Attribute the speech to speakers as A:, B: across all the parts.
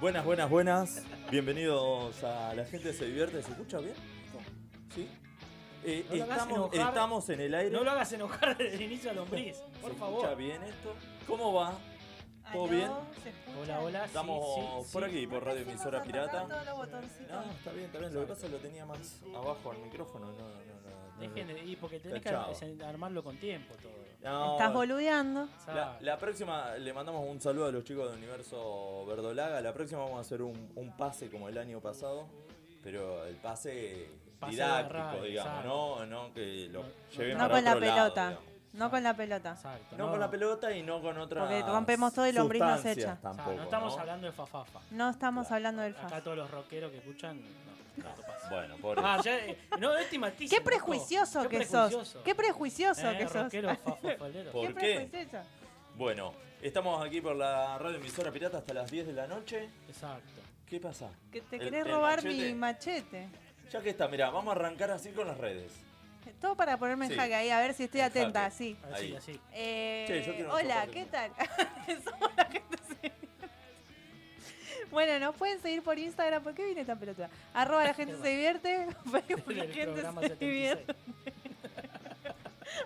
A: Buenas, buenas, buenas. Bienvenidos a La gente se divierte. ¿Se escucha bien? ¿Sí? Eh,
B: No lo hagas
A: estamos,
B: enojar.
A: estamos en el aire.
B: No lo hagas enojar desde el inicio al lombriz, por
A: ¿Se escucha
B: favor.
A: bien esto? ¿Cómo va? ¿Todo
C: Aló,
A: bien?
C: ¿Se escucha?
B: Hola, hola. sí,
A: Estamos
B: sí,
A: por
B: sí.
A: aquí, por Radio
C: Recién
A: Emisora
C: nos apagaron
A: Pirata.
C: todos los botoncitos.
A: No, está bien, está bien. Lo que pasa es que lo tenía más abajo al micrófono. No, no, no. no.
B: Dejen de ir porque tenés que
A: Chao.
B: ar- armarlo con tiempo todo.
A: No, eh,
C: Estás boludeando.
A: La,
B: ¿sabes?
A: la próxima, le mandamos un saludo a los chicos de Universo Verdolaga. La próxima vamos a hacer un, un pase como el año pasado, pero el pase,
B: Pase
A: didáctico,
B: de radio,
A: digamos,
B: exacto.
A: ¿no? No que lo
B: No,
A: lleven
C: No
A: para
C: con la
A: otro lado,
C: pelota.
A: digamos.
C: no con la pelota.
B: Exacto.
A: no, con la pelota y no con otra.
C: Porque rompemos todo y el lombriz nos echa.
B: o sea, no estamos hablando de fafafa.
C: No estamos
A: Claro.
C: hablando del
B: Acá
C: FAS.
B: todos los rockeros que escuchan. No, no, esto pasa.
A: Bueno, pobre.
B: Ah, ya, eh, no, es estigmatísimo,
C: Qué
B: loco.
C: prejuicioso
B: Qué
C: que
B: prejuicioso.
C: sos. Qué prejuicioso
B: Eh,
C: que sos.
B: rockero, fafafalero.
A: Por-
C: Qué
A: qué?
C: prejuicioso.
A: Bueno, estamos aquí por la radio emisora pirata hasta las 10 de la noche.
B: Exacto.
A: ¿Qué pasa?
C: Que te
A: El-
C: querés
A: el
C: robar
A: machete.
C: mi machete.
A: Ya que está, mirá, vamos a arrancar así con las redes.
C: Todo para ponerme en
A: Sí.
C: jaque ahí, a ver si estoy
A: En
C: atenta,
A: jaque.
C: sí.
B: Así,
A: Ahí.
B: así.
C: Eh,
A: Che, yo quiero un
C: hola,
A: soporte
C: ¿qué
A: como-
C: tal? Somos la gente se- Bueno, nos pueden seguir por Instagram. ¿Por qué viene esta pelota? Arroba la gente se divierte. Facebook la
B: El
C: gente
B: programa
C: se
B: 76.
C: divierte.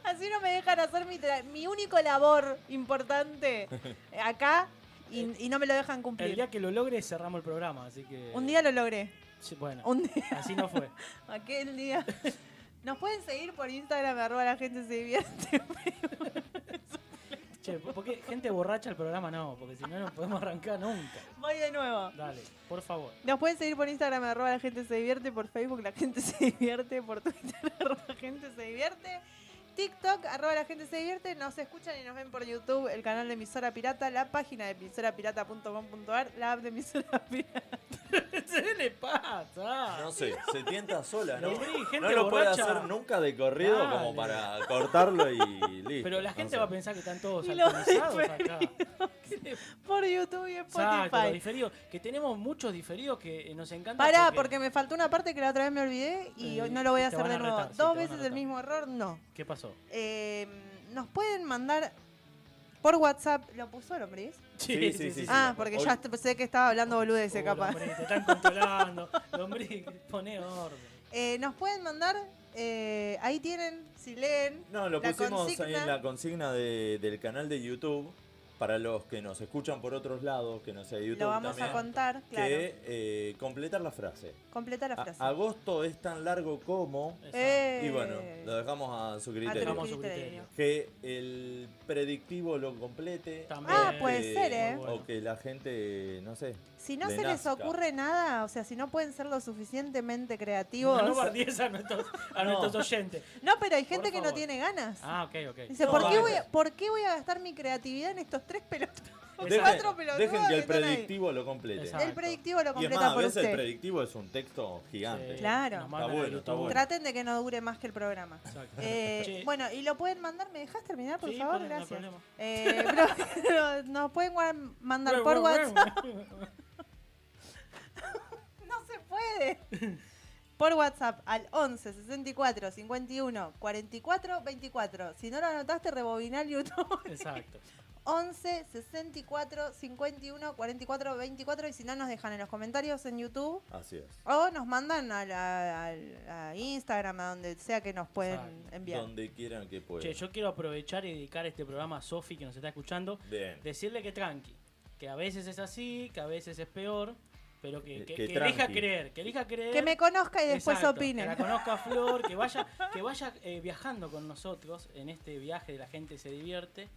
C: Así no me dejan hacer mi, tra- mi único labor importante acá y, y no me lo dejan
B: El
C: cumplir.
B: día que lo logre cerramos el programa, así que.
C: Un día lo logré.
B: Sí, bueno,
C: Un día.
B: así no fue.
C: Aquel día. Nos pueden seguir por Instagram, arroba la gente se divierte.
B: Che, ¿por qué gente borracha el programa no? Porque si no, no podemos arrancar nunca.
C: Voy de nuevo.
B: Dale, por favor.
C: Nos pueden seguir por Instagram, arroba la gente se divierte, por Facebook la gente se divierte, por Twitter, arroba la gente se divierte, TikTok, arroba la gente se divierte, nos escuchan y nos ven por YouTube, el canal de emisora pirata, la página de emisorapirata.com.ar, la app de emisora pirata.
B: ¿Qué le pasa?
A: No sé, se tienta sola, ¿no?
B: Lombriz, gente
A: no lo puede
B: borracha.
A: hacer nunca de corrido
B: Dale.
A: como para cortarlo y listo.
B: Pero la gente
A: No
B: va a
A: sé.
B: pensar que están todos
C: Y los
B: alcoholizados acá.
C: Por YouTube y
B: Exacto, los
C: Spotify.
B: diferidos. Que tenemos muchos diferidos que eh, nos encanta.
C: Pará, porque me faltó una parte que la otra vez me olvidé y
B: Eh,
C: hoy no lo voy a
B: te
C: hacer
B: van a
C: de nuevo.
B: retar, sí, te
C: Dos
B: van a
C: veces el
B: retar.
C: mismo error, no.
B: ¿Qué pasó?
C: Eh, nos pueden mandar por WhatsApp, ¿lo puso el hombre?
A: Sí, sí, sí, sí.
C: Ah, porque
A: Hoy-
C: ya pensé que estaba hablando boludeces,
B: Oh,
C: capaz.
B: lombriz, te están controlando. Lombriz, pone orden.
C: Eh, nos pueden mandar, eh, ahí tienen, si leen.
A: No, lo
C: La
A: pusimos ahí
C: consigna.
A: en la consigna de- del canal de YouTube. Para los que nos escuchan por otros lados, que no sea YouTube
C: Lo vamos
A: también,
C: a contar, claro.
A: que eh, completar la frase.
C: Completa la
A: A-
C: frase.
A: agosto es tan largo como...
C: Eh,
B: Exacto.
A: Y bueno, lo dejamos a su criterio.
B: Dejamos a su criterio.
A: Que el predictivo lo complete.
B: También.
C: Ah, puede
A: que-
C: ser, ¿eh?
A: O que la gente, no sé.
C: Si no
A: le
C: se les
A: nazca.
C: ocurre nada, o sea, si no pueden ser lo suficientemente creativos.
B: No, no
C: No,
B: bardies a nuestros, a
A: No.
B: nuestros oyentes.
C: pero hay gente
B: Por
C: que no
B: favor.
C: tiene ganas.
B: Ah, ok, ok.
C: Dice,
A: No,
C: ¿por, qué
A: vale.
C: voy a, por qué voy a gastar mi creatividad en estos tres pelotas?
B: Dejen-
C: Cuatro pelotudos
A: dejen que el
C: están ahí.
A: predictivo lo complete.
B: Exacto.
C: El predictivo
A: Y
C: lo
A: es
C: completa
A: más, a
C: por
A: veces el
C: usted.
A: predictivo es un texto gigante.
B: Sí,
C: Claro.
B: nos mandan
A: Está bueno,
B: a YouTube.
A: está bueno.
C: Traten de que no dure más que el programa.
B: Exacto.
C: Eh,
B: Che,
C: bueno, y lo pueden mandar. ¿Me dejas terminar, por
B: Sí,
C: favor?
B: ponle, no hay
C: Gracias.
B: problema.
C: Eh, pero- nos pueden guar- mandar
B: bueno,
C: por
B: bueno,
C: WhatsApp.
B: bueno, bueno.
C: No se puede. Por WhatsApp al 11 64 51 44 24. Si no lo anotaste, rebobinar YouTube.
B: Exacto.
C: 11 64 51 44 24. Y si no, nos dejan en los comentarios en YouTube.
A: Así es.
C: O nos mandan a, la- al- a Instagram, a donde sea que nos pueden
B: Exacto.
C: enviar.
A: Donde quieran que puedan.
B: Che, yo quiero aprovechar y dedicar este programa a Sofi que nos está escuchando.
A: Bien.
B: Decirle que tranqui, que a veces es así, que a veces es peor, pero que,
A: Que
B: que, que elija
A: tranqui.
B: creer, que elija creer.
C: Que me conozca y después
B: Exacto,
C: opine.
B: Que la conozca Flor, que vaya, que vaya eh, viajando con nosotros en este viaje de la gente se divierte.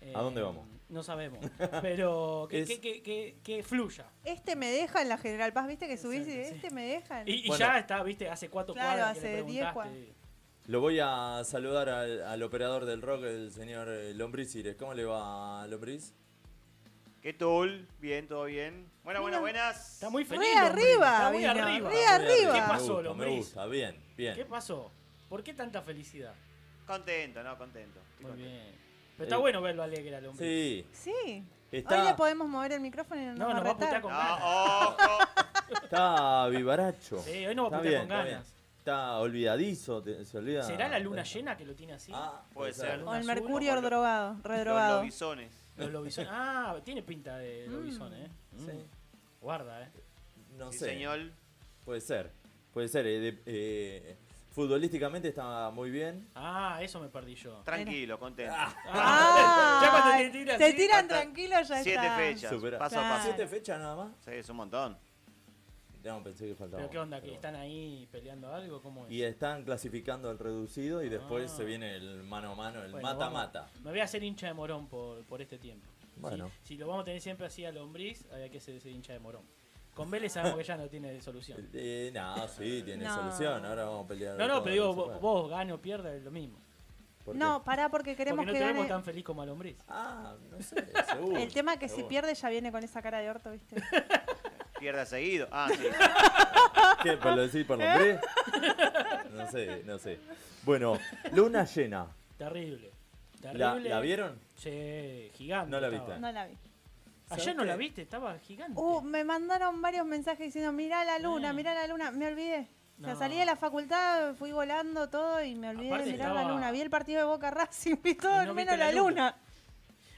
B: Eh,
A: ¿A dónde vamos?
B: No sabemos, pero que,
A: Es-
B: que, que, que- que fluya.
C: Este me deja en la General Paz, viste que subís y
B: Exacto, sí.
C: este me deja. en-
B: Y, y
A: Bueno.
B: ya está, viste, hace cuatro
C: Claro,
B: cuadras que le
C: hace diez
B: preguntaste.
A: Lo voy a saludar al, al operador del rock, el señor eh, Lombriz Ires. ¿Cómo le va, Lombriz? Ah,
D: ¿Qué tal? Bien, todo bien.
C: Mira.
D: Buenas, buenas, buenas.
B: Está muy feliz.
C: Re
B: hombre,
C: arriba,
B: está muy
C: vino,
B: arriba.
C: re
A: Ah, muy
C: arriba.
A: bien.
B: ¿Qué pasó,
A: me gusta, me
B: Lombriz?
A: gusta. Bien, bien.
B: ¿Qué pasó? ¿Por qué tanta felicidad?
D: Contento, ¿no? Contento. Estoy
B: Muy
D: contento.
B: bien. Pero está
A: Eh,
B: bueno verlo alegre al hombre.
A: Sí,
C: Sí. Hoy le
A: está,
C: podemos mover el micrófono y no,
B: No,
C: nos va a
B: putear
C: retar.
B: con
D: No,
B: ganas.
D: Ah, ojo.
A: está vivaracho.
B: Sí, hoy no va a
A: Está
B: putear
A: bien,
B: con
A: está
B: ganas.
A: bien. Está olvidadizo, te- se olvida.
B: ¿Será la luna llena que lo tiene así?
A: Ah,
D: Puede ser.
C: O el
B: azul,
C: mercurio
D: o lo-
C: drogado,
D: Los
C: redrogado.
D: lobizones.
C: Mm.
B: Los lobisones. Ah, tiene pinta de lobizón, ¿eh?
A: Sí.
B: Guarda, eh.
A: Mm. No
D: Sí,
A: sé.
D: señor.
A: Puede ser. Puede ser. eh, de- eh, futbolísticamente está muy bien.
B: Ah, eso me perdí yo.
D: Tranquilo, contento.
C: Ah,
B: ya cuando te tiran así,
C: tiran
D: hasta
C: tranquilo, ya
D: Siete
C: está.
D: fechas.
A: Superá.
D: Paso a paso.
A: ¿Siete fechas nada más?
D: Sí, es un montón.
A: No, pensé que faltaba.
B: Pero qué onda, que
A: pero
B: están ahí peleando algo, ¿cómo es?
A: Y están clasificando al reducido y después
B: Ah.
A: se viene el mano a mano, el
B: Bueno,
A: mata-mata.
B: vamos. Me voy a hacer hincha de morón por, por este tiempo.
A: Bueno.
B: Si, si lo vamos a tener siempre así a lombriz, hay que ser, ser hincha de morón. Con Vélez sabemos que ya no tiene solución.
A: Eh, no, sí, tiene
C: No.
A: solución. Ahora vamos a pelear.
B: No, no,
A: con
B: pero digo,
A: el
B: vos,
A: Super.
B: vos gane o pierda es lo mismo.
A: ¿Por qué?
C: No, pará, porque queremos
B: Porque no
C: que
B: te
C: gane.
B: vemos tan feliz como a lombriz.
A: Ah, no sé, seguro.
C: El tema es que si
A: seguro.
C: pierde ya viene con esa cara de orto, ¿viste?
D: Pierda seguido. Ah, sí.
A: ¿Qué? ¿Para lo decir por nombre? No sé, no sé. Bueno, luna llena.
B: Terrible. Terrible.
A: ¿La, la vieron?
B: Sí, gigante.
A: No la
B: estaba.
A: viste.
C: No la vi.
B: Ayer
A: ¿Sabés
B: no la
A: qué?
B: viste, estaba gigante.
C: Uh, me mandaron varios mensajes diciendo, mirá la luna,
B: Mm.
C: mirá la luna. Me olvidé. O sea,
B: No.
C: salí de la facultad, fui volando todo y me olvidé
B: Aparte
C: de mirar la
B: estaba-
C: luna. Vi el partido de Boca Racing, vi todo,
B: Y no
C: menos
B: viste la
C: la luna.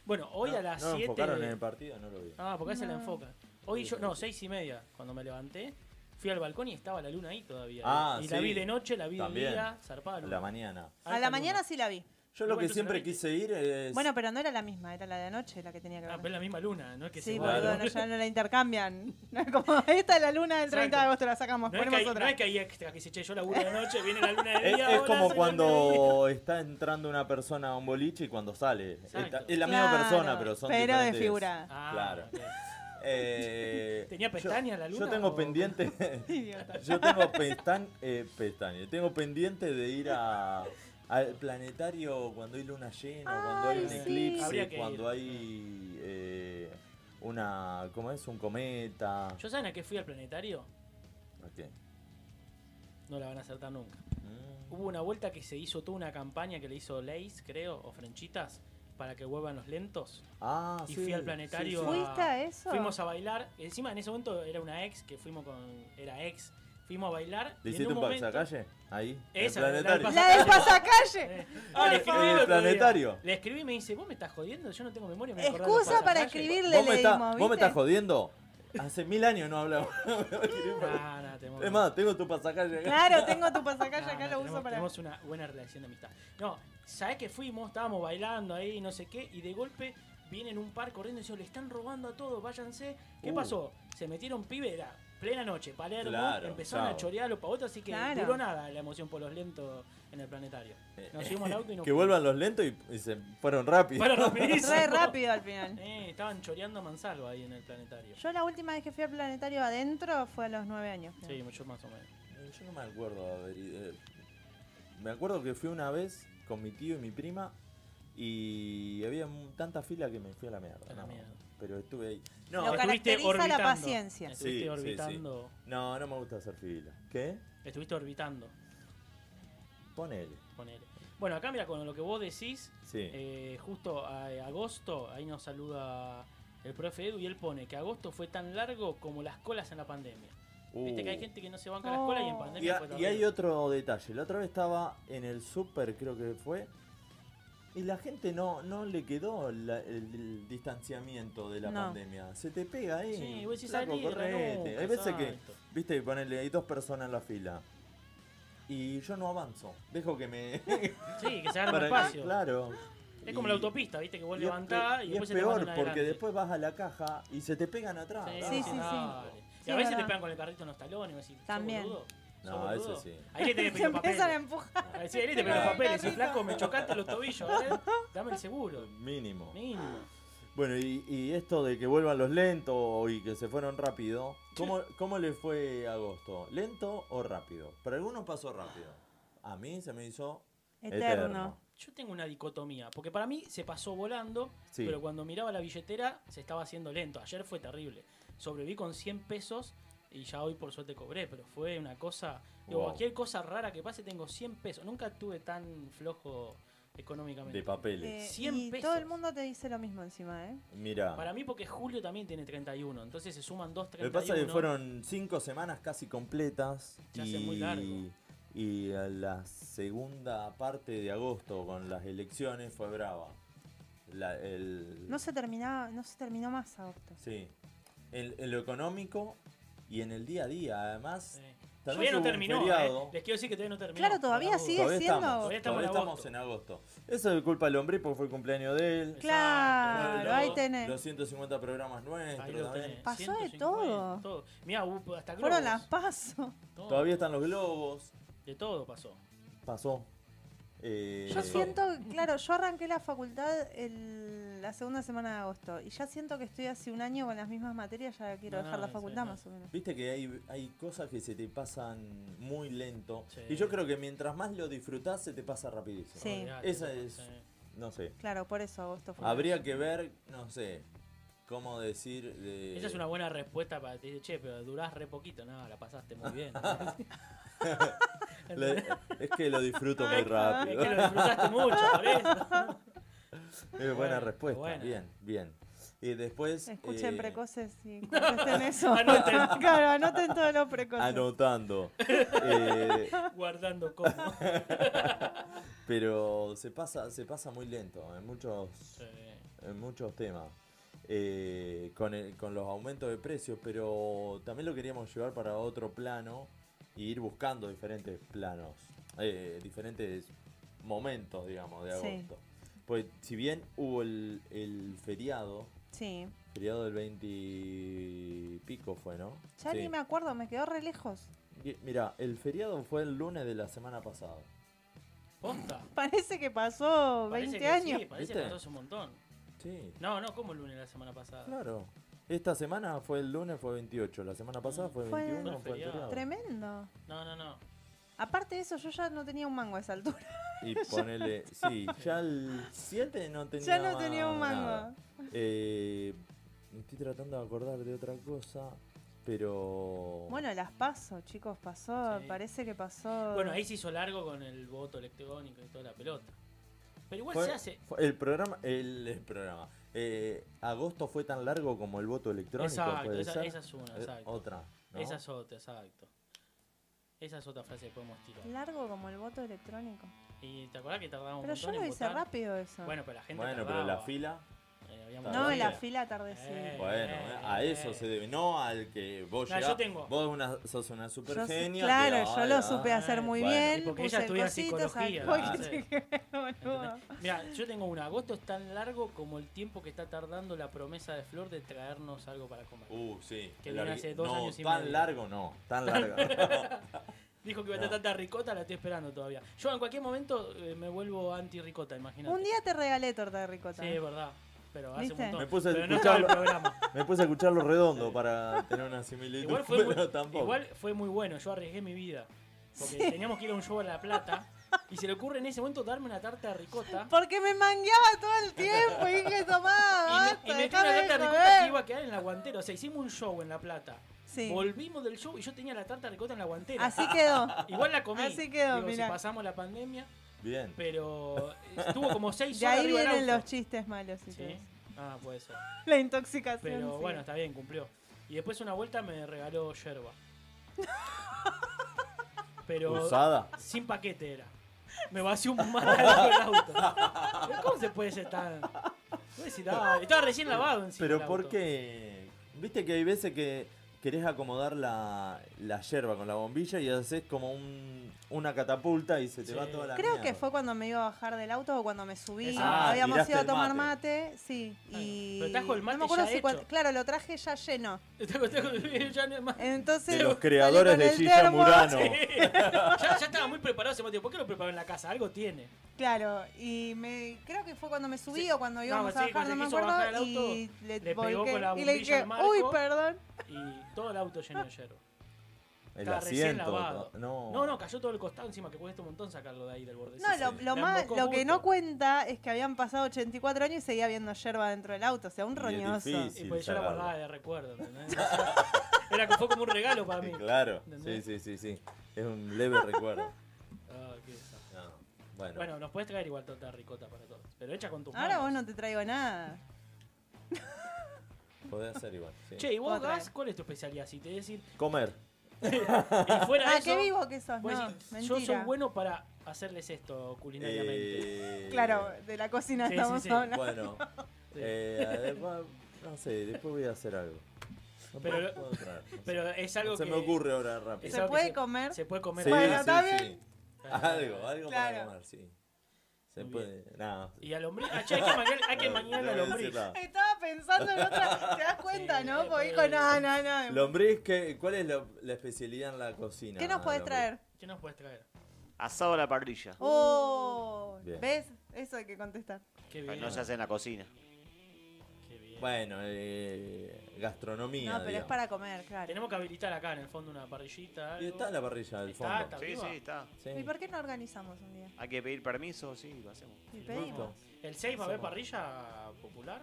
B: bueno, hoy a las
A: no, no
B: 7.
A: enfocaron en el partido, no lo vi.
B: Ah, porque se la
C: No.
B: enfoca. Hoy yo, no, seis y media, cuando me levanté, fui al balcón y estaba la luna ahí todavía.
A: Ah,
B: y la
A: sí.
B: vi de noche, la vi
A: También.
B: de día, zarpada
A: A
B: luna.
A: la mañana.
C: A la mañana sí la vi.
A: Yo lo
B: Igual
A: que
B: tú se
A: siempre
B: la viste.
A: quise ir es.
C: Bueno, pero no era la misma, era la de anoche la que tenía que
B: Ah,
C: ver.
B: pero es la misma luna, no es que
C: Sí,
B: se
A: Claro.
C: boludo, no, ya no la intercambian. No es Como esta es la luna del 30 de
B: Exacto.
C: agosto, la sacamos,
B: No es, que
C: ponemos
B: hay,
C: otra.
B: no es que hay extra que se che, yo laburo de noche, viene la luna de
A: es,
B: día.
A: es como
B: hola, soy la luna
A: cuando está entrando una persona a un boliche y cuando sale.
B: Exacto.
A: Está- es la misma
C: Claro,
A: persona, pero son
C: pero
A: diferentes.
C: desfigurada.
B: Ah,
A: Claro.
B: ok.
A: Eh,
B: ¿Tenía
A: yo-
B: pestañas la luna
A: Yo tengo
B: o-
A: pendiente.
C: Idiota.
A: yo tengo pestan- eh, pestañas. Tengo pendiente de ir a, al planetario cuando hay luna llena, cuando hay
C: Ay,
A: un
B: sí. Habría
A: eclipse,
B: que
A: cuando
B: ir.
A: hay eh, una. ¿Cómo es? Un cometa.
B: ¿Yo saben a qué fui al planetario?
A: ¿A qué?
B: No la van a acertar nunca.
A: Mm.
B: Hubo una vuelta que se hizo toda una campaña que le hizo Leis, creo, o Frenchitas, para que vuelvan los lentos.
A: Ah,
B: y
A: sí,
B: fui al
A: sí,
B: planetario.
A: sí.
C: ¿Fuiste a eso?
B: Fuimos a bailar. Encima en ese momento era una ex que fuimos con. Era ex. Fuimos a bailar. y
A: ¿Le
B: en
A: hiciste un
B: momento-
A: pasacalle? Ahí.
B: Esa,
A: el planetario.
B: la-
C: La del pasacalle.
B: Eh, ah, le
A: Eh,
B: escribí el
A: el
B: otro día.
A: planetario.
B: Le escribí y me dice, vos me estás jodiendo, yo no tengo memoria. me voy a acordar de los
C: Excusa para
B: pasacalles".
C: escribirle,
A: ¿Vos me,
C: le
A: estás-
C: dimos,
A: vos me
C: ¿viste?
A: estás jodiendo? Hace mil años no hablaba.
B: Nah, nah, tenemos-
A: es más, tengo tu pasacalle acá.
C: Claro, tengo tu pasacalle
B: nah,
C: acá,
B: nah,
C: lo
B: tenemos,
C: uso para...
B: tenemos una buena relación de amistad. No, ¿sabés que fuimos? Estábamos bailando ahí, no sé qué, y de golpe vienen un par corriendo y dicen, le están robando a todos, váyanse. ¿Qué
A: Uh.
B: pasó? Se metieron pibe, era plena noche, Palermo,
A: Claro,
B: empezaron
A: chao.
B: a chorear los pavotos, así que
C: Claro.
B: duró nada la emoción por los lentos en el planetario. Nos subimos al auto y nos
A: Eh, Que vuelvan los lentos y, y se fueron rápido.
B: Fueron rapidísimo.
C: Re rápido al final.
B: Eh, estaban choreando a Mansalva ahí en el planetario.
C: Yo la última vez que fui al planetario adentro fue a los nueve años. creo.
B: Sí, yo más o menos.
A: Eh, Yo no me acuerdo haber ido. Eh, Me acuerdo que fui una vez con mi tío y mi prima y había mu- tanta fila que me fui a la mierda.
B: A la
A: no,
B: mierda.
A: Pero estuve ahí.
C: Lo
A: No, eh,
C: que- caracteriza la paciencia.
B: Estuviste
A: Sí, sí, sí.
B: orbitando.
A: no, no me gusta hacer fila. ¿Qué?
B: Estuviste orbitando,
A: Ponele.
B: ponele. Bueno, acá mira, con lo que vos decís,
A: Sí.
B: eh, justo a- agosto, ahí nos saluda el profe Edu y él pone que agosto fue tan largo como las colas en la pandemia. Viste que hay
A: Uh.
B: gente que no se banca las colas y en
C: Oh.
A: Y,
B: pandemia
A: a-
B: fue
A: y
B: terrible.
A: hay otro detalle. La otra vez estaba en el súper, creo que fue. Y la gente no, no le quedó la- el, el distanciamiento de la
C: No.
A: pandemia. Se te pega ahí.
B: Sí, vos decís
A: flaco,
B: salir,
A: correte.
B: no,
A: Hay veces que,
B: exacto.
A: viste, ponele, hay dos personas en la fila. Y yo no avanzo. Dejo que me.
B: Sí, que se arma
A: para-
B: espacio.
A: Claro.
B: Es como
A: Y-
B: la autopista, viste, que vos
A: y es
B: levantás
A: pe-
B: y,
A: y
B: después
A: es
B: se te mandan
A: peor porque
B: adelante.
A: después vas a la caja y se te pegan atrás.
B: Sí,
A: Ah,
C: sí, sí.
B: dale. Y
C: Sí,
B: a
C: es
B: veces te
C: verdad.
B: pegan con el carrito en los talones. y vos decís, ¿sos
C: También.
B: boludo? ¿Sos
A: No, eso
B: boludo?
A: sí.
B: Ahí le tenés que
C: Se
B: pedir los
C: empiezan a
B: papeles.
C: empujar.
B: Ahí sí, ahí le tenés que pedir los
A: Ay,
B: papeles. Y
A: carrito.
B: flaco, me chocaste los tobillos. a ver, Dame el seguro.
A: Mínimo.
B: Mínimo.
A: Bueno, y, y esto de que vuelvan los lentos y que se fueron rápido, ¿cómo, cómo le fue agosto? ¿Lento o rápido? Para algunos pasó rápido. A mí se me hizo eterno.
C: Eterno.
B: Yo tengo una dicotomía, porque para mí se pasó volando,
A: Sí.
B: pero cuando miraba la billetera se estaba haciendo lento. Ayer fue terrible. Sobreviví con 100 pesos y ya hoy por suerte cobré, pero fue una cosa... Digo,
A: Wow.
B: cualquier cosa rara que pase tengo 100 pesos. Nunca estuve tan flojo económicamente.
A: De papeles.
C: Eh,
B: 100
C: y
B: pesos.
C: todo el mundo te dice lo mismo encima, ¿eh?
A: Mira,
B: Para mí porque Julio también tiene 31, entonces se suman 2,
A: lo que
B: 31.
A: pasa es que fueron cinco semanas casi completas.
B: Se hace
A: y,
B: muy largo.
A: y a la segunda parte de agosto con las elecciones fue brava. La- el-
C: No se terminaba, no se terminó más agosto.
A: Sí. en, en lo económico y en el día a día. Además,
B: Sí.
A: también
B: Todavía no
A: hubo un
B: terminó.
A: feriado.
B: eh. Les quiero decir que todavía no terminó.
C: Claro, todavía
B: Por la duda.
C: sigue
A: Todavía
C: siendo-
A: estamos,
B: Todavía estamos en
A: todavía estamos
B: agosto.
A: en agosto. Eso es culpa del hombre porque fue el cumpleaños de él.
B: Exacto.
C: Claro,
A: Los-
C: ahí tenés.
A: Los 150 programas nuestros
B: Ahí lo
A: también.
B: tenés.
C: Pasó de
B: 150,
C: todo.
B: todo. Mirá, hubo hasta globos.
C: Fueron las pasos.
B: Todo.
A: Todavía están los globos.
B: De todo pasó.
A: Pasó. Eh,
C: Yo siento, claro, yo arranqué la facultad el- la segunda semana de agosto y ya siento que estoy hace un año con las mismas materias, ya quiero
B: No,
C: dejar la
B: sí,
C: facultad
B: no.
C: más o menos.
A: Viste que hay, hay cosas que se te pasan muy lento.
B: Sí.
A: Y yo creo que mientras más lo disfrutás, se te pasa rapidísimo.
C: Sí.
B: Olvidate,
A: Esa
B: todo,
A: es- No sé.
C: Claro, por eso agosto fue.
A: Habría que ver, no sé, cómo decir de...
B: Esa es una buena respuesta para decir, che, pero durás re poquito. No, la pasaste muy bien.
A: Le- es que lo disfruto muy
B: Ay,
A: rápido.
B: Es que lo disfrutaste mucho, por eso.
A: Es buena
B: Bueno,
A: respuesta.
B: buena.
A: Bien, bien. Y después...
C: Escuchen
A: eh,
C: precoces y contesten eso.
B: Anoten.
C: claro, anoten todos los precoces.
A: Anotando. Eh,
B: Guardando como.
A: pero se pasa, se pasa muy lento en muchos, en muchos temas. Eh, con, el- con los aumentos de precios, pero también lo queríamos llevar para otro plano y ir buscando diferentes planos, eh, diferentes momentos, digamos, de
C: Sí.
A: agosto. Pues si bien hubo el, el feriado,
C: Sí.
A: feriado del 20 y pico fue, ¿no?
C: Ya
A: Sí.
C: ni me acuerdo, me quedó re lejos.
A: Y- Mira, el feriado fue el lunes de la semana pasada.
B: Posta.
C: Parece que pasó
B: Parece
C: 20
B: que
C: años.
B: Sí, parece
A: ¿Viste?
B: que pasó hace un montón.
A: Sí,
B: No, no, como el lunes de la semana pasada.
A: claro. Esta semana fue el lunes, fue 28. La semana pasada fue
C: Fue-
A: 21,
B: Fue
A: fue el
B: feriado.
A: feriado.
C: Tremendo.
B: No, no, no.
C: Aparte de eso, yo ya no tenía un mango a esa altura.
A: Y ponele, sí, ya el 7 no tenía
C: Ya no tenía un
A: más
C: mango.
A: nada. Eh, me estoy tratando de acordar de otra cosa, pero...
C: Bueno, las paso, chicos, pasó.
B: Sí.
C: Parece que pasó.
B: Bueno, ahí se hizo largo con el voto electrónico y toda la pelota. Pero igual
A: Fue-
B: se hace.
A: fue el programa, el, el programa. Eh, agosto fue tan largo como el voto electrónico,
B: Exacto,
A: puede
B: esa,
A: ser.
B: esa es una,
A: Eh,
B: exacto.
A: Otra, ¿no?
B: Esa es otra, exacto. Esa es otra frase que podemos tirar.
C: Largo como el voto electrónico.
B: Y te acordás que tardamos
C: Pero
B: un
C: yo
B: montón
C: lo
B: en
C: hice
B: votar?
C: rápido eso.
B: Bueno, pero la gente
A: Bueno, pero la
B: tardaba.
A: fila...
B: Eh, había un
A: No,
C: no,
B: montón
C: en la
B: de-
C: fila tardé, sí.
B: Eh,
A: Bueno, eh, a eso se debe, no al que vos
B: No, yo
A: llegás,
B: tengo-
A: vos una, sos una super
C: Yo-
A: genia. que,
C: claro,
A: ay,
C: yo lo
A: ah,
C: supe hacer muy
A: Bueno,
C: bien.
B: y porque
C: puse
B: ella estudia
C: cositas,
B: psicología,
C: alcohol,
A: ¿no?
C: que
B: Sí.
C: te- boludo.
B: Mira, yo tengo una. Agosto es tan largo como el tiempo que está tardando la promesa de Flor de traernos algo para comer.
A: Uh, sí.
B: Que
A: el
B: viene
A: arqui-
B: hace dos
A: no,
B: años y
A: tan
B: medio.
A: largo no, tan largo.
B: Dijo que iba a estar
A: No.
B: tanta ricota, la estoy esperando todavía. Yo en cualquier momento eh, me vuelvo anti-ricota, imagínate.
C: Un día te regalé torta de ricota.
B: Sí, es verdad. Pero hace
C: ¿Viste?
B: un montón.
A: Me puse a
B: pero no estaba el
A: escucharlo.
B: programa.
A: Me puse a escucharlo redondo para tener una similitud,
B: Igual fue,
A: pero
B: muy,
A: tampoco.
B: igual fue muy bueno, yo arriesgué mi vida. Porque
C: Sí.
B: teníamos que ir a un show a La Plata. Y se le ocurre en ese momento darme una tarta de ricota.
C: Porque me mangueaba todo el tiempo y dije, tomá, basta,
B: y me, y metí una
C: dejame de
B: tarta de ricota que
C: joder.
B: iba a quedar en la guantera. O sea, hicimos un show en La Plata.
C: Sí.
B: Volvimos del show y yo tenía la tarta de ricota en la guantera. Ah,
C: Así quedó.
B: Igual la comí.
C: Así quedó,
B: Digo, si
C: mirá.
B: pasamos la pandemia,
A: Bien.
B: pero estuvo como seis
C: De
B: horas
C: ahí
B: arriba del
C: vienen
B: auto.
C: los chistes malos y todo
B: Sí.
C: eso.
B: Ah, puede ser.
C: La intoxicación.
B: Pero
C: sí.
B: bueno, está bien, cumplió. Y después una vuelta me regaló yerba. Pero
A: Usada.
B: sin paquete era. Me vació un mar del auto. Pero ¿Cómo se puede ser tan.? No es dale. Estaba recién lavado encima.
A: Pero
B: el
A: ¿por
B: auto.
A: qué? Viste que hay veces que querés acomodar la, la yerba con la bombilla y haces como un, una catapulta y se te
B: Sí.
A: va toda la
C: Creo que
A: mierda.
C: fue cuando me iba a bajar del auto o cuando me subí.
B: Ah,
C: Habíamos
A: tiraste
C: ido a
A: el
C: tomar
A: mate.
C: mate, sí. Y
B: Pero trajo el mate
C: no me acuerdo
B: ya
C: si cuan-
B: hecho.
C: Claro, lo traje ya lleno.
B: Tengo- tengo- ya no es más.
C: Entonces,
A: De los
C: salí
A: creadores
C: con
A: de
C: el
A: Gilla
C: termo.
A: Murano.
B: ya, ya estaba muy preparado ese motivo. ¿Por qué lo preparó en la casa? Algo tiene.
C: Claro, y me, creo que fue cuando me subí
B: Sí.
C: o cuando
B: No,
C: íbamos
B: sí,
C: a bajar,
B: cuando
C: no me
B: quiso bajar
C: acuerdo.
B: el auto,
C: Y le,
B: le pegó con la
C: volqué, y le
B: bombilla
C: dije,
B: al marco.
C: uy, perdón.
B: Y todo el auto lleno de yerba.
A: El
B: Está recién
A: asiento.
B: lavado.
A: No.
B: No, no, cayó todo el costado encima, que cuesta un montón sacarlo de ahí del borde.
C: No,
B: Sí,
C: lo,
B: sí.
C: lo
B: La
C: más,
B: embocó
C: lo que no
B: justo.
C: cuenta es que habían pasado 84 años y seguía viendo yerba dentro del auto, o sea, un
A: Y es
C: roñoso.
A: difícil.
B: Y pues yo la
A: sacarlo.
B: guardaba de recuerdo, ¿entendés? Era que fue como un regalo para mí.
A: Claro, sí,
B: ¿Entendés?
A: sí, sí, sí. Es un leve recuerdo.
B: Ah, qué desastre.
A: No, Bueno,
B: Bueno, nos puedes traer igual torta ricota para todos. Pero hecha con tus
C: Ahora vos
B: manos.
C: no te traigo nada.
A: podés hacer igual. sí.
B: Che, ¿y vos,
C: Otra
B: Gas,
C: vez.
B: cuál es tu especialidad? Si te decir,
A: Comer.
B: y fuera de
C: Ah,
B: eso,
C: qué vivo que sos,
B: vos
C: no,
B: decís, yo
C: mentira.
B: soy bueno para hacerles esto
A: Eh,
B: culinariamente.
C: Claro, de la cocina
B: Sí, sí,
C: estamos
B: sí.
C: hablando.
A: Bueno,
B: Sí.
A: eh, después- no sé, después voy a hacer algo. No
B: Pero-
A: puedo traer, no sé.
B: Pero es algo
A: Se
B: que
A: me ocurre ahora rápido.
B: es
C: ¿Se
B: algo que
C: puede comer?
B: Se puede comer.
A: Sí,
C: Bueno,
A: sí, Ah,
C: está
A: sí.
C: bien.
A: Algo, algo para
C: Claro.
A: comer, sí. Se
B: Muy
A: puede. Nada.
B: Y a lombriz. Ah, che, hay que manguear, hay que
A: No,
B: manguear
A: no
B: la
A: voy a
B: lombriz.
A: decir nada.
C: Estaba pensando en otra. ¿Te das cuenta,
B: Sí,
C: no?
B: eh,
C: Porque
B: eh,
C: dijo, no, no, no.
A: Lombriz, ¿qué- ¿cuál es la, la especialidad en la cocina?
C: ¿Qué nos podés
A: lombriz?
C: traer?
B: ¿Qué nos puedes traer?
D: Asado a la parrilla.
B: Uh,
C: Oh,
A: Bien.
C: ¿ves? Eso hay que contestar.
B: Qué
D: Pero
B: bien.
D: no se hace en la cocina.
B: qué bien.
A: Bueno, eh, gastronomía.
C: No, pero es
A: digamos.
C: para comer, claro.
B: Tenemos que habilitar acá en el fondo una parrillita.
A: Y
B: Algo.
A: está la parrilla del
B: Está,
A: fondo.
B: está.
D: Sí,
B: viva?
D: sí, está.
A: Sí.
C: ¿Y por qué no organizamos un día?
D: Hay que pedir permiso, sí, lo hacemos.
C: Y
B: Sí,
C: pedimos.
A: listo.
B: ¿El 6 va a haber
A: Hacemos.
B: parrilla popular?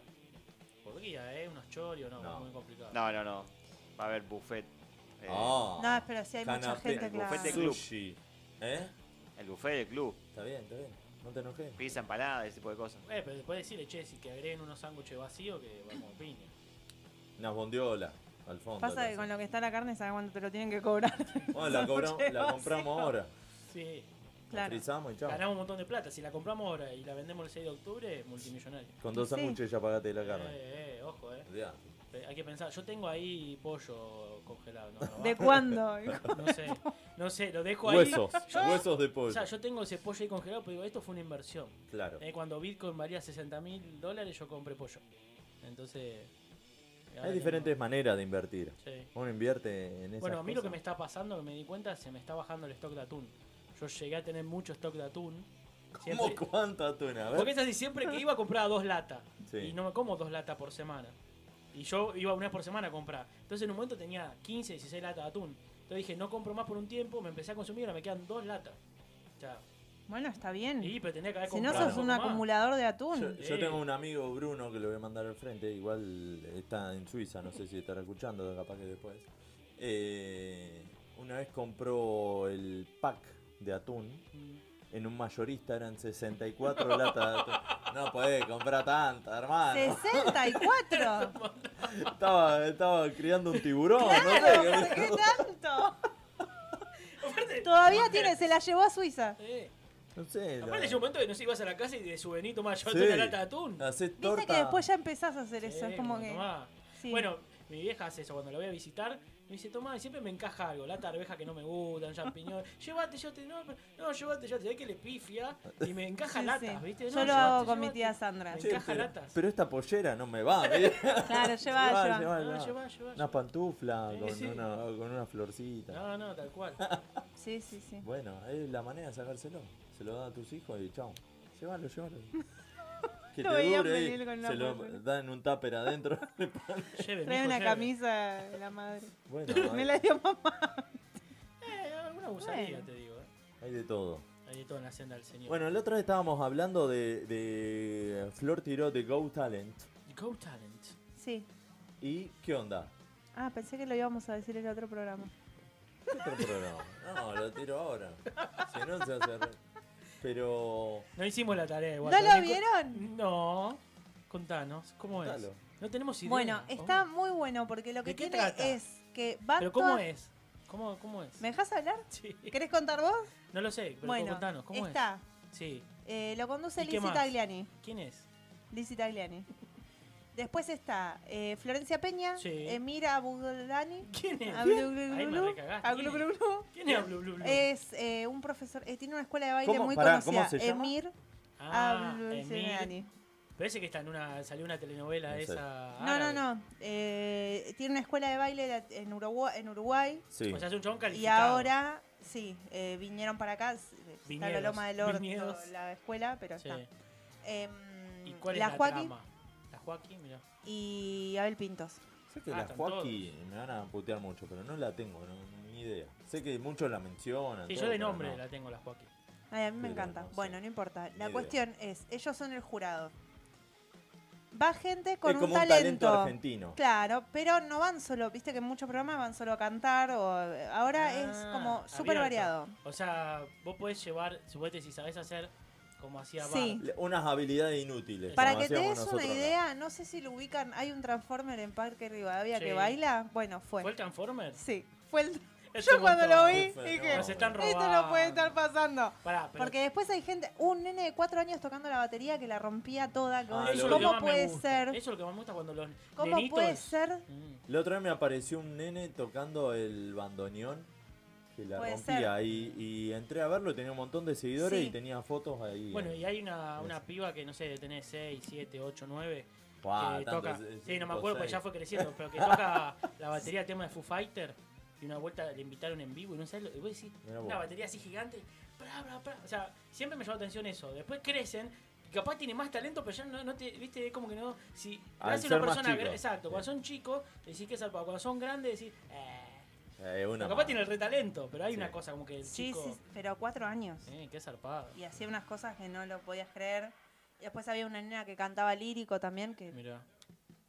B: Podría, ¿eh? Unos chorios, no,
A: No.
B: muy complicado.
D: No, no, no. Va a haber buffet. eh,
A: Ah.
C: No, pero si hay mucha
A: Canapé.
C: gente,
D: El bufete
C: claro.
D: club.
A: Sushi. ¿Eh?
D: El buffet del club.
A: Está bien, está bien. No te enojes.
D: Pizza, empanada, ese tipo de cosas.
B: Eh, pero después decirle, che, si que agreguen unos sándwiches vacíos que vamos piña.
A: Unas bondiolas al fondo.
C: Pasa que
A: te
C: con lo que está la carne sabes cuánto te lo tienen que cobrar.
A: hacen. Bueno, la, cobramos-
C: Che,
A: la compramos
C: vacío.
A: ahora.
B: Sí.
A: La
C: Claro.
A: frizamos y chao.
B: Ganamos un montón de plata. Si la compramos ahora y la vendemos el 6 de octubre, multimillonario.
A: Con dos
C: Sí.
A: sándwiches ya pagaste la carne.
B: Eh, eh, ojo, eh.
A: Ya.
B: Pe- Hay que pensar. Yo tengo ahí pollo congelado. ¿no?
C: ¿De
B: Abajo.
C: cuándo?
B: No sé, no sé, lo dejo ahí.
A: Huesos.
B: Yo-
A: Huesos de
B: O
A: pollo.
B: sea, yo tengo ese pollo ahí congelado, pero digo, esto fue una inversión.
A: Claro.
B: Eh, cuando Bitcoin valía 60 mil dólares, yo compré pollo. Entonces. ahora
A: Hay
B: tengo-
A: diferentes maneras de invertir.
B: Sí.
A: Uno invierte en esas
B: Bueno, a mí lo que me
A: cosas.
B: está pasando, que me di cuenta, se me está bajando el stock de atún. Yo llegué a tener mucho stock de atún.
A: ¿Cómo
B: Siempre-
A: cuánto atún? A ver.
B: Porque es así, siempre que iba compraba dos latas.
A: Sí.
B: Y no me como dos latas por semana. Y yo iba una vez por semana a comprar. Entonces en un momento tenía 15, 16 latas de atún. Entonces dije, no compro más por un tiempo, me empecé a consumir, ahora me quedan dos latas. O sea,
C: Bueno, está bien.
B: y pero tenía que haber
C: Mm. Si no
B: comprado
C: sos
B: un
C: un
B: poco más.
C: acumulador de
A: Yo,
C: atún.
A: yo
B: Eh.
A: tengo un amigo, Bruno, que lo voy a mandar al frente. Igual está en Suiza, no sé si estará escuchando, capaz que después. Eh, una vez compró el pack de atún.
B: Mm.
A: En un mayorista eran 64 latas de atún. No podés comprar tanta, hermano.
C: 64.
A: Estaba, estaba criando un tiburón, no sé.
C: ¿Qué tanto? Todavía tiene, se la llevó a Suiza.
B: Eh,
A: No sé. la-
B: Aparte llegó un momento que no sé, ibas a la casa y de souvenir tomás yo
A: Sí. Ah,
B: una lata de atún.
A: Hacés
C: Viste
A: torta.
C: que después ya empezás a hacer
B: Sí,
C: eso. Es como
B: bueno,
C: que.
B: tomá.
C: sí.
B: Bueno, mi vieja hace eso, cuando la voy a visitar, me dice, toma, y siempre me encaja algo, lata de arveja que no me gustan, champiñón, llévate, llévate, no, pero- no, llévate, llévate, hay que le pifia y me encaja
C: Sí,
B: latas,
C: sí.
B: ¿viste? No,
C: Yo lo
B: llévate,
C: hago con mi
B: llévate.
C: tía Sandra.
B: Me
A: Che,
B: encaja
A: pero,
B: latas.
A: pero esta pollera no me va. mirá.
C: Claro, lleva,
A: Llevá, llevá,
B: No,
C: lleva.
A: llevá.
B: llevá, llevá,
A: Una
B: llevá.
A: pantufla
B: Sí,
A: con,
B: sí.
A: Una, con una florcita.
B: No, no, tal cual.
C: Sí, sí, sí.
A: Bueno, es la manera de sacárselo. Se lo da a tus hijos y chao. Llévalo, llévalo. Que
C: Lo
A: te
C: veían
A: dure ahí.
C: venir con una
A: Se lo
C: pulsera.
A: dan un tupper adentro.
B: Lleve,
C: Trae
B: mijo,
C: una
B: lleve.
C: camisa de la madre.
A: bueno,
C: Me
A: hay,
C: la dio mamá.
B: Eh, alguna gusaría,
C: Bueno.
B: te digo. eh.
A: hay de todo.
B: Ahí de todo en la senda del señor.
A: Bueno, el otro día estábamos hablando de, de Flor Tiró de Go Talent.
B: Go Talent.
C: Sí.
A: ¿Y qué onda?
C: Ah, pensé que lo íbamos a decir en el otro programa.
A: ¿Qué otro programa? No, lo tiro ahora. Si no, se hace. re- Pero.
B: No hicimos la tarea igual.
C: ¿No
B: pero
C: lo
B: ni co-
C: vieron?
B: No. Contanos, ¿cómo
A: Contalo.
B: es? No tenemos idea. Oh.
C: Bueno,
B: ¿cómo?
C: está muy bueno porque lo
B: ¿De
C: que
B: qué
C: tiene
B: trata?
C: es que va
B: ¿Pero cómo
C: toda-
B: es? ¿Cómo, cómo es?
C: ¿Me dejas hablar?
B: Sí.
C: ¿Querés contar vos?
B: No lo sé, pero pues,
C: bueno,
B: contanos, ¿cómo
C: está.
B: es? Sí.
C: Eh, lo conduce
B: ¿Y qué
C: Lizzie
B: más?
C: Tagliani.
B: ¿Quién es?
C: Lizzie Tagliani. Después está eh, Florencia Peña,
B: Sí.
C: Emira Abudulani.
B: ¿Quién es? Ahí me
C: Ablugululu,
B: recagaste. ¿Quién es?
C: Ablugululu.
B: ¿Quién es Ablu Blu Blu?
C: Es eh, un profesor, eh, tiene una escuela de baile
A: ¿Cómo?
C: muy
A: Pará, ¿cómo
C: conocida.
A: se llama?
C: Emir
B: Ah, Emir.
C: Abdulsenani.
B: Parece que está en una, salió una telenovela
A: No sé.
B: esa.
C: No, no,
B: árabe.
C: no. eh, tiene una escuela de baile la- en Uruguay. En Uruguay
A: Sí.
B: O sea, es un chabón
C: y
B: calificado.
C: ahora, sí, eh, vinieron para acá. s- Está la
B: Viñedos,
C: Loma del Orto,
B: viñedos.
C: la escuela, pero
B: Sí.
C: está. Em,
B: ¿Y cuál
C: la
B: es la
C: Joaquín
B: trama? La Joaquín, mira.
C: y Abel Pintos.
A: Sé que
B: Ah,
A: la
B: están
A: Joaquín me van a putear mucho, pero no la tengo, no, ni idea. Sé que muchos la mencionan.
B: Sí,
A: todo,
B: yo de
A: pero
B: nombre
A: no.
B: la tengo, la Joaquín.
C: Ay, a mí me
A: Pero
C: encanta.
A: no sé.
C: Bueno, no importa. La
A: idea.
C: cuestión es, ellos son el jurado. Va gente con
A: es como
C: un talento.
A: argentino.
C: Claro, pero no van solo, viste que en muchos programas van solo a cantar o eh, ahora
B: Ah,
C: es como súper
B: abierto.
C: variado.
B: O sea, vos podés llevar, suponete si sabés hacer como hacía Bart.
C: Sí.
A: Le- Unas habilidades inútiles.
C: Para
A: como
C: que te
A: hacíamos
C: des una
A: nosotros acá.
C: idea, no sé si lo ubican, hay un Transformer en Parque Rivadavia
B: Sí.
C: que baila, bueno, fue.
B: ¿Fue el Transformer?
C: Sí, fue el
B: Es
C: Yo
B: un
C: cuando lo
B: montón.
C: vi
A: Qué
C: dije,
A: fenómeno.
B: Nos están robando.
C: esto no puede estar pasando.
B: Pará, pero
C: Porque después hay gente, un nene de cuatro años tocando la batería que la rompía toda. que vos
A: Ah,
C: decís,
A: lo
B: eso es lo que
C: ¿Cómo
B: más me
C: puede
B: gusta.
C: ser?
B: Eso es lo que más me gusta cuando los
C: ¿Cómo
B: nenitos-
C: puede ser?
B: Mm.
A: La otra vez me apareció un nene tocando el bandoneón que la
C: Puede
A: rompía
C: ser.
A: Y, y entré a verlo, tenía un montón de seguidores
C: Sí.
A: y tenía fotos ahí. eh.
B: Bueno, y hay una,
A: Es-
B: una piba que no sé, tenés 6, 7, 8, 9.
A: Buah,
B: que
A: Ah, tanto,
B: eh, toca.
A: es- es
B: Sí, no
A: cinco,
B: me acuerdo porque
A: seis.
B: ya fue creciendo, pero que toca la batería tema de Foo Fighter. Y una vuelta le invitaron en vivo y no sé, y vos decís,
A: Mirá vos.
B: una batería así gigante. pra, pra, pra. O sea, siempre me llamó la atención eso. Después crecen. y Capaz tiene más talento, pero ya no, no te. ¿Viste? Es como que no. Si lo
A: Al
B: hace
A: ser
B: una
A: más
B: persona. gra-
A: chico.
B: Exacto, cuando
A: Sí.
B: son chicos, decís que es zarpado. Cuando son grandes, decís. Eh.
A: Eh, una
B: Pero
A: más.
B: capaz tiene el retalento, pero hay
A: Sí.
B: una cosa como que el
C: Sí,
B: chico.
C: sí, pero cuatro años.
B: Eh, qué zarpado.
C: Y hacía unas cosas que no lo podías creer. Y después había una nena que cantaba lírico también, que
B: Mirá.
C: Era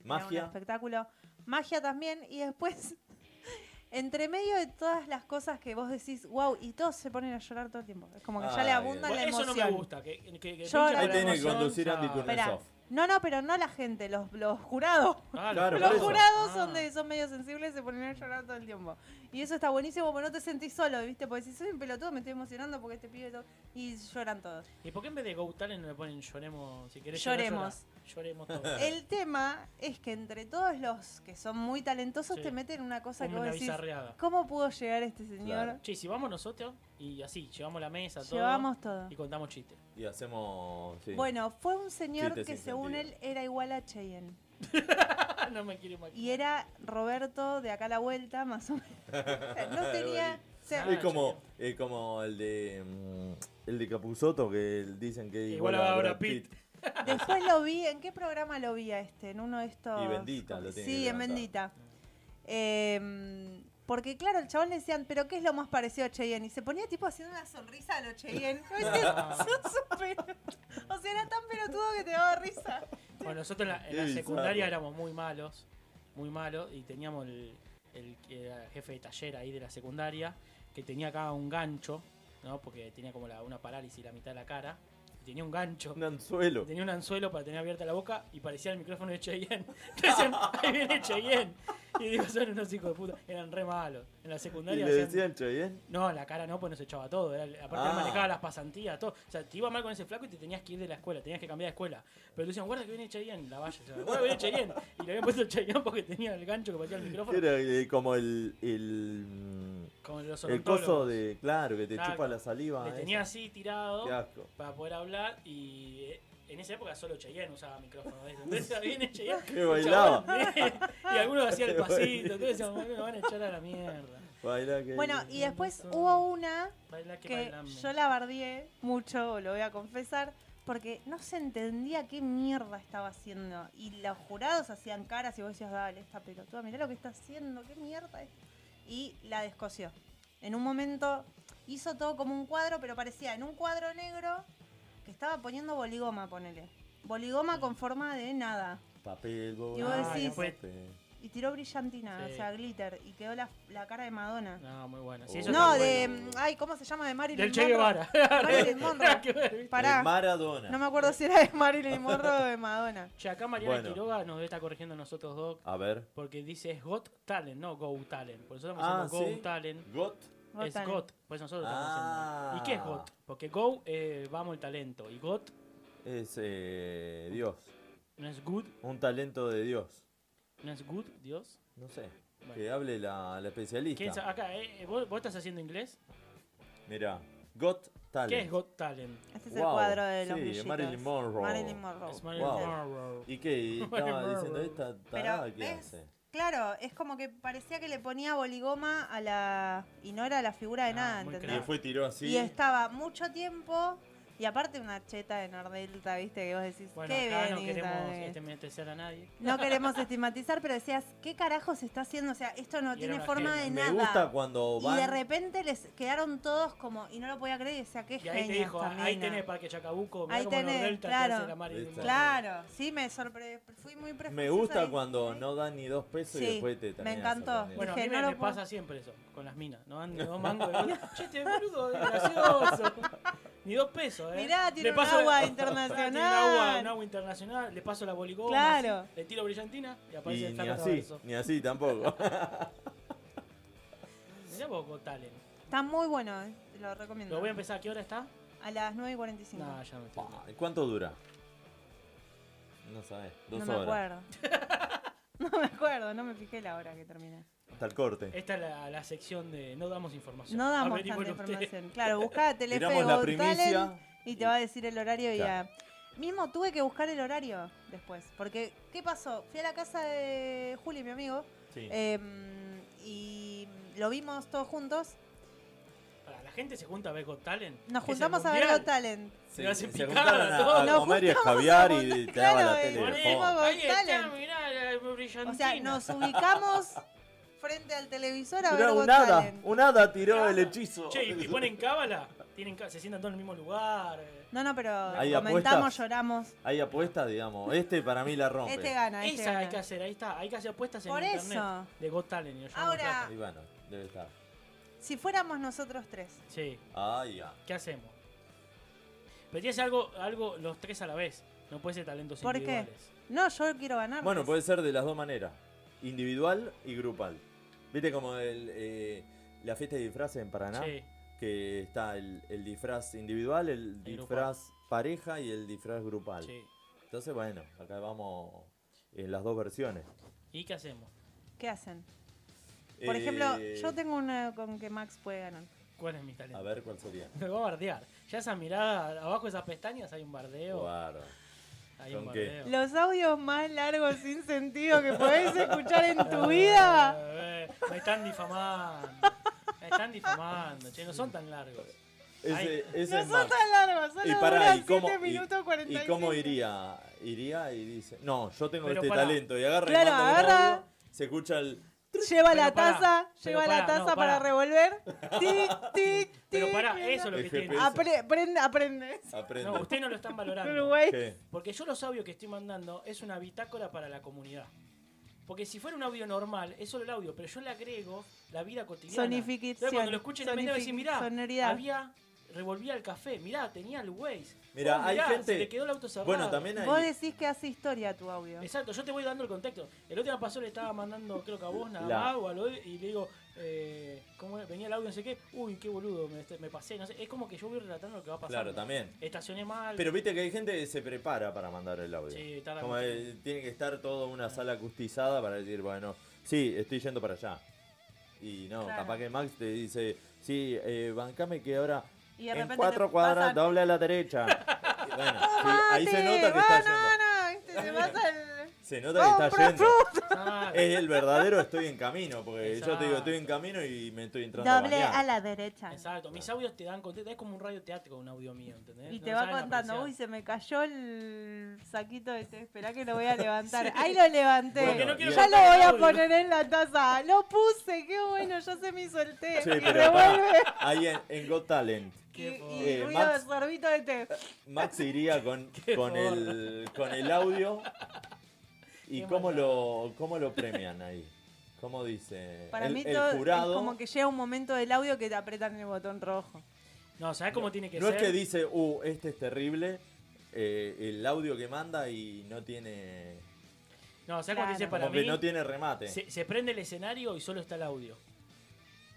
C: un
A: Magia.
C: espectáculo. Magia también. Y después, entre medio de todas las cosas que vos decís, wow, y todos se ponen a llorar todo el tiempo. Es como que ya
A: Ah,
C: le
A: bien.
C: abunda
B: Bueno,
C: la
B: eso
C: emoción.
B: no me gusta. Que, que, que
C: Llora.
B: pinche
C: Ahí
B: la
C: tiene que
B: emoción,
A: conducir
B: ya.
A: Andy Turner.
C: Esperá.
A: Soft.
C: No, no, pero no la gente, los, los jurados.
B: Ah,
A: Claro,
C: los
A: por eso.
C: jurados
B: Ah.
C: son, de, son medio sensibles, se ponen a llorar todo el tiempo. Y eso está buenísimo porque no te sentís solo, ¿viste? Porque si soy un pelotudo me estoy emocionando porque este pibe... to- Y lloran todos.
B: ¿Y por qué en vez de Go Talent no le ponen lloremos? Si querés
C: Lloremos.
B: Llorar, llora? lloremos todos.
C: El tema es que entre todos los que son muy talentosos
B: Sí.
C: te meten una cosa
B: Como
C: que
B: una
C: vos decís...
B: bizarreada.
C: ¿Cómo pudo llegar este señor?
A: Claro.
B: Che, si vamos nosotros y así, llevamos la mesa, todo.
C: Llevamos todo.
B: Y contamos chistes.
A: Y hacemos. sí.
C: Bueno, fue un señor
A: Chiste
C: que
A: sin
C: según
A: sentido.
C: él era igual a Cheyenne.
B: Ah, no me quiero imaginar.
C: Y era Roberto de acá a la vuelta, más o menos. O sea, no tenía... o sea,
B: Ah,
A: Es como, es como el de. mm, El de Capuzoto que el- dicen que.
B: Igual a Brad Pitt.
C: después lo vi, ¿en qué programa lo vi a este? En uno de estos...
A: Y Bendita lo tiene que
C: Sí, en
A: levantar.
C: Bendita. Eh, porque claro, el chabón le decían, pero ¿qué es lo más parecido a Cheyenne? Y se ponía tipo haciendo una sonrisa a lo Cheyenne. Y vos decías, "Sos un pelo-". O sea, era tan pelotudo que te daba risa.
B: Bueno, nosotros en la, en la
A: Qué bizarro.
B: secundaria éramos muy malos, muy malos, y teníamos el, el que era jefe de taller ahí de la secundaria, que tenía acá un gancho, ¿no? Porque tenía como la- una parálisis la mitad de la cara, y tenía un gancho.
A: Un anzuelo.
B: Tenía un anzuelo para tener abierta la boca y parecía el micrófono de Cheyenne. Decían, ahí viene Cheyenne. Y digo, son unos hijos de puta. Eran re malos. En la
A: Y
B: secundaria
A: le
B: hacían-
A: decían Cheyenne.
B: No, la cara no, pues nos echaba todo. Era el- aparte él
A: Ah.
B: manejaba las pasantías, todo. O sea, te iba mal con ese flaco y te tenías que ir de la escuela, tenías que cambiar de escuela. Pero te decían, guarda que viene Cheyenne, la valla. O sea, guarda que viene Cheyenne. Y le habían puesto Cheyenne porque tenía el gancho que parecía el
A: que
B: micrófono.
A: Era eh, como el. El, mm,
B: Con los
A: el coso
B: odontólogos.
A: de. Claro, que te
B: Claro.
A: chupa la saliva.
B: Le
A: esa.
B: tenía así tirado.
A: Qué asco.
B: para poder hablar y eh, en esa época solo Cheyenne usaba micrófono de eso. Entonces viene Cheyenne
A: Que bailaba.
B: chabón, y algunos hacían el
A: Qué
B: pasito, entonces decíamos, "Bueno, me van a echar a la mierda.
A: Bailá que-
C: Bueno, y después hubo una
B: Baila que,
C: que
B: bailame.
C: yo la bardié mucho, lo voy a confesar, porque no se entendía qué mierda estaba haciendo. Y los jurados hacían caras y vos decías, dale, esta pelotuda, mirá lo que está haciendo, qué mierda es. Y la descoció. En un momento hizo todo como un cuadro, pero parecía en un cuadro negro que estaba poniendo boligoma, ponele. Boligoma con forma de nada.
A: Papel, ah,
C: Y vos
A: boli,
C: decís-
A: papel.
C: Y tiró brillantina,
B: Sí.
C: o sea, glitter, y quedó la, la cara de Madonna.
B: No, muy buena.
A: Oh.
B: Sí, eso
A: está
C: No,
B: está
C: de. mm,
A: bueno.
C: Ay, ¿cómo se llama? De Marilyn
B: Del Che
C: Monroe.
B: Guevara.
C: Marilyn Monroe.
B: Qué bueno.
A: De
C: Pará.
A: Eh, Maradona.
C: No me acuerdo si era de Marilyn Monroe o de Madonna.
B: Che, acá Mariana
A: Bueno.
B: Quiroga nos está corrigiendo a nosotros dos
A: A ver.
B: porque dice es Got Talent, no Go Talent. Por eso estamos
A: Ah,
B: haciendo Go
A: ¿sí?
B: Talent.
A: Got.
C: Got
B: es
C: Talent.
B: Got, por eso nosotros
A: Ah.
B: estamos haciendo. ¿Y qué es Got? Porque Go, eh, vamos el talento. Y Got
A: Es eh, Dios.
B: no es good,
A: Un talento de Dios.
B: no es good, Dios.
A: No sé.
B: Bueno.
A: Que hable la, la
B: ¿Quién sa-
A: especialista.
B: acá, eh, ¿vos, vos estás haciendo inglés?
A: Mira, Got Talent.
B: ¿Qué es Got Talent?
C: Este es el
A: Wow,
C: cuadro de los
A: sí,
C: brillitos.
A: Marilyn Monroe.
C: Marilyn Monroe.
B: Es Marilyn
A: Wow.
B: Monroe.
A: ¿Y qué? Y estaba diciendo esta tarada
C: Pero,
A: qué
C: ¿ves?
A: hace.
C: Claro, es como que parecía que le ponía boligoma a la... Y no era la figura de
B: Ah,
C: nada,
B: muy
C: ¿entendés?
A: Y
B: Claro.
A: después tiró así.
C: Y estaba mucho tiempo... Y aparte una cheta de Nordelta, viste, que vos decís,
B: Bueno,
C: qué
B: acá
C: bien.
B: no
C: esta
B: queremos
C: de-".
B: este, meterse a nadie.
C: No queremos estigmatizar, pero decías, ¿qué carajo se está haciendo? O sea, esto no
B: Y era
C: tiene
B: una
C: forma
B: genia.
C: de
A: Me
C: nada.
A: gusta cuando
C: y de
A: van.
C: repente les quedaron todos como, y no lo podía creer, y decía, qué
B: Y ahí te
C: genia
B: dijo, "Ah,
C: esta
B: ahí
C: mina".
B: tenés Parque Chacabuco, mirá
C: Ahí
B: cómo
C: tenés,
B: Nordelta te
C: claro.
B: hace la Marilyn
A: Listo.
B: Monroe.
C: Claro, sí, me sorpre... fui muy prejuiciosa.
A: me gusta
C: ahí.
A: cuando no dan ni dos pesos y
C: ¿eh? Sí,
A: después te
C: me
A: terminan
C: encantó.
A: sorprendiendo.
B: Bueno,
C: Dije,
B: a mí
C: no
B: me,
C: lo
B: me
C: puedo-
B: pasa siempre eso, con las minas. No dan ni dos mangos. boludo. che, este boludo, desgracioso. Ni dos pesos, ¿eh?
C: Mirá,
B: Le
C: tiene un
B: paso-
C: agua
B: Tiene un agua, un
C: internacional.
B: agua internacional, le paso la boligoma,
C: Claro.
B: así, le tiro brillantina y aparece
A: Y
B: el
A: ni
B: flaco
A: así,
B: Traverso.
A: ni así tampoco.
B: Mirá vos, Coco Talent.
C: Está muy bueno, eh, te lo recomiendo.
B: Lo voy a empezar, ¿a qué hora está?
C: A las 9 y 45.
B: No, ya no estoy.
A: Pa, ¿y ¿Cuánto dura? No sabes, dos
C: no me
A: horas.
C: acuerdo. no me acuerdo, no me fijé la hora que terminé.
A: Hasta el corte.
B: Esta es la, la sección de no damos información.
C: No damos tanta
B: Averigüen ustedes.
C: información. Claro, buscá
A: Tiramos la
C: Telefeo
A: primicia.
C: y te va a decir el horario y
A: Claro.
C: a... Mismo tuve que buscar el horario después. Porque, ¿qué pasó? Fui a la casa de Juli, mi amigo,
A: Sí.
C: em, y lo vimos todos juntos.
B: Pará, la gente se junta a ver Got Talent.
C: Nos
B: Es el
C: juntamos a ver
B: mundial.
C: Got Talent.
B: Se hacen
A: se
B: picada
A: juntaron
B: todos.
A: a, a
C: Nos
A: comer y a
C: juntamos a
A: caviar
C: montar-
A: y te daba la
C: claro,
A: tele.
C: eh,
A: de
B: Poné,
A: fondo.
C: Got
B: ahí está,
C: Talent.
B: mirá, la brillantina.
C: O sea, nos ubicamos frente al televisor a ver
A: Mirá,
C: Got
A: un hada,
C: Talent.
A: un hada tiró el
B: Nada.
A: hechizo.
B: Che, y y ponen cábala, tienen ca- se sientan todos en el mismo lugar. eh.
C: No, no, pero
A: ¿Hay
C: comentamos,
A: apuestas?
C: lloramos.
A: Hay apuestas, digamos. Este para mí la rompe.
C: Este gana, este
B: Esa hay
C: gana.
B: que hacer, ahí está, hay que hacer apuestas en
C: Por
B: internet
C: eso.
B: de Got Talent. y nos llevamos
C: Ahora-
B: plata.
A: Y bueno, debe estar.
C: Si fuéramos nosotros tres.
B: Sí,
A: Ah, ya.
B: ¿qué hacemos? Pero tiene que ser algo, algo los tres a la vez. No puede ser talentos
C: ¿Por qué?
B: individuales.
C: No, yo quiero ganar. pues,
A: Bueno, puede ser de las dos maneras. Individual y grupal. Viste como el, eh, la fiesta de disfraces en Paraná.
B: Sí.
A: Que está el, el disfraz individual, el,
B: grupal.
A: disfraz pareja y el disfraz grupal.
B: Sí.
A: Entonces, bueno, acá vamos en las dos versiones.
B: ¿Y qué hacemos?
A: pues,
C: ¿Qué hacen? Por ejemplo, yo tengo una con que Max puede ganar.
B: ¿Cuál es mi
A: Eh, A
B: talento?
A: ver cuál sería.
B: Me voy a bardear. Ya esa mirada, abajo de esas pestañas hay un bardeo.
A: Claro.
B: Hay un
A: ¿Con qué?
B: bardeo.
C: Los audios más largos sin sentido que podés escuchar en tu vida.
B: Eh, eh, Me están difamando. Me están difamando. Che, no son tan largos. Ay.
A: Ese, ese
C: No
A: es más.
C: son tan largos, solo
A: Y pará, ¿y
C: duran
A: cómo,
C: 7
A: y-
C: minutos 45.
A: ¿y cómo iría? Iría y dice, no, yo tengo
B: Pero
A: este
B: pará.
A: talento. Y agarra
C: Claro,
A: y manda un
C: agarra.
A: audio, se escucha el...
C: Lleva
B: Pero pará,
C: la taza,
B: pero
C: lleva
B: pará,
C: la taza
B: no,
C: para
B: pará.
C: revolver. Tic, tic, tic.
B: Pero pará,
C: viendo-
B: eso es lo que
A: El
B: tiene.
A: GPS.
C: Apre- aprende, aprende.
A: Aprende.
B: No, ustedes no lo están valorando.
C: Uruguay.
A: ¿Qué?
B: Porque yo los audios que estoy mandando es una bitácora para la comunidad. Porque si fuera un audio normal, es solo el audio, pero yo le agrego la vida cotidiana.
C: Sonificación,
B: Entonces, cuando lo escuchen también van a decir,
C: sonific-
B: mirá,
C: sonoridad.
B: había, revolvía el café, mirá, tenía el Waze.
A: Mirá,
B: Oh,
A: hay
B: mirá,
A: gente-
B: se le quedó el auto cerrado.
A: Bueno, también
C: Vos
A: hay...
C: decís que hace historia tu audio.
B: Exacto, yo te voy dando el contexto. El otro día pasó, le estaba mandando, creo que a vos, nada
A: La-
B: más, o a lo y le digo, eh, ¿cómo era? venía el audio, no sé qué, uy, qué boludo, me, este, me pasé, no sé. Es como que yo voy relatando lo que va a pasar.
A: Claro, también.
B: Estacioné mal.
A: Pero viste que hay gente que se prepara para mandar el audio.
B: Sí, tarda
A: Como
B: mucho. Ah.
A: eh, tiene que estar toda una sala acustizada para decir, bueno, sí, estoy yendo para allá. Y no,
C: Claro.
A: capaz que Max te dice, sí, eh, bancame que ahora
C: Y de
A: en
C: repente
A: cuatro
C: te
A: cuadras
C: pasan-
A: doble a la derecha. Y bueno, sí, ahí se
C: Mate,
A: nota que
C: va,
A: está yendo.
C: No, no, este, te vas al...
A: Se nota que está
C: Compra
A: yendo.
B: Ah,
A: Es el verdadero estoy en camino, porque yo te digo,
B: Exacto.
A: estoy en camino y me estoy entrando
C: Doble
A: a bañar.
C: a la derecha.
B: Exacto, ¿eh? mis audios te dan contexto, es como un radioteatro un audio mío, ¿entendés?
C: Y
B: No
C: te va
B: saben
C: contando,
B: apreciar.
C: uy, se me cayó el saquito de té, esperá que lo voy a levantar. Ahí lo levanté.
A: Porque no quiero
C: ya lo
B: cortar el
C: voy a
B: audio.
C: poner en la taza. Lo puse, qué bueno, ya se me hizo el té.
A: Sí,
C: y
A: pero pará,
C: revuelve.
A: ahí en, en Got Talent,
C: Y,
B: Qué
C: y
A: Eh,
C: ruido
A: Max-
C: de sorbito de té.
A: Max iría con, con, el, con el audio. ¿Y
B: Qué
A: cómo
B: maldad.
A: lo, cómo lo premian ahí? ¿Cómo dice
C: Para
A: el,
C: mí
A: el
C: todo
A: jurado?
C: es como que llega un momento del audio que te apretan el botón rojo.
B: No, ¿sabes cómo tiene que
A: no
B: ser?
A: es que dice, uh, este es terrible, eh, el audio que manda y no tiene...
B: No, ¿sabes cómo tiene que ser
C: Claro.
B: para
A: como que
B: mí?
A: no tiene remate.
B: se, se prende el escenario y solo está el audio.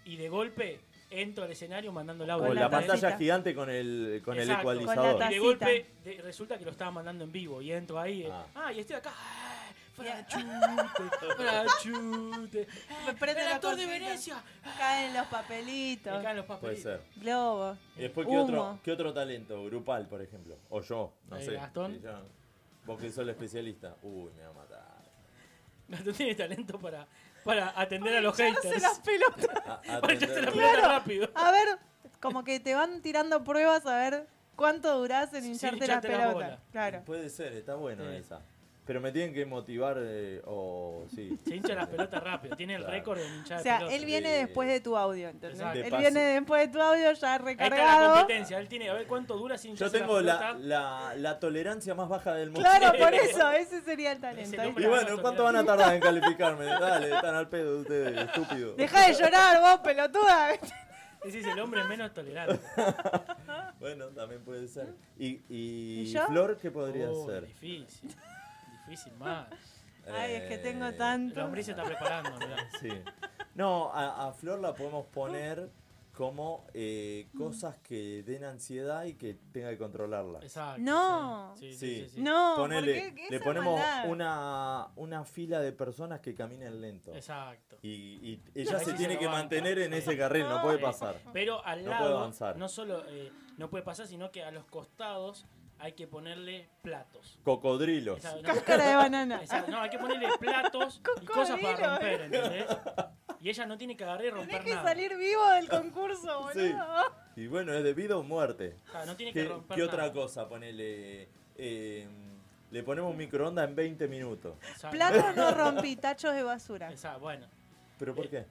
B: Y de golpe entro al escenario mandando el audio.
A: o
C: con
A: la,
C: la
A: pantalla
C: tacita.
A: gigante con el, con el
B: Exacto.
A: ecualizador.
C: Con la
B: Y de
C: Tacita.
B: golpe de- resulta que lo estaba mandando en vivo y entro ahí. eh,
A: Ah.
B: Ah, y estoy acá. ah, Franchute, Franchute.
C: Me prende
B: el
C: la
B: actor de
C: cosita.
B: Venecia.
C: Caen los
B: Me
C: papelitos,
B: caen los
A: Puede
B: papeles.
A: ser.
C: globos.
A: ¿Y después qué
C: Humo.
A: otro, qué otro talento? Grupal, por ejemplo. O yo, no
B: Eh,
A: sé.
B: Gastón.
A: Sí, yo- Vos que sos el especialista. Uy, me va a matar.
B: No tiene talento para, para atender a los
C: Echarse
B: haters.
C: las pelotas.
A: A-
B: Para echarse
A: atender-
B: la pelota rápido.
C: A ver, como que te van tirando pruebas a ver cuánto durás en
B: Sin
C: hincharte las
B: hincharte la
C: pelotas.
B: bola.
C: Claro.
A: Puede ser, está bueno
B: Sí.
A: esa. Pero me tienen que motivar eh, o sí.
B: Se hincha las pelotas rápido. Tiene el
A: Claro.
B: récord de hinchar
C: O
B: de
C: sea,
B: pelotas.
C: él viene
A: de-
C: después de tu audio, ¿entendés?
B: Exacto.
A: De
C: Él
A: pase.
C: viene después de tu audio ya
B: Ahí está la
C: recargado.
B: competencia. Él tiene, a ver cuánto dura sin
A: Yo
B: hincharse
A: tengo la,
B: pelota.
A: la- la tolerancia más baja del mundo.
C: Claro, por eso, ese sería el talento.
B: nombre.
A: Y bueno, ¿cuánto van a tardar en calificarme? Dale, están al pedo ustedes, estúpido.
C: Deja de llorar vos, pelotuda.
B: Ese es el hombre menos tolerante.
A: Bueno, también puede ser. ¿Y, y,
C: ¿Y yo?
A: Flor qué podría
B: Oh,
A: ser?
B: Difícil. Difícil más.
C: Ay, es que tengo
A: Eh,
C: tanto.
B: El hombre se está preparando, mirá.
A: Sí. No, a, a Flor la podemos poner como eh,
C: Mm.
A: cosas que den ansiedad y que tenga que controlarla.
B: Exacto.
C: No.
B: Sí, sí,
A: Sí.
B: sí, sí.
C: No,
A: Ponele,
C: ¿por qué? ¿Qué
A: le
C: esa
A: ponemos
C: maldad?
A: una, una fila de personas que caminen lento.
B: Exacto.
A: Y, y ella
B: Ahí
A: se
B: sí
A: tiene
B: se
A: que
B: lo banca.
A: mantener en ese carril, no puede pasar.
B: Pero al
A: No puede
B: lado,
A: avanzar.
B: no solo eh, no puede pasar, sino que a los costados hay que ponerle platos.
A: Cocodrilos.
B: Esa- no,
C: Cáscara de banana.
B: esa- no, hay que ponerle platos y cosas para romper, ¿entendés? Y ella no tiene que agarrar y romper
C: Tenés que
B: nada.
C: salir vivo del concurso, boludo.
A: Sí. Y bueno, es de vida o muerte.
B: O sea, no tiene que
A: ¿Qué,
B: romper
A: qué otra
B: nada.
A: cosa? Ponele. eh, le ponemos un microondas en 20 minutos.
B: O sea,
C: Platos no rompí, tachos de basura.
B: esa- bueno.
A: ¿Pero por qué?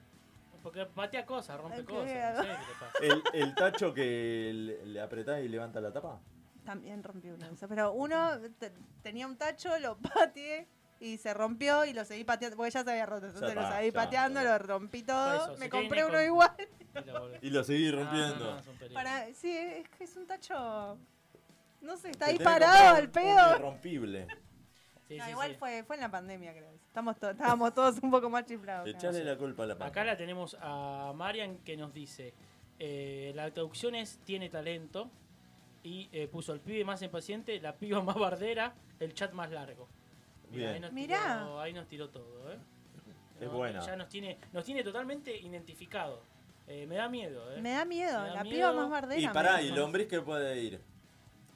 B: Porque patea cosas, rompe
C: Ay, qué
B: cosas. No
C: miedo.
B: sé qué te pasa.
A: ¿El, el tacho que le, le apretás y levanta la tapa?
C: También rompí uno. de esos, Pero uno te- tenía un tacho, lo pateé y se rompió y lo seguí pateando. Porque ya se había roto. Entonces lo
A: está,
C: seguí
A: ya,
C: pateando,
A: ya.
C: lo rompí todo.
B: Por eso,
C: me
B: si
C: compré
B: tiene
C: uno
B: con-
C: igual.
B: Y la volvés.
A: Y lo seguís
B: No,
A: rompiendo.
B: Ah, no, no, es un peligro.
C: Para, sí, es que es un tacho. No sé, está
A: Te
C: ahí
A: tenés que comprar
C: parado al
A: un- un
C: pedo.
A: Irrompible.
B: Sí,
C: No,
B: sí,
C: igual
B: sí.
C: Fue, fue en la pandemia, creo. Estamos to- estábamos todos un poco más chiflados. creo.
A: Echale la culpa a la
B: Acá
A: paca.
B: la tenemos a Marian que nos dice, eh, la traducción es tiene talento y eh, puso el pibe más impaciente, la piba más bardera, el chat más largo. Mirá, Ahí,
A: Bien,
B: nos
C: Mirá.
B: Tiró, ahí nos tiró todo, ¿eh?
A: es
B: No,
A: buena.
B: Ya nos tiene, nos tiene totalmente identificado. Eh, me da miedo, ¿eh?
C: Me da miedo,
B: Me da
C: la
B: miedo.
C: piba más bardera.
A: Y
C: me
A: pará,
C: dijo.
A: ¿y lombriz que puede ir?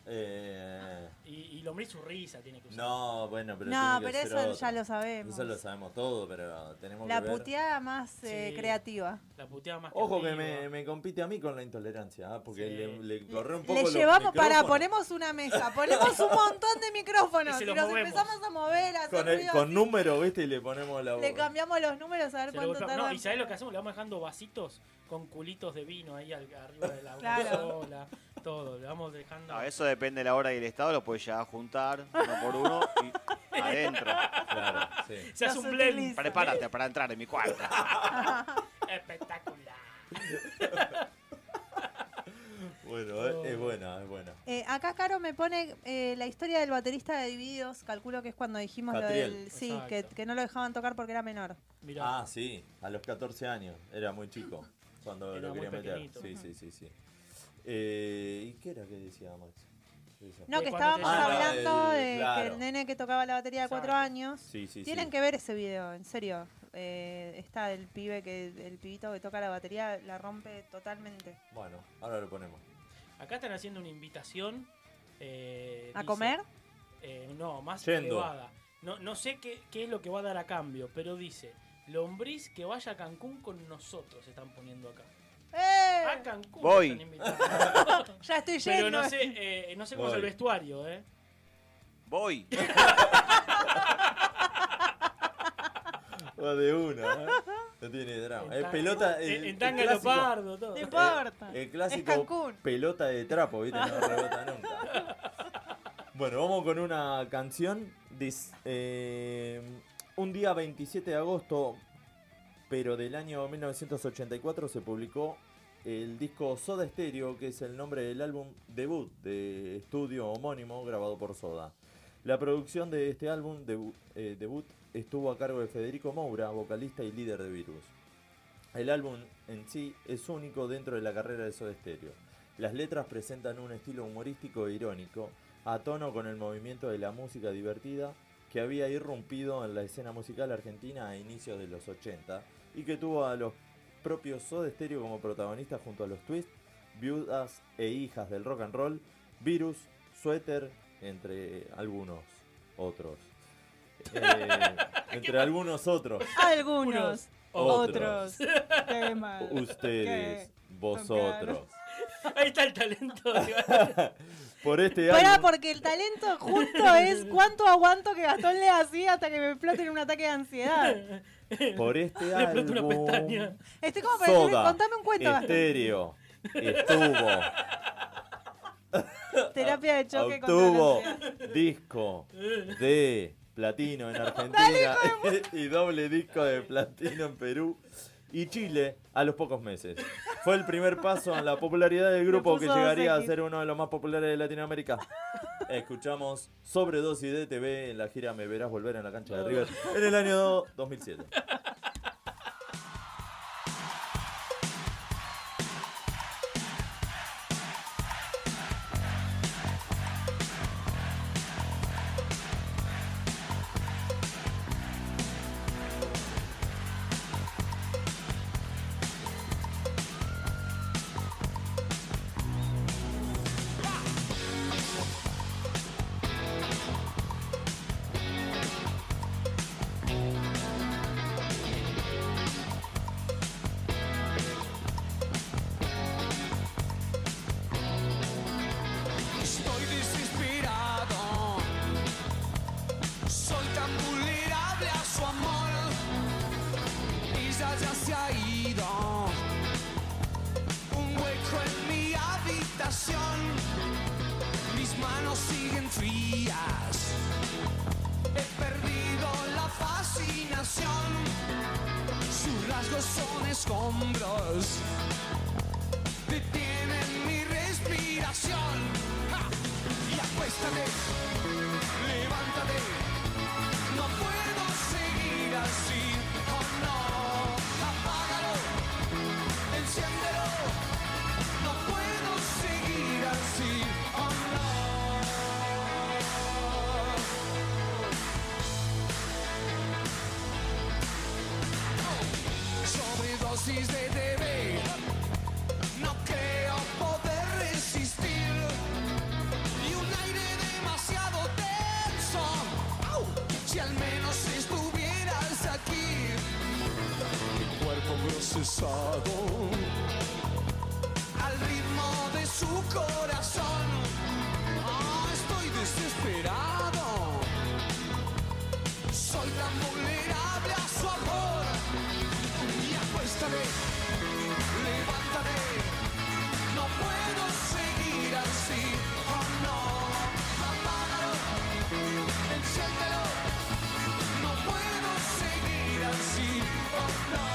A: Eh,
B: Y, y lombriz su risa tiene que usar.
A: no, bueno, pero
C: no,
A: tiene
C: pero
A: que ser
C: eso
A: otro.
C: ya lo sabemos.
A: Eso lo sabemos todo, pero tenemos
C: la
A: que ver.
C: puteada más eh,
B: Sí.
C: creativa.
B: La puteada más
A: Ojo que
B: arriba.
A: me, me compite a mí con la intolerancia, ah, porque
B: Sí.
A: le, le corré un poco
C: Le
A: los
C: llevamos para,
A: micrófonos.
C: ponemos una mesa, ponemos un montón de
B: Y
C: micrófonos
B: se
C: y
B: los
C: los
B: movemos.
C: empezamos a mover, a hacer
A: con, el,
C: ruido
A: con
C: así.
A: número, ¿viste? Y le ponemos la
C: le
A: voz.
C: cambiamos los números a ver
B: Se lo
C: cuánto
B: golpea-
C: tardan.
B: no, y sabés lo que hacemos, le vamos dejando vasitos con culitos de vino ahí al- arriba de la
C: Claro.
B: consola, todo, le vamos dejando.
D: No, Ah, eso depende de la hora y el estado, lo puedes ya juntar uno por uno y adentro.
A: Claro, sí.
B: Se hace
C: Los
B: un blend
C: utiliza.
D: Prepárate para entrar en mi cuarto.
B: espectacular.
A: Bueno, eh, es buena, es buena.
C: Eh, acá Caro me pone eh, la historia del baterista de Divididos, calculo que es cuando dijimos
A: Catriel.
C: lo del... Sí,
B: Exacto.
C: que, que no lo dejaban tocar porque era menor.
B: Mirá,
A: Ah, sí, a los 14 años, era muy chico cuando lo
B: Era muy
A: quería meter.
B: pequeñito.
A: Sí, sí, sí, sí. Eh, ¿Y qué era que decía Max? ¿Qué decía?
C: No,
B: Eh,
C: que
B: cuando
C: estábamos
B: te- Ah, no,
C: hablando
A: el-
C: de que
A: claro.
C: el nene que tocaba la batería de cuatro
B: Exacto.
C: años.
A: Sí, sí,
C: Tienen
A: sí.
C: que ver ese video, en serio. Eh, está el pibe que el pibito que toca la batería la rompe totalmente.
A: Bueno, ahora lo ponemos.
B: acá están haciendo una invitación. eh,
C: ¿A
B: dice,
C: comer?
B: eh, no, más
A: Yendo.
B: elevada. No, no sé qué, qué es lo que va a dar a cambio, pero dice, lombriz que vaya a Cancún con nosotros, se están poniendo acá.
C: ¡Eh!
B: A Cancún
D: Voy.
B: están invitando.
C: Ya estoy
B: pero
C: yendo.
B: no sé, eh, no sé cómo es el
A: Voy.
B: vestuario, ¿eh?
D: Voy.
A: Va de una, ¿eh? No tiene drama. Es
B: tan-
A: pelota.
B: en-
A: el-
B: en
A: el
B: tanga
A: clásico-
B: leopardo, todo.
C: No importa.
A: Eh, El clásico
C: Es Cancún.
A: pelota de trapo, ¿viste? No rebota nunca. Bueno, vamos con una canción. Dis- eh, un día 27 de agosto, pero del año 1984, se publicó el disco Soda Stereo, que es el nombre del álbum debut de estudio homónimo grabado por Soda. La producción de este álbum debu- eh, debut estuvo a cargo de Federico Moura, vocalista y líder de Virus. El álbum en sí es único dentro de la carrera de Soda Stereo. Las letras presentan un estilo humorístico e irónico, a tono con el movimiento de la música divertida que había irrumpido en la escena musical argentina a inicios de los 80 y que tuvo a los propios Soda Stereo como protagonistas junto a los Twist, Viudas e Hijas del Rock and Roll, Virus, Suéter, entre algunos otros. Eh, entre algunos otros.
C: Algunos.
A: Otros.
C: Otros. temas.
A: Ustedes, vosotros.
B: Ahí está el talento. de-
A: Por este
C: Pará,
A: álbum.
C: porque el talento justo es cuánto aguanto que Gastón lea así hasta que me explote en un ataque de ansiedad.
A: Por este
B: Le exploto una
A: álbum.
B: pestaña.
C: Estoy como para decirle,
A: Soda.
C: contame un cuento, Gastón.
A: Estéreo. Estuvo.
C: Terapia de choque
A: Este Obtuvo
C: contra la ansiedad.
A: disco de platino en Argentina y doble disco de platino en Perú y Chile a los pocos meses. Fue el primer paso en la popularidad del grupo que
C: puso
A: llegaría a
C: 2X.
A: ser uno de los más populares de Latinoamérica. Escuchamos Sobredosis de TV en la gira Me Verás Volver en la cancha de River en el año 2007.
E: manos siguen frías. He perdido la fascinación. Sus rasgos son escombros. Detienen mi respiración. ¡Ja! Y acuéstate, levántate. No puedo seguir así. Oh no, apágalo, enciéndelo. No puedo seguir así, oh no. Sobredosis de TV, no creo poder resistir. Y un aire demasiado tenso. ¡Au! Si al menos estuvieras aquí, mi cuerpo procesado al ritmo de su corazón. Ah, estoy desesperado. Soy tan vulnerable a su amor. Y acuéstame, levántate. No puedo seguir así. Oh no, apágalo, enciéndelo. No puedo seguir así. Oh no.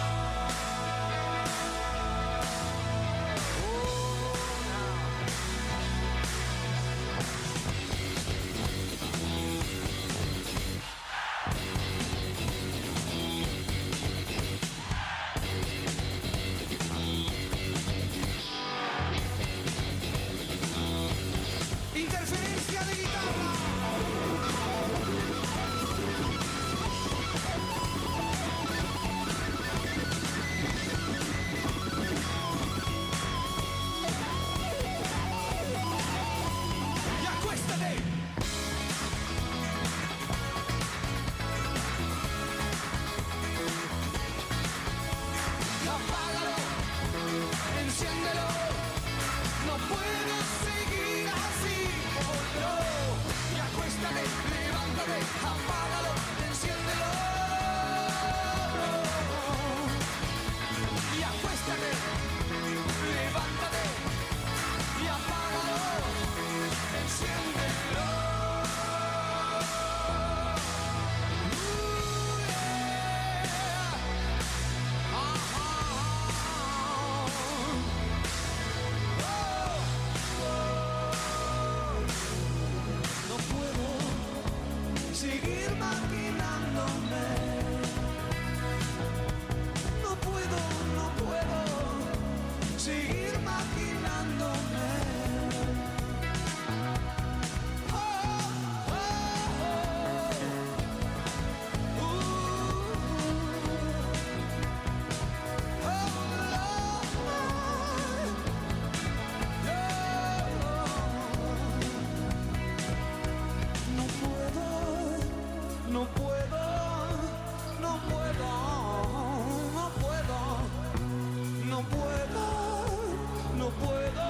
E: Interferencia de guitarra. Y acuéstate. Apágalo, enciéndelo. No puedo seguir así, oh no. Y acuéstate, levántate, apágalo, enciéndelo. Y acuéstate, levántate, y apágalo, enciéndelo. Ooh, yeah. Ah, ah, ah. No puedo seguir maquinándome. No puedo, no puedo seguir maquinándome. Oh, oh, oh. Uh, oh, Lord. uh. No puedo, no puedo, no puedo, no puedo, no puedo, no puedo,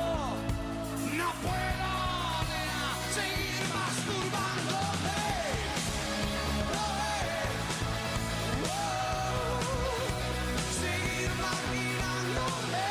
E: no puedo nena, seguir masturbándome. Oh, eh, oh, Seguir maquinándome.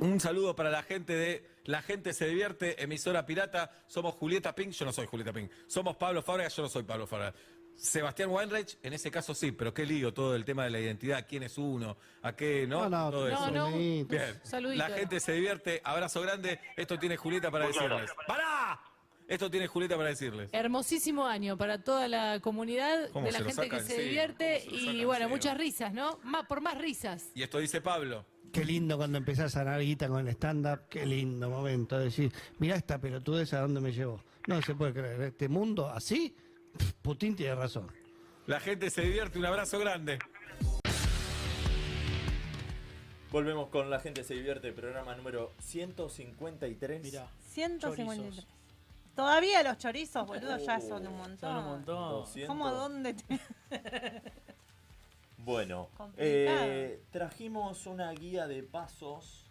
F: Un saludo para la gente de La Gente Se Divierte, emisora pirata. Somos Julieta Pink, yo no soy Julieta Pink. Somos Pablo Fabra, yo no soy Pablo Fabra. Sebastián Weinreich, en ese caso sí, pero qué lío todo el tema de la identidad, quién es uno, a qué, ¿no?
G: no,
F: todo eso.
G: no.
F: Bien.
G: Saludito.
F: La gente se divierte, abrazo grande. Esto tiene Julieta para decirles. ¡Pará! Esto tiene Julieta para decirles.
G: Hermosísimo año para toda la comunidad,
F: ¿Cómo
G: de la
F: se lo
G: gente que
F: sacan
G: se
F: encima?
G: divierte
F: ¿Cómo se lo
G: y
F: sacan
G: bueno,
F: encima?
G: muchas risas, ¿no? Más por más risas.
F: Y esto dice Pablo.
H: Qué lindo cuando empezás a ganar guita con el stand-up, qué lindo momento. Decir, mirá esta pelotudez a dónde me llevó. No se puede creer, este mundo así, Putin tiene razón.
F: La gente se divierte, un abrazo grande.
A: Volvemos con La Gente Se Divierte, programa número 153.
B: Mirá,
C: 153.
B: chorizos.
C: Todavía los chorizos, boludo, ya
A: Oh,
C: son un
B: Son un
C: montón.
B: montón.
A: 200.
C: ¿Cómo dónde te...
A: Bueno,
C: Complicado.
A: eh, trajimos una guía de pasos,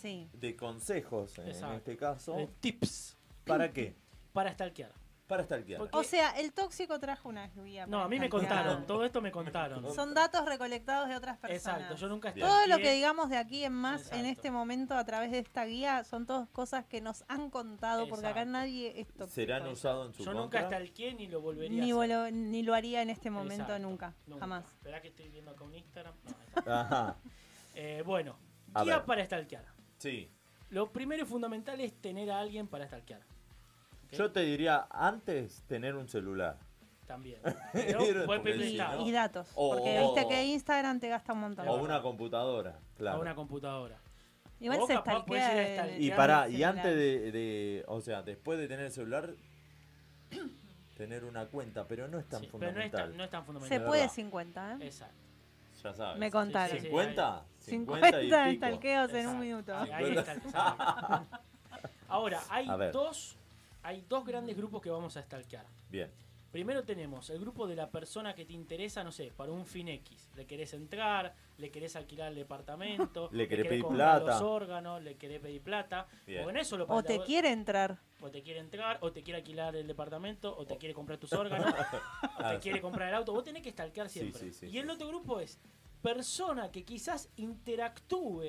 C: Sí.
A: de consejos en,
B: Exacto.
A: este caso.
B: Eh, tips
A: ¿Para qué?
B: para stalkear.
A: Para stalkear.
B: Porque-
C: O sea, el tóxico trajo una guía.
B: Eh, No,
C: para
B: a mí me
C: stalkear.
B: contaron, todo esto me contaron.
A: Son
C: Son datos recolectados de otras personas.
B: Exacto, yo nunca
A: Bien.
C: Todo lo que
B: stalkeé.
C: digamos de aquí en más en
B: Exacto.
C: este momento a través de esta guía son todas cosas que nos han contado porque acá
B: Exacto.
C: nadie es tóxico.
A: ¿Serán usados en su
B: Yo nunca
A: contra?
B: hasta el quién ni lo volvería
C: ni,
B: a hacer.
C: lo, ni lo haría en este momento
B: Exacto,
C: nunca, jamás.
B: Esperá que estoy viendo acá un Instagram. No, ahí está.
A: Ajá,
B: Eh, bueno,
A: A
B: guía
A: ver.
B: para stalkear.
A: sí.
B: Lo primero y fundamental es tener a alguien para stalkear. ¿ok?
A: Yo te diría, antes tener un celular.
B: También. Pero puede
A: Porque
B: pedir
A: si
B: listado
A: no-
C: Y datos,
A: O-
C: porque
A: o-
C: viste que Instagram te gasta un montón.
A: Oh. O una computadora,
B: a
A: claro.
B: una computadora.
C: Igual
B: o
C: se
B: capaz podés ir a
C: stalkea. en-
B: stalkear
A: Y
B: Ya
A: pará,
C: en el
A: y antes de,
C: celular.
A: de- O sea, después de tener el celular, tener una cuenta, pero no es tan
B: Sí, pero no es,
A: fundamental.
B: tan, no es tan
C: Se
B: fundamental.
A: de
C: puede
A: verdad.
C: 50, ¿eh?
B: Exacto.
A: Ya sabes.
C: Me contaron.
B: Sí, sí, sí.
A: ¿50?
C: 50,
A: 50 y pico.
C: stalkeos en
B: Exacto.
C: un minuto.
B: Ahí- ahí está el stalkeo. Ahora, hay
A: A ver.
B: dos, hay dos grandes grupos que vamos a stalkear.
A: Bien.
B: Primero tenemos el grupo de la persona que te interesa, no sé, para un fin X. Le querés entrar, le querés alquilar el departamento,
A: Le querés pedir
B: comprar
A: plata.
B: los órganos, le querés pedir plata.
A: Bien.
B: Porque en eso lo
C: O
B: pasa-
C: te quiere entrar.
B: o te quiere entrar, o te quiere alquilar el departamento, o te quiere comprar tus órganos, o te quiere comprar el auto. Vos tenés que stalkear
A: Sí,
B: siempre.
A: sí, sí,
B: y
A: sí.
B: el otro grupo es persona que quizás interactúe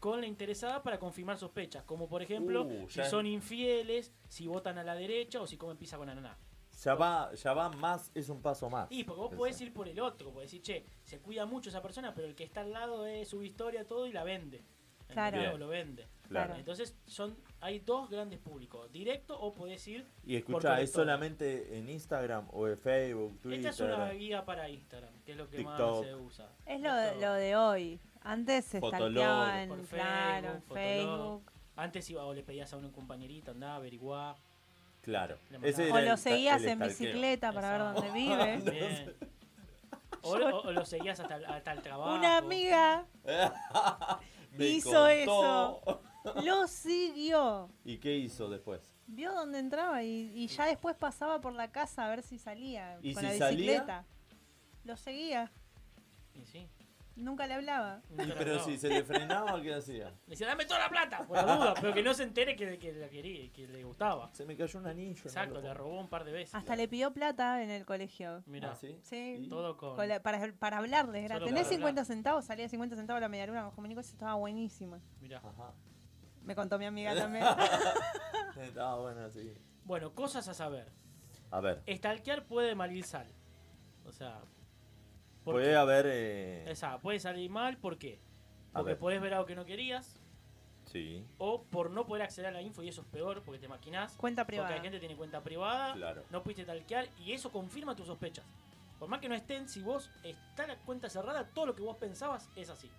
B: con la interesada para confirmar sospechas, como por ejemplo
A: Uh,
B: si
A: ya-
B: son infieles, si votan a la derecha o si comen pizza con ananá.
A: Ya va, ya va más, es un paso más.
B: Y porque vos
A: Eso.
B: podés ir por el otro, podés decir, che, se cuida mucho esa persona, pero el que está al lado de su historia todo y la vende.
C: Claro.
B: ¿Entendés?
A: Bien.
B: O Lo vende.
A: Claro.
C: Claro.
B: Entonces son hay dos grandes públicos, directo o podés ir...
A: Y
B: por
A: escucha,
B: todo
A: ¿es
B: todo.
A: solamente en Instagram o en Facebook, Twitter?
B: Esta es una guía para Instagram, que es lo que
A: TikTok.
B: más se usa.
C: Es lo de,
B: Esto-
C: lo de hoy. Antes se
A: Fotolog.
C: stalkeaban,
B: Por
C: claro, en
B: Facebook, Fotolog.
C: Facebook.
B: Antes iba o le pedías a un compañerito, andá, averiguá.
A: Claro.
B: Le mandaba-
A: Ese
B: O
A: era
C: O
A: el
C: lo
A: sta-
C: seguías
A: el
C: en
A: stalkeo.
C: bicicleta para ver
B: Exacto.
C: dónde
A: ¿Eh?
C: vive.
B: Bien. O, o- o lo seguías hasta, el- hasta el trabajo.
C: Una amiga
A: Me
C: hizo
A: contó.
C: eso. lo siguió.
A: ¿Y qué hizo después?
C: Vio dónde entraba y, y ya después pasaba por la casa a ver si salía
A: ¿Y
C: con
A: si
C: la
A: salía?
C: bicicleta. Lo seguía.
B: Y sí,
C: Nunca le hablaba.
B: nunca
A: Y
B: la
A: pero
B: hablaba.
A: si se le frenaba, ¿qué hacía?
B: Le decía, dame toda la plata, por la duda, pero que no se entere que, que la quería, que le gustaba.
A: Se me cayó un anillo. no
B: Exacto,
A: lo
B: le
A: puedo-
B: robó un par de veces.
C: Hasta le pidió plata en el colegio.
B: Mira,
A: Ah, ¿sí?
C: Sí.
A: ¿Y?
B: todo con...
C: Con la- para, para hablarles, era,
B: Solo
C: tenés
B: para
C: 50
B: hablar.
C: centavos, salía 50 centavos la media luna con Jomenico, eso estaba buenísima.
B: mirá.
A: Ajá.
C: Me contó mi amiga también.
A: Estaba bueno, sí.
B: Bueno, cosas a saber.
A: A ver.
B: Stalkear puede malir sal. O sea... ¿por
A: Puede
B: qué?
A: haber. eh,
B: Esa, puede salir mal, ¿por qué?
A: A
B: Porque
A: ver.
B: podés ver algo que no querías,
A: Sí,
B: o por no poder acceder a la info, y eso es peor porque te maquinás.
C: Cuenta privada.
B: Porque hay gente que tiene cuenta privada,
A: Claro.
B: no pudiste talquear, y eso confirma tus sospechas. Por más que no estén, si vos está la cuenta cerrada, todo lo que vos pensabas es así.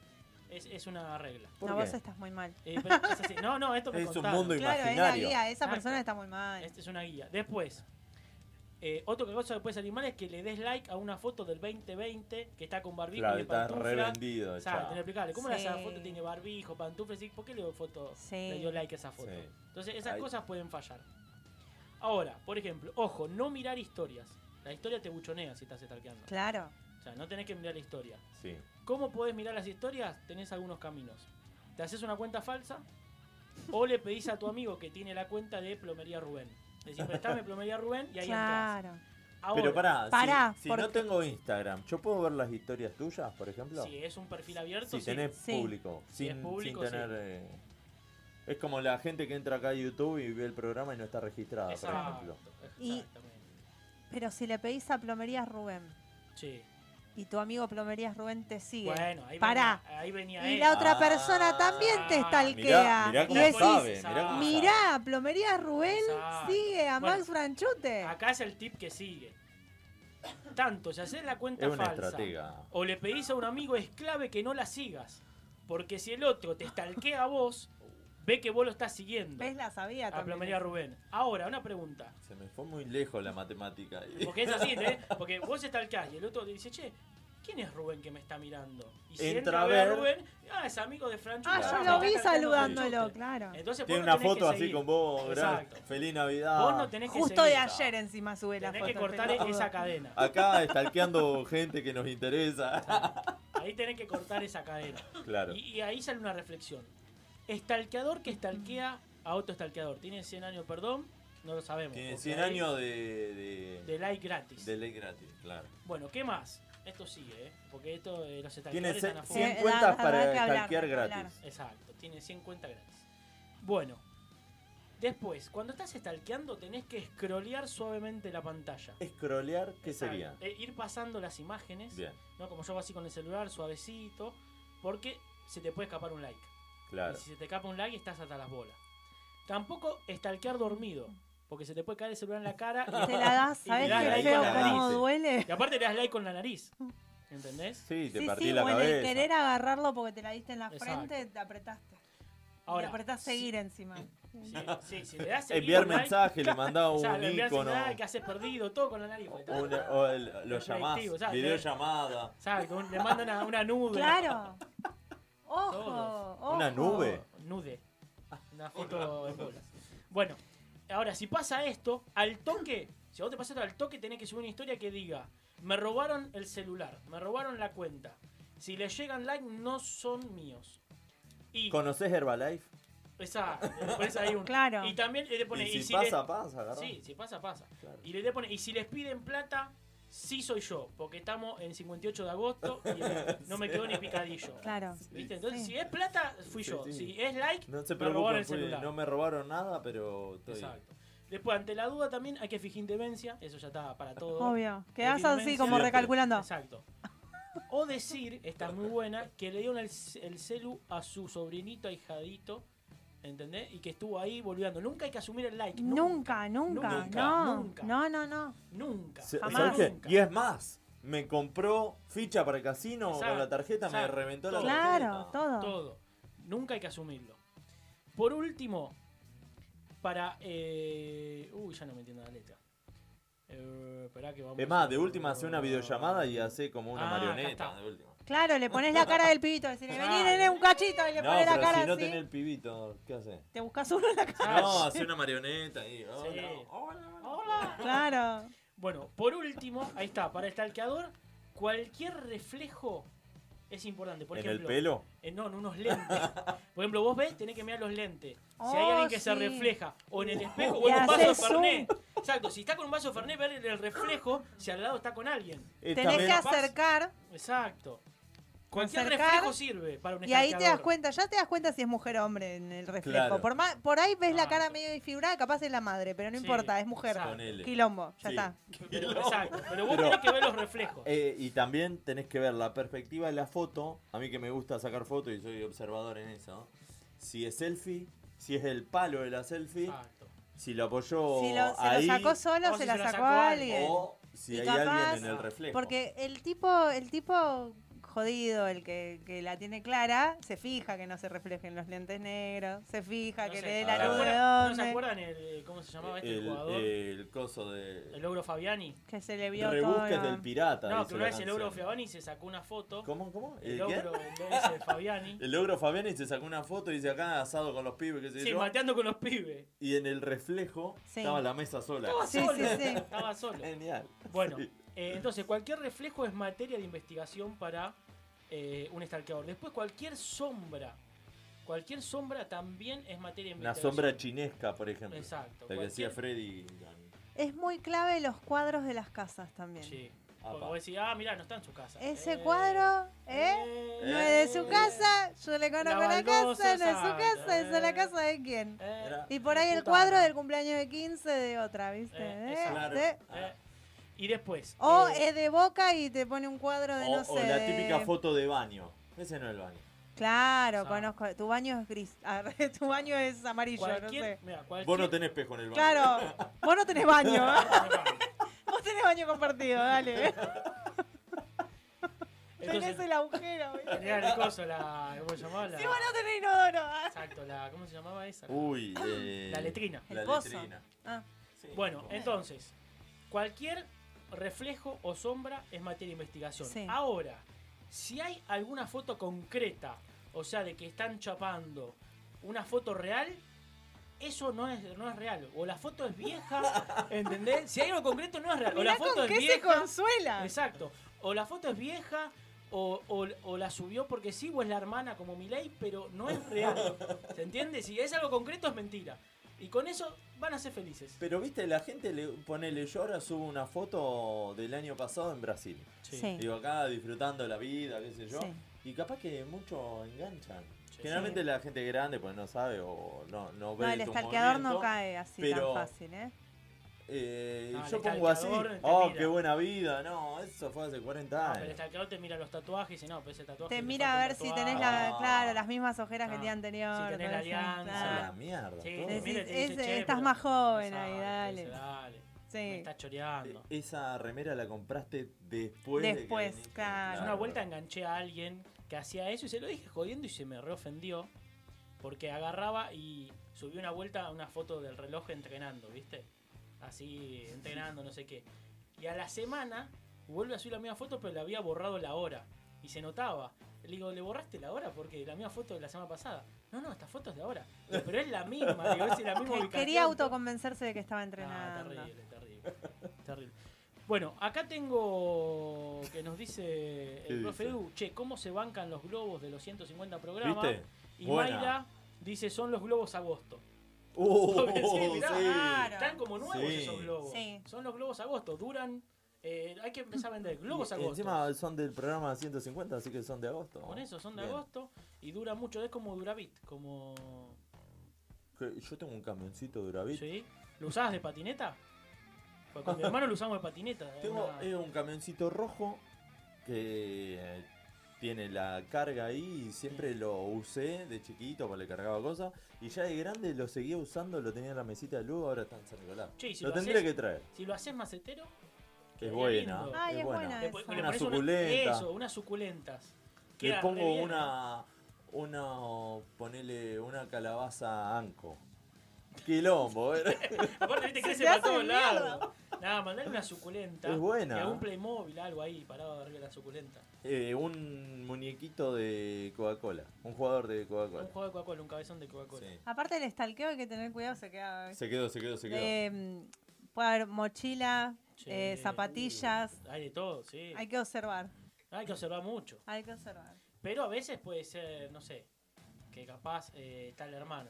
B: Es, es una regla.
A: ¿Por
C: no,
A: qué?
C: vos estás muy mal.
B: Eh, pero es así. No, no, esto me
A: Es un
B: contaron.
A: mundo
C: Claro, es la
A: Imaginario.
C: guía, esa
B: Exacto.
C: persona está muy mal.
B: Esta es una guía. Después, eh, otra cosa que puede salir mal es que le des like a una foto del 2020 que está con barbijo
A: claro,
B: y de
A: está
B: pantufla.
A: revendido.
B: O sea,
A: chao.
B: tenés que explicarle, ¿Cómo
C: Sí.
B: esa foto tiene barbijo, pantuflas? ¿Y ¿Por qué le dio, foto,
C: Sí.
B: le dio like a esa foto?
A: Sí.
B: Entonces, esas
A: Ahí.
B: cosas pueden fallar. Ahora, por ejemplo, ojo, no mirar historias. La historia te buchonea si estás stalkeando.
C: Claro.
B: O sea, no tenés que mirar la historia.
A: Sí.
B: ¿Cómo podés mirar las historias? Tenés algunos caminos. Te haces una cuenta falsa o le pedís a tu amigo que tiene la cuenta de Plomería Rubén. Decís, prestame Plomería Rubén y ahí entras.
C: Claro.
A: Pero pará, si-
C: Pará,
A: si,
C: porque-
A: no tengo Instagram, ¿yo puedo ver las historias tuyas, por ejemplo?
B: Si es un perfil abierto,
A: si
B: sí.
A: tenés
C: Sí.
A: público,
B: Si
A: sin,
B: es público,
A: sin tener...
B: sí.
A: eh, es como la gente que entra acá a YouTube y ve el programa y no está registrada, por
B: Exacto,
A: ejemplo.
C: Y-
B: Exactamente.
C: Pero si le pedís a Plomerías Rubén
B: Sí.
C: y tu amigo Plomerías Rubén te sigue.
B: Bueno, ahí
C: Pará.
B: venía, ahí Ah, venía
C: Y
B: él.
C: la otra
A: Ah,
C: persona también te
B: mirá,
C: estalquea.
A: mirá
C: y
A: cómo sabe,
C: decís,
A: mirá cómo
C: mirá, Plomerías Rubén
B: Exacto.
C: sigue a
B: Bueno,
C: Max Franchute.
B: Acá es el tip que sigue. Tanto, si haces la cuenta
A: Es una
B: falsa
A: estratega.
B: o le pedís a un amigo es clave que no la sigas. Porque si el otro te stalkea a vos, Ve que vos lo estás siguiendo.
C: ¿Ves? La sabía
B: A
C: también.
B: Plomería Rubén. Ahora, una pregunta.
A: Se me fue muy lejos la matemática. ahí.
B: Porque es así, ¿eh? Porque vos estalcás y el otro te dice, che, ¿quién es Rubén que me está mirando? Y si
A: Entra
B: entra a
A: a
B: ver a
A: ver.
B: Rubén, ah, es amigo de Francho.
C: Ah,
A: Claro.
C: yo lo vi
A: Está
C: saludándolo, claro.
B: Entonces,
A: Tiene
B: vos no
A: una
B: tenés que
A: foto así
B: seguir.
A: con vos, gran- Ah.
B: Exacto.
A: Feliz Navidad.
B: Vos no tenés que
C: Justo de
B: seguir.
C: ayer encima sube la
B: Tenés
C: foto.
B: que cortar
C: pelotudo.
B: esa cadena.
A: Acá estalqueando gente que nos interesa.
B: Ahí tenés que cortar esa cadena.
A: Claro.
B: Y, y ahí sale una reflexión. Estalqueador que estalquea a otro estalqueador. Tiene 100 años, perdón, no lo sabemos.
A: Tiene
B: porque
A: 100
B: ahí
A: años de,
B: De
A: de,
B: like gratis.
A: de ley gratis, claro.
B: Bueno, ¿qué más? Esto sigue, ¿eh? Porque esto eh, los
A: Tiene
B: estalqueadores
A: ce-
B: están a full.
A: 100
C: Eh, da-
A: cuentas para
C: da que hablar,
A: estalquear
C: da que hablar.
A: gratis.
B: Exacto, tiene 100 cuentas gratis. Bueno, después, cuando estás stalkeando tenés que scrollear suavemente la pantalla.
A: Escrolear, ¿qué
B: Exacto.
A: sería?
B: Eh, ir pasando las imágenes,
A: Bien,
B: ¿no? Como yo hago así con el celular, suavecito, porque se te puede escapar un like.
A: claro.
B: Y si se te escapa un like, estás hasta las bolas. Tampoco estalquear dormido, porque se te puede caer el celular en la cara. y-
C: Te la das,
B: Y
C: ¿sabes
B: le das
C: qué
B: like
C: feo
B: con la
C: cómo
A: nariz.
C: duele?
B: Y aparte le das like con la nariz. ¿Entendés?
A: Sí, te
C: sí,
A: partí
C: sí,
A: la
C: o en el
A: cabeza.
C: querer agarrarlo porque te la diste en la
B: Exacto.
C: frente, te apretaste.
B: Ahora.
C: te apretás seguir encima.
B: Sí, sí, si le das seguir
A: Enviar
B: un like,
A: mensaje, le mandaba
B: o sea,
A: un
B: le enviás un
A: icono.
B: like, que haces perdido, todo con la nariz.
A: una- o el- lo
B: El
A: llamás,
B: colectivo, ¿sabes?
A: videollamada.
B: Exacto, un- le mandan una, una nube.
C: Claro. Ojo,
B: Todos.
C: ojo.
A: Una nube.
B: Nude. Ah, Una foto en bolas. Bueno, ahora, si pasa esto, al toque, si a vos te pasa esto, al toque tenés que subir una historia que diga, me robaron el celular, me robaron la cuenta. Si le llegan like, no son míos. Y
A: ¿Conoces Herbalife?
B: esa, le pones ahí un...
C: Claro.
B: Y también le pone...
A: y si,
B: le-
A: pasa, pasa, agarrá.
B: Sí, si pasa, pasa.
A: Claro.
B: Y le pone, y si les piden plata, sí soy yo, porque estamos en 58 de agosto y eh, no me quedó ni picadillo.
C: Claro.
B: ¿Viste? Entonces,
C: Sí.
B: si es plata, fui
A: Sí,
B: yo.
A: sí.
B: Si es like,
A: No se
B: me robaron
A: preocupen,
B: el
A: fui-
B: celular.
A: no me robaron nada, pero estoy...
B: Exacto. Después, ante la duda también hay que fingir demencia, eso ya está para todo.
C: Obvio. Quedás así
B: Definitivamente.
C: como
A: Siempre.
C: recalculando.
B: Exacto. O decir, está muy buena, que le dieron el, ce- el celu a su sobrinito ahijadito, ¿entendés? Y que estuvo ahí boludeando. Nunca hay que asumir el like.
C: Nunca, nunca,
B: Nunca,
C: no,
B: nunca.
C: no, no, no.
B: Nunca.
A: Se-
C: Jamás.
A: ¿sabes qué?
B: Nunca.
A: Y es más, me compró ficha para el casino
B: Exacto,
A: con la tarjeta,
B: exacto,
A: me reventó la
B: todo.
A: tarjeta.
C: Claro, todo.
B: Todo. Nunca hay que asumirlo. Por último, para. Eh... Uy, ya no me entiendo la letra. Eh, esperá que vamos
A: Es más,
B: a-
A: de última hace una videollamada y hace como una
B: Ah, acá
A: marioneta.
B: está.
A: de última.
C: Claro, le pones la cara del pibito, decirle,
B: Claro.
C: vení, nene, un cachito, y le
A: No,
C: pones la
A: pero
C: cara
A: si no
C: así.
A: tenés el pibito, ¿qué hace?
C: Te buscas uno en la cara.
B: Ah,
A: No,
B: sí.
A: hace una marioneta y hola,
B: Sí.
A: hola, hola.
B: Hola.
C: Claro.
B: Bueno, por último, ahí está, para el stalkeador, cualquier reflejo es importante. Por
A: ¿En el
B: ejemplo,
A: pelo?
B: eh, no, en unos lentes. Por ejemplo, vos ves, tenés que mirar los lentes. Si hay
C: Oh,
B: alguien que se
C: sí.
B: refleja o en el espejo
C: Y
B: o en un vaso de
C: haces zoom.
B: Fernet. Exacto, si está con un vaso de Fernet, ver el reflejo si al lado está con alguien.
A: Eh,
C: Tenés
A: también-
C: que acercar
B: Exacto. Cualquier
C: Acercar,
B: reflejo sirve para un
C: y ahí te das
B: stalkeador.
C: cuenta, ya te das cuenta si es mujer o hombre en el reflejo.
A: Claro.
C: Por, ma- por ahí ves la
B: Claro.
C: cara medio desfigurada, capaz es la madre, pero no
B: Sí,
C: importa, es mujer.
B: exacto.
A: Ponele.
C: Quilombo, ya
A: Sí.
C: está.
B: Pero, exacto, pero vos
A: Pero-
B: tenés que ver los reflejos.
A: Eh, y también tenés que ver la perspectiva de la foto. A mí que me gusta sacar fotos y soy observador en eso. Si es selfie, si es el palo de la selfie,
B: Exacto.
A: si lo apoyó
C: Si lo, se
A: ahí
C: lo sacó
B: o
C: solo,
B: si
C: se la
B: se lo
C: sacó
B: sacó
C: a
B: alguien.
C: alguien.
A: o si
C: Y
A: hay
C: capaz-
A: alguien en el reflejo.
C: Porque el tipo, el tipo jodido, el que, que la tiene clara, se fija que no se reflejen los lentes negros, se fija
B: No
C: que
B: sé,
C: le dé
B: ¿se
A: Ah,
C: la luz de
B: acuerdan- ¿No se
C: dónde,
B: acuerdan el, cómo se llamaba este
A: el, eh,
B: jugador?
A: el coso de...
B: el ogro Fabiani.
C: que se le vio todo.
A: Rebusques del pirata.
B: No,
A: dice
B: que una
A: la
B: vez el
A: canción.
B: ogro Fabiani se sacó una foto.
A: ¿Cómo? ¿Cómo?
B: El,
A: qué?
B: ogro el ogro ese Fabiani.
A: El ogro Fabián y se sacó una foto y dice acá asado con los pibes, qué sé
B: Sí,
A: yo.
B: mateando con los pibes.
A: Y en el reflejo
C: Sí.
A: estaba la mesa sola.
B: Estaba
C: Sí,
B: solo.
C: sí, sí.
B: Estaba solo.
A: Genial.
B: Bueno,
A: Eh, Sí.
B: eh, entonces cualquier reflejo es materia de investigación para eh, un stalkeador. Después cualquier sombra. Cualquier sombra también es materia de
A: Una
B: investigación.
A: sombra chinesca, por ejemplo.
B: Exacto.
A: La que hacía
B: cualquier-
A: Freddy.
C: Es muy clave los cuadros de las casas también.
B: Sí.
A: Apa.
B: Porque vos decís, ah, mirá, no está en su casa.
C: Ese
B: Eh,
C: cuadro, ¿eh?
B: eh,
C: No es de su casa, yo le conozco la,
B: baldosa,
C: casa, no es su
B: exacto,
C: casa, es de
B: eh.
C: la casa de quién.
B: eh,
A: Era-
C: Y por ahí el
B: puta
C: cuadro
B: madre.
C: del cumpleaños de 15 de otra, ¿viste?
B: Eh,
C: ¿Eh?
B: exacto.
C: ¿Eh?
A: Ah.
B: Eh, Y después.
C: O
B: eh,
C: es de boca y te pone un cuadro de
A: o,
C: Ah, no sé.
A: o la típica
C: de-
A: foto de baño. Ese no es el baño.
C: Claro,
B: Exacto.
C: conozco. Tu baño es gris. Ah, tu baño es amarillo, no
B: cualquier,
C: sé.
B: mirá, cualquier-
A: Vos no tenés espejo en el baño.
C: Claro, vos no tenés baño.
B: Ah,
C: ¿eh?
B: Ahí va.
C: Vos tenés baño compartido, dale.
B: Eh, Entonces-
C: tenés el agujero. ¿viste?
B: Tenía el coso, la. ¿Cómo se llamaba? La,
C: Si vos no tenés inodoro. ah.
B: exacto, la. ¿Cómo se llamaba esa?
A: Uy, eh,
B: La letrina.
A: La
C: El pozo.
A: letrina.
C: Ah,
A: Sí.
B: Bueno, entonces, cualquier reflejo o sombra es materia de investigación.
C: Sí.
B: Ahora, si hay alguna foto concreta, o sea, de que están chapando una foto real, eso no es, no es real. O la foto es vieja, ¿entendés? Si hay algo concreto, no es real. O
C: mirá
B: la foto
C: con
B: es
C: qué se
B: vieja.
C: consuela.
B: Exacto. O la foto es vieja, o, o- o la subió porque sí, o es la hermana como Milei, pero no es real. ¿Se entiende? Si es algo concreto, es mentira. Y con eso van a ser felices.
A: Pero viste, la gente le ponele, yo ahora subo una foto del año pasado en Brasil.
C: Sí.
A: Digo, acá disfrutando la vida, qué sé yo.
C: Sí.
A: Y capaz que muchos enganchan.
B: Sí.
A: Generalmente la gente grande pues no sabe o no, no ve
C: No, el
A: tu
C: estalqueador no
A: movimiento.
C: cae así
A: pero-
C: tan fácil, ¿eh?
A: Eh,
B: Ah,
A: yo
B: el
A: pongo así,
B: estalqueador te
A: oh,
B: mira.
A: qué buena vida. No, eso fue hace 40
B: No, pero el
A: años.
B: stalkeador te mira los tatuajes y dice, no, pues ese tatuaje.
C: Te
B: le
C: mira
B: falta
C: a
B: un
C: ver si
B: tatuaje.
C: tenés la,
A: Ah.
C: claro, las mismas ojeras que el día
B: Ah.
C: anterior.
B: Si tenés la
C: todo eso,
B: alianza.
A: Eso es la
C: claro.
A: mierda.
B: Sí,
A: todo.
B: te mira y te
C: Decís,
B: dice,
C: "Ese-
B: "Che,
C: estás
B: pero
C: más joven
B: pensá,
C: ahí, dale".
B: pensá, dale. "Ah, Me
C: Sí.
B: estás choreando.
A: E- Esa remera la compraste después.
C: Después,
A: de que viniste.
C: claro.
B: Yo Una vuelta enganché a alguien que hacía eso y se lo dije jodiendo y se me reofendió porque agarraba y subió una vuelta una foto del reloj entrenando, ¿viste? Así, entrenando, no sé qué. Y a la semana vuelve a subir la misma foto pero le había borrado la hora y se notaba. Le digo, ¿le borraste la hora? Porque la misma foto de la semana pasada. No, no, esta foto es de ahora. Digo, Pero es la misma, digo, es la misma
C: Que-
B: ubicación.
C: Quería autoconvencerse de que estaba
B: Ah,
C: entrenando.
B: terrible, terrible. terrible. Bueno, acá tengo que nos dice
A: ¿Qué
B: el profe
A: dice?
B: Edu, che, ¿cómo se bancan los globos de los 150 programas?
A: ¿Viste?
B: Y
A: Buena.
B: Mayra dice, son los globos agosto.
A: Uh,
B: Sí, mirá,
A: sí.
C: claro.
B: Están como nuevos
A: Ah. Sí.
B: esos globos.
C: Sí.
B: Son los globos agosto, duran... eh, hay que empezar a vender globos
A: Y
B: agosto.
A: Encima son del programa 150, así que son de agosto.
B: Con eso, son de
A: Bien.
B: agosto y dura mucho, es como Duravit, como...
A: Que Yo tengo un camioncito de Duravit.
B: ¿Sí? ¿Lo usabas de patineta? Porque con mi hermano lo usamos de patineta.
A: Tengo
B: una-
A: eh, un camioncito rojo que eh, tiene la carga ahí y siempre lo usé de chiquito porque le cargaba cosas. Y ya de grande lo seguía usando, lo tenía en la mesita de luz, ahora está en San Nicolás.
B: Che, y si
A: lo
B: lo
A: tendré
B: haces-
A: que traer.
B: Si lo haces macetero,
A: Es
B: quedaría
A: buena.
B: lindo.
C: Ay, es buena.
B: Le
C: Eso.
B: po-
A: Una
B: le pones
A: suculenta.
B: eso, unas suculentas.
A: Le
B: Queda re
A: pongo
B: bien,
A: una. Una. Ponele una calabaza anco. Quilombo, ¿eh?
B: ¿eh? Aparte, viste, crece
C: Se
B: para
C: hace
B: todos
C: mierda.
B: lados. Nada, mandale una suculenta.
A: Es buena.
B: Y algún Playmobil, algo ahí, parado arriba de la suculenta.
A: Eh, un muñequito de Coca-Cola. Un jugador de
B: Un
A: Coca-Cola.
B: juego de Coca-Cola, un cabezón de Coca-Cola.
A: Sí.
C: Aparte del estalqueo hay que tener cuidado, se queda.
A: Se quedó, se quedó, se quedó.
C: Eh, puede haber mochila,
B: Sí. Uh,
C: eh, zapatillas.
B: Hay de todo, sí.
C: Hay
B: Hay...
C: que observar,
B: que observar mucho.
C: hay que observar.
B: Pero a veces puede ser, no sé, que capaz eh, está el hermano.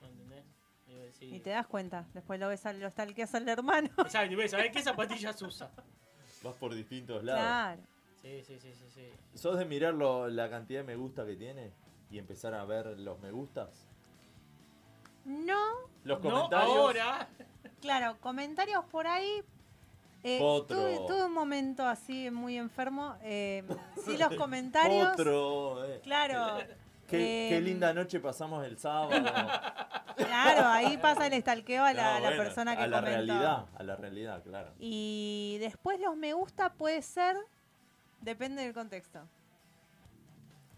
B: ¿Me entendés? Digo, decir-
C: Y te das cuenta. Después lo ves, al- lo estalqueas al hermano.
B: Exacto, y ves, a ver qué zapatillas usa.
A: Vas por distintos lados.
C: Claro.
B: Sí, sí, sí, sí. sí.
A: ¿Sos de mirar lo- la cantidad de me gusta que tiene y empezar a ver los me gustas?
C: No,
A: Los
B: No
A: comentarios.
B: ahora.
C: claro, comentarios por ahí. Eh,
A: Potro.
C: tuve, tuve un momento así muy enfermo. eh, sí, los comentarios.
A: Otro. eh.
C: Claro.
A: Qué, qué
C: em,
A: linda noche pasamos el sábado.
C: Claro, ahí pasa el estalqueo a la,
A: No,
C: a la
A: bueno,
C: persona que
A: A la
C: comentó.
A: realidad, a la realidad, claro.
C: Y después los me gusta puede ser, depende del contexto.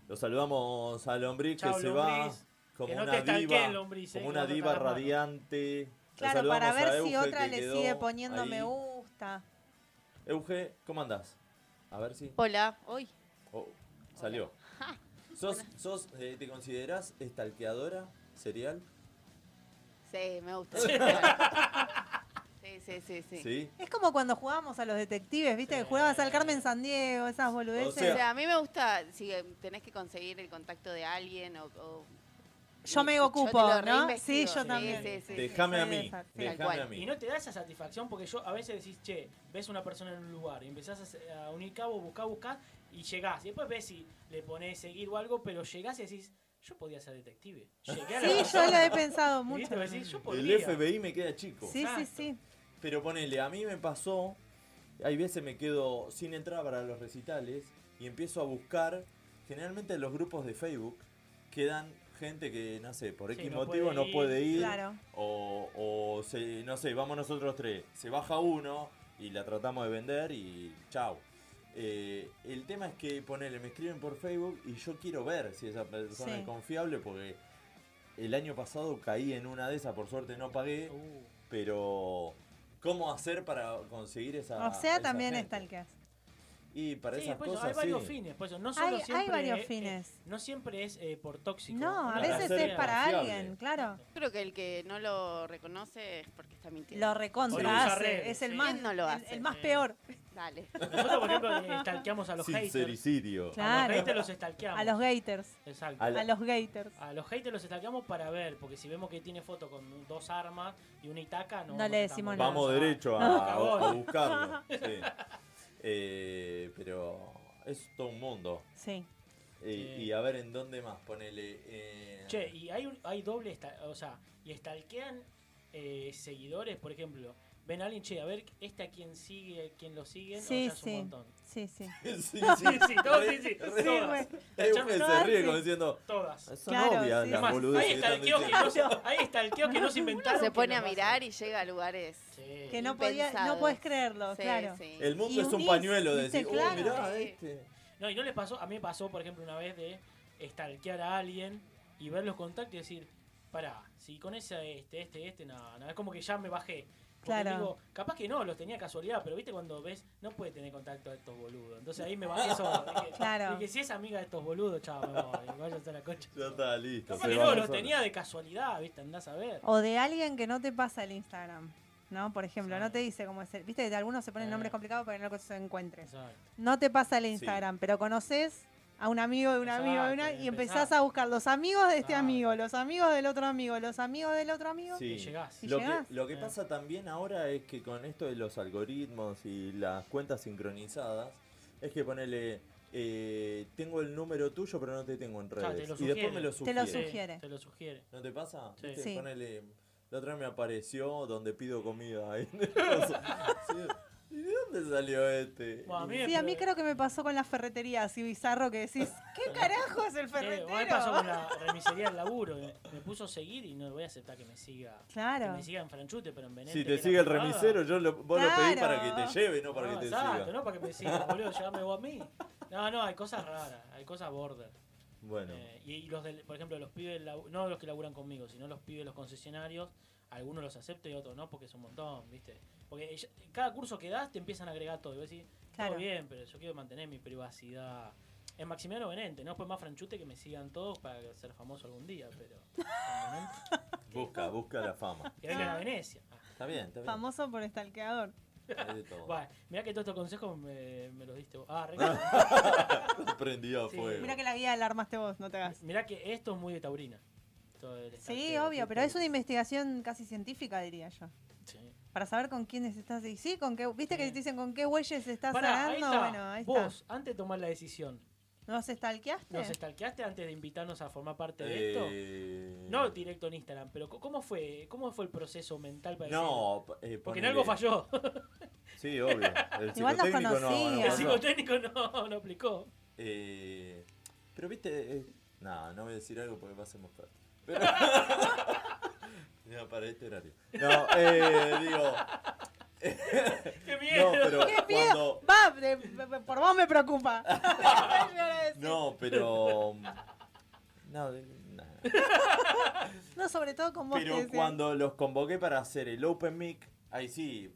A: Lo saludamos al lombriz que
B: Chao,
A: se va
B: lombriz.
A: como
B: Que no
A: una
B: te estalqueen,
A: diva,
B: lombriz, eh,
A: como
B: que
A: una
B: no te
A: diva
B: tapas más.
A: radiante. Lo
C: Claro, para
A: saludamos a
C: ver si
A: Euge,
C: otra
A: que
C: le
A: quedó
C: sigue poniendo
A: ahí.
C: me gusta.
A: Euge, ¿cómo andás? A ver si
I: Hola, hoy.
A: oh, salió. ¿Sos, sos, eh, ¿Te considerás estalqueadora serial?
I: Sí, me gusta. sí, sí, sí, sí.
A: sí.
C: Es como cuando jugábamos a los detectives, ¿viste? Que jugabas al Carmen Sandiego, esas boludeces.
A: O
I: O sea, a mí me gusta si eh, tenés que conseguir el contacto de alguien o... o-
C: Yo me ocupo,
I: te
C: ¿no?
I: lo reinvestigo,
C: Sí, yo también.
I: Sí, sí, sí.
A: Déjame
C: sí,
A: a mí,
C: esa, sí.
I: Tal
A: déjame
I: cual.
A: a
B: Y
A: mí.
B: no te da esa satisfacción porque yo a veces decís, che, ves una persona en un lugar y empezás a se- a, unir cabo, buscar, buscar y llegás. Y después ves si le pones seguir o algo, pero llegás y decís, yo podía ser detective. Llegué a la
C: Sí, yo
B: persona,
C: lo he pensado
B: ¿viste?
C: mucho.
B: Decís, yo
A: El
B: podría.
A: FBI me queda chico.
C: Sí, sí,
B: Exacto.
C: sí.
A: Pero ponele, a mí me pasó, hay veces me quedo sin entrar para los recitales y empiezo a buscar, generalmente en los grupos de Facebook quedan gente que, no sé, por
B: Sí,
A: X
B: no
A: motivo
B: puede
A: no
B: ir.
A: puede ir,
C: Claro.
A: o, o se- no sé, vamos nosotros tres, se baja uno y la tratamos de vender y chao. eh, el tema es que, ponele, me escriben por Facebook y yo quiero ver si esa persona
C: Sí.
A: es confiable porque el año pasado caí en una de esas, por suerte no pagué,
B: Uh,
A: pero ¿cómo hacer para conseguir esa
C: o sea,
A: esa
C: también
A: gente?
C: está el que hace.
A: Y para
B: sí,
A: esas
B: por eso,
A: cosas
B: hay varios
A: sí.
B: fines. por eso. No solo
C: Hay- hay
B: siempre,
C: varios
B: eh, eh,
C: fines.
B: no siempre es eh, por tóxico.
C: No, a
A: Para
C: veces
A: ser
C: es para
A: confiable.
C: alguien, claro.
I: Creo que el que no lo reconoce es porque está mintiendo.
C: Lo
B: O lo
C: recontra
B: usa
C: hace.
B: redes,
C: Es el
B: sí.
C: más,
I: ¿Quién no lo
C: el-
I: hace?
C: El, más peor.
I: Dale.
B: Nosotros, por ejemplo, eh, stalkeamos a los haters.
A: Sincericidio.
B: A
C: Claro.
B: los haters los stalkeamos.
C: A los gators.
B: Exacto.
A: A
C: A
A: la-
C: los gators.
B: A los haters los stalkeamos para ver, porque si vemos que tiene foto con dos armas y una itaca, no,
C: No
B: vamos
C: le
B: a
C: decimos
B: tampoco.
C: nada.
A: Vamos derecho
B: No,
A: a,
B: cagón.
A: a buscarlo. sí. Eh, pero es todo un mundo.
C: Sí.
A: Y,
B: Sí.
A: y a ver en dónde más, ponele. eh,
B: Che, y hay, un- hay doble, esta- o sea, y stalkean eh, seguidores, por ejemplo. Ven a alguien, che, a ver, este a quién sigue, quién lo sigue, o
C: Sí,
B: sea, es un
C: sí.
B: montón.
C: Sí, sí.
A: sí,
B: Sí, sí, todos, sí, sí.
A: Re-
B: Todas,
A: Hay un que se
C: todas,
A: ríe
C: sí.
A: como diciendo.
B: todas.
A: Son
C: Claro,
A: obvias
C: sí.
B: Es
A: las
B: más,
A: boludeces
B: ahí
A: que
B: está el
A: están
B: keo que
A: diciendo.
B: no se, ahí está el keo que no se inventaron.
I: se
B: que
I: pone
B: lo
I: a
B: hacen.
I: mirar y llega a lugares.
B: Sí.
C: Que no podía, no
I: Impensados.
C: puedes creerlo,
I: Sí,
C: claro.
I: sí.
A: El mundo
C: Y
A: es un
C: unís,
A: pañuelo. de
C: viste,
A: Decir,
C: claro.
A: oh, mirá,
I: Sí.
A: este.
B: No, y no le pasó, a mí me pasó, por ejemplo, una vez de stalkear a alguien y ver los contactos y decir, pará, si con ese, este, este, este, no, no, es como que ya me bajé. Porque
C: Claro.
B: digo, capaz que no, los tenía casualidad, pero viste cuando ves, no puede tener contacto de estos boludos. Entonces ahí me bajé solo. Dije,
C: Claro.
B: dije, si es amiga de estos boludos, chao, me voy, váyanse a la concha.
A: Ya está listo.
B: Capaz
A: se
B: que
A: va
B: no,
A: la
B: los
A: sola.
B: tenía de casualidad, viste, andás a ver.
C: O de alguien que no te pasa el Instagram. ¿No? Por ejemplo, no te dice cómo es el. Viste, algunos se ponen
B: Eh.
C: nombres complicados para que no lo se encuentres.
B: Exacto.
C: No te pasa el Instagram, pero conoces a un amigo de un amigo de una
B: Exacto,
C: y
B: y
C: empezás
B: empezás.
C: a buscar los amigos de este
B: Claro.
C: amigo, los amigos del otro amigo, los amigos del otro amigo.
A: Sí.
B: Y llegás.
C: Y
A: Lo que,
C: llegás.
A: lo que
B: Eh.
A: pasa también ahora es que con esto de los algoritmos y las cuentas sincronizadas, es que ponele, eh, tengo el número tuyo pero no te tengo en
B: Claro, te
A: redes.
B: lo
A: y después
B: sugiere.
A: me lo
C: Te
A: sugiere.
C: lo
B: Sí,
C: sugiere.
B: Te lo sugiere.
A: ¿No te pasa?
B: Sí.
A: Viste,
C: Sí.
A: Ponele, la otra vez me apareció donde pido comida. ahí en el coso. Sí. ¿Y de dónde salió este?
B: Bueno, a mí
C: Sí, a mí creo que me pasó con la ferretería, así bizarro que decís, ¿qué carajo es el
B: Eh, a mí me pasó
C: ferretero?
B: con la remisería del laburo. Me, me puso a seguir y no voy a aceptar que me siga.
C: Claro.
B: Que me siga en Franchute, pero en este Benete.
A: Si te sigue el remisero, yo lo, vos lo pedís para
C: Claro.
A: que te lleve, no para que te
B: exacto,
A: siga.
B: no para que me siga, boludo, llévame vos a mí. No, no, hay cosas raras, hay cosas border.
A: Bueno,
B: Eh, y, y los del, por ejemplo, los pibes, del labu- no los que laburan conmigo, sino los pibes de los concesionarios, algunos los acepto y otros no, porque es un montón, ¿viste? Porque ya- cada curso que das te empiezan a agregar todo. Y vos decís,
C: Claro.
B: todo bien, pero yo quiero mantener mi privacidad. Es Maximiliano Benente, ¿no? Pues más franchute que me sigan todos para ser famoso algún día, pero. ¿entendés?
A: busca, busca la fama.
B: Que vengan a Venecia. Ah,
A: Está bien, está bien.
C: Famoso por estalqueador.
A: Hay de todo.
B: Bueno, mirá que todos estos consejos me, me los diste vos. Ah, re-
A: Prendido a
B: Sí.
A: fuego.
C: Mira que la guía la armaste vos, no te hagas.
B: mirá que esto es muy de Taurina. Todo el
C: Sí,
B: stalkeo,
C: obvio,
B: tipo-
C: pero es una investigación casi científica, diría yo.
B: Sí.
C: Para saber con quiénes estás. Y sí, con qué. ¿Viste que
B: Sí.
C: te dicen con qué güeyes estás
B: Pará, ahí
C: hablando?
B: está.
C: Bueno, ahí
B: Vos, antes de tomar la decisión,
C: está. ¿Nos estalqueaste?
B: ¿nos stalkeaste antes de invitarnos a formar parte de esto?
A: Eh,
B: No directo en Instagram, pero co- ¿cómo fue, cómo fue el proceso mental para decir?
A: No, eh,
B: Porque en
A: ponele-
B: algo falló.
A: Sí, obvio. El
C: Igual nos
A: psicotécnico no, no,
C: conocía.
B: El
A: pasó.
B: psicotécnico no, no aplicó.
A: Eh, pero viste, eh, no, no voy a decir algo porque va a ser más tarde. Pero- No, para este horario. No, eh, digo,
B: ¡Qué miedo!
A: no, pero
C: ¡Qué miedo!
A: cuando,
C: Va, de- de- por vos me preocupa. Yo lo decía. no.
A: no, pero, mm, no, de- nada.
C: sobre todo con vos. que
A: Pero
C: decías.
A: cuando los convoqué para hacer el Open Mic, ahí sí,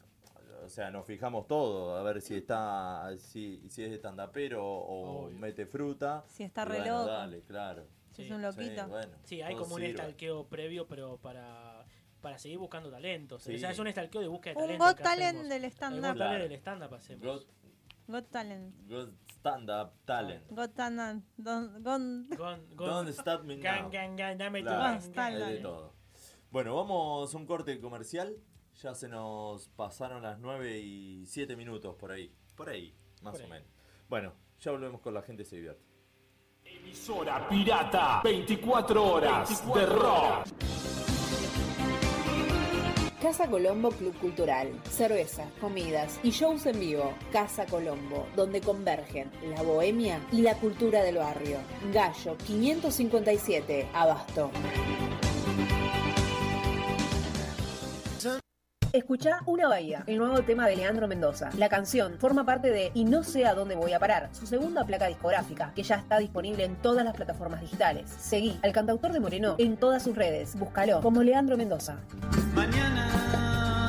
A: o sea, nos fijamos todo, a ver si está, si, si es estandapero o, o
B: Obvio.
A: mete fruta.
C: Si está
A: Y
C: re
A: bueno,
C: loco.
A: Dale, claro.
C: Si es
B: Sí,
C: un loquito.
A: Sí, bueno,
B: Sí, hay
A: todo
B: como un
A: sirve.
B: estalqueo previo, pero para, para seguir buscando talentos.
A: Sí.
B: O sea, es un estalqueo de búsqueda de
C: un
B: talentos.
C: Got
B: que
C: Talent
B: hacemos.
C: del
B: El
C: stand-up.
B: Got Talent
A: Claro.
B: del stand-up hacemos.
A: Got,
C: Got Talent.
A: got stand up talent.
C: Got Talent. Don- gon-
B: Gon- gon-
A: Don't stop me now.
B: Gan, gan, gan, dame tu
A: Claro,
B: gan,
C: Got
B: gan.
A: hay de
C: Talent.
A: todo. Bueno, vamos a un corte comercial. Ya se nos pasaron las 9 y 7 minutos por ahí. Por ahí, más
B: Por
A: o
B: ahí.
A: menos. Bueno, ya volvemos con la gente se divierte.
E: Emisora pirata, 24 horas de rock.
J: Casa Colombo Club Cultural. Cervezas, comidas y shows en vivo. Casa Colombo, donde convergen la bohemia y la cultura del barrio. Gallo 557, Abasto. Escucha Una Bahía, el nuevo tema de Leandro Mendoza. La canción forma parte de Y no sé a dónde voy a parar, su segunda placa discográfica, que ya está disponible en todas las plataformas digitales. Seguí al cantautor de Moreno en todas sus redes. Búscalo como Leandro Mendoza.
E: Mañana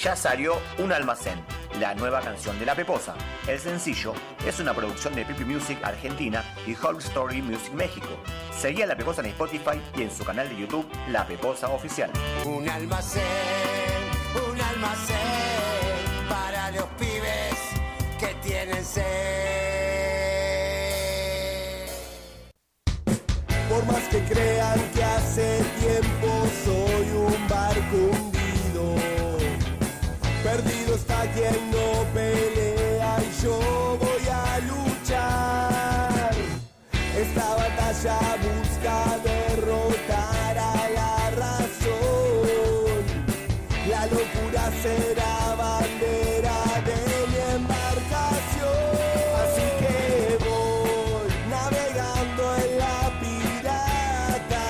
K: Ya salió Un Almacén, la nueva canción de La Peposa. El sencillo es una producción de Pipi Music Argentina y Whole Story Music México. Seguí a La Peposa en Spotify y en su canal de YouTube La Peposa Oficial.
E: Un almacén, un almacén para los pibes que tienen sed. Por más que crean que hace tiempo soy un barco hundido, perdido está quien no pelea y yo voy a luchar. Esta batalla busca derrotar a la razón. La locura será bandera de mi embarcación. Así que voy navegando en la pirata,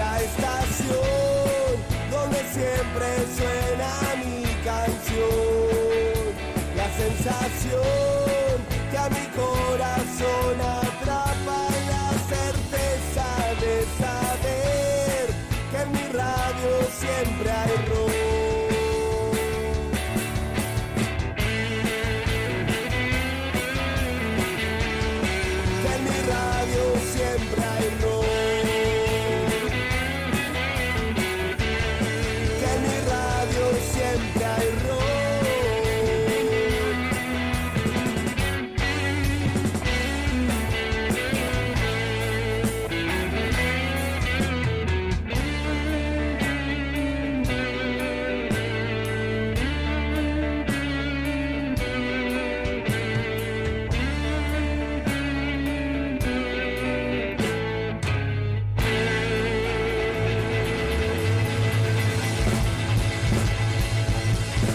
E: la estación donde siempre suena mi canción. La sensación que a mi corazón atrapa la certeza de saber que en mi radio siempre hay rock. Que en mi radio siempre hay rock. Que en mi radio siempre hay rock.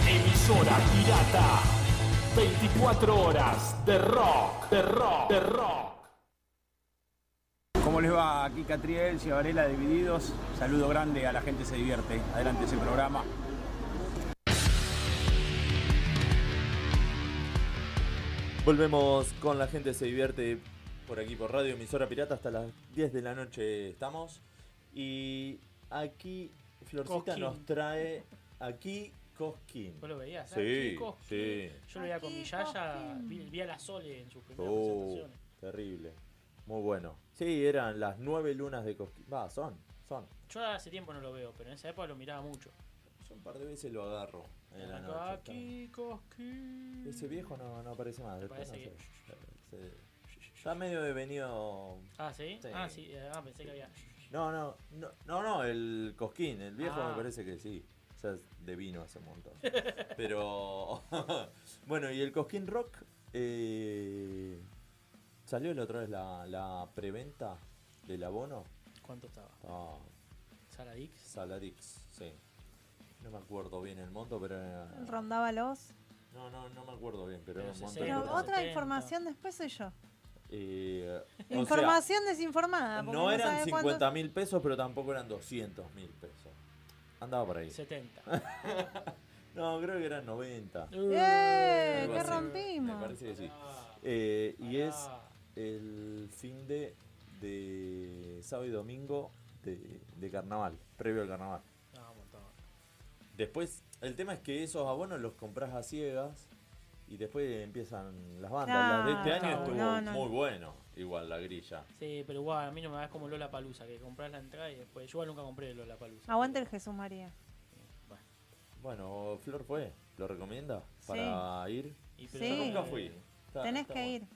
L: Emisora pirata. 24 horas de rock, de rock, de rock.
M: ¿Cómo les va? Aquí Catriel, Ciavarela, Divididos. Saludo grande a la gente se divierte. Adelante ese programa.
A: Volvemos con la gente se divierte por aquí por Radio Emisora Pirata hasta las 10 de la noche estamos. Y aquí Florcita
B: Cosquín.
A: nos trae aquí Cosquín.
B: ¿Vos lo veías?
A: Sí,
B: Kiko,
A: sí.
B: Yo lo veía con mi Yaya, vi, vi a la Sole en sus primeras
A: Oh,
B: presentaciones.
A: terrible. Muy bueno. Sí, eran las nueve lunas de Cosquín. Va, son, son.
B: Yo hace tiempo no lo veo, pero en esa época lo miraba mucho.
A: Yo un par de veces lo agarro en la noche.
B: Acá, Kiko, Kiko.
A: Ese viejo no, no aparece más. después
B: Parece
A: no sé.
B: que-
A: Se- Está medio devenido.
B: Ah, ¿sí? Ah, sí. eh, Ah, pensé que había...
A: No, no, no, no, no, el cosquín, el viejo
B: Ah.
A: me parece que sí. O sea, de vino hace un montón. Pero. bueno, y el cosquín rock. eh, salió la otra vez la, la preventa del abono.
B: ¿Cuánto estaba?
A: Ah,
B: ¿Saladix?
A: Saladix, sí. No me acuerdo bien el monto, pero. era-
C: Rondaba los.
A: No, no, no me acuerdo bien, pero,
B: Pero
A: era un monto.
C: Pero
A: importante.
C: otra información después soy yo.
A: Eh, o sea,
C: Información desinformada. porque
A: no eran
C: sabe
A: 50
C: cuánto-
A: mil pesos, pero tampoco eran 200 mil pesos. Andaba por ahí.
B: 70.
A: no, creo que eran 90.
C: ¡Eh!
A: Algo
C: ¿Qué
A: así,
C: rompimos?
A: Me parece que sí.
B: Ah,
A: Eh, y es el fin de, de sábado y domingo de, de carnaval, previo al carnaval.
B: No, un montón.
A: Después, el tema es que esos abonos los compras a ciegas y después empiezan las bandas. Las de
B: Claro.
A: este año estuvo
B: No, no.
A: muy bueno, igual la grilla.
B: Sí, pero igual, a mí no me das como Lola Palusa, que compras la entrada y después. Yo igual nunca compré Lola Palusa.
C: Aguante el Jesús María.
A: Bueno, Flor fue, ¿lo recomienda para ir?
B: Y pero
A: Yo
B: Sí.
A: nunca fui. Está-
C: Tenés
A: está
C: que
A: bueno.
C: ir.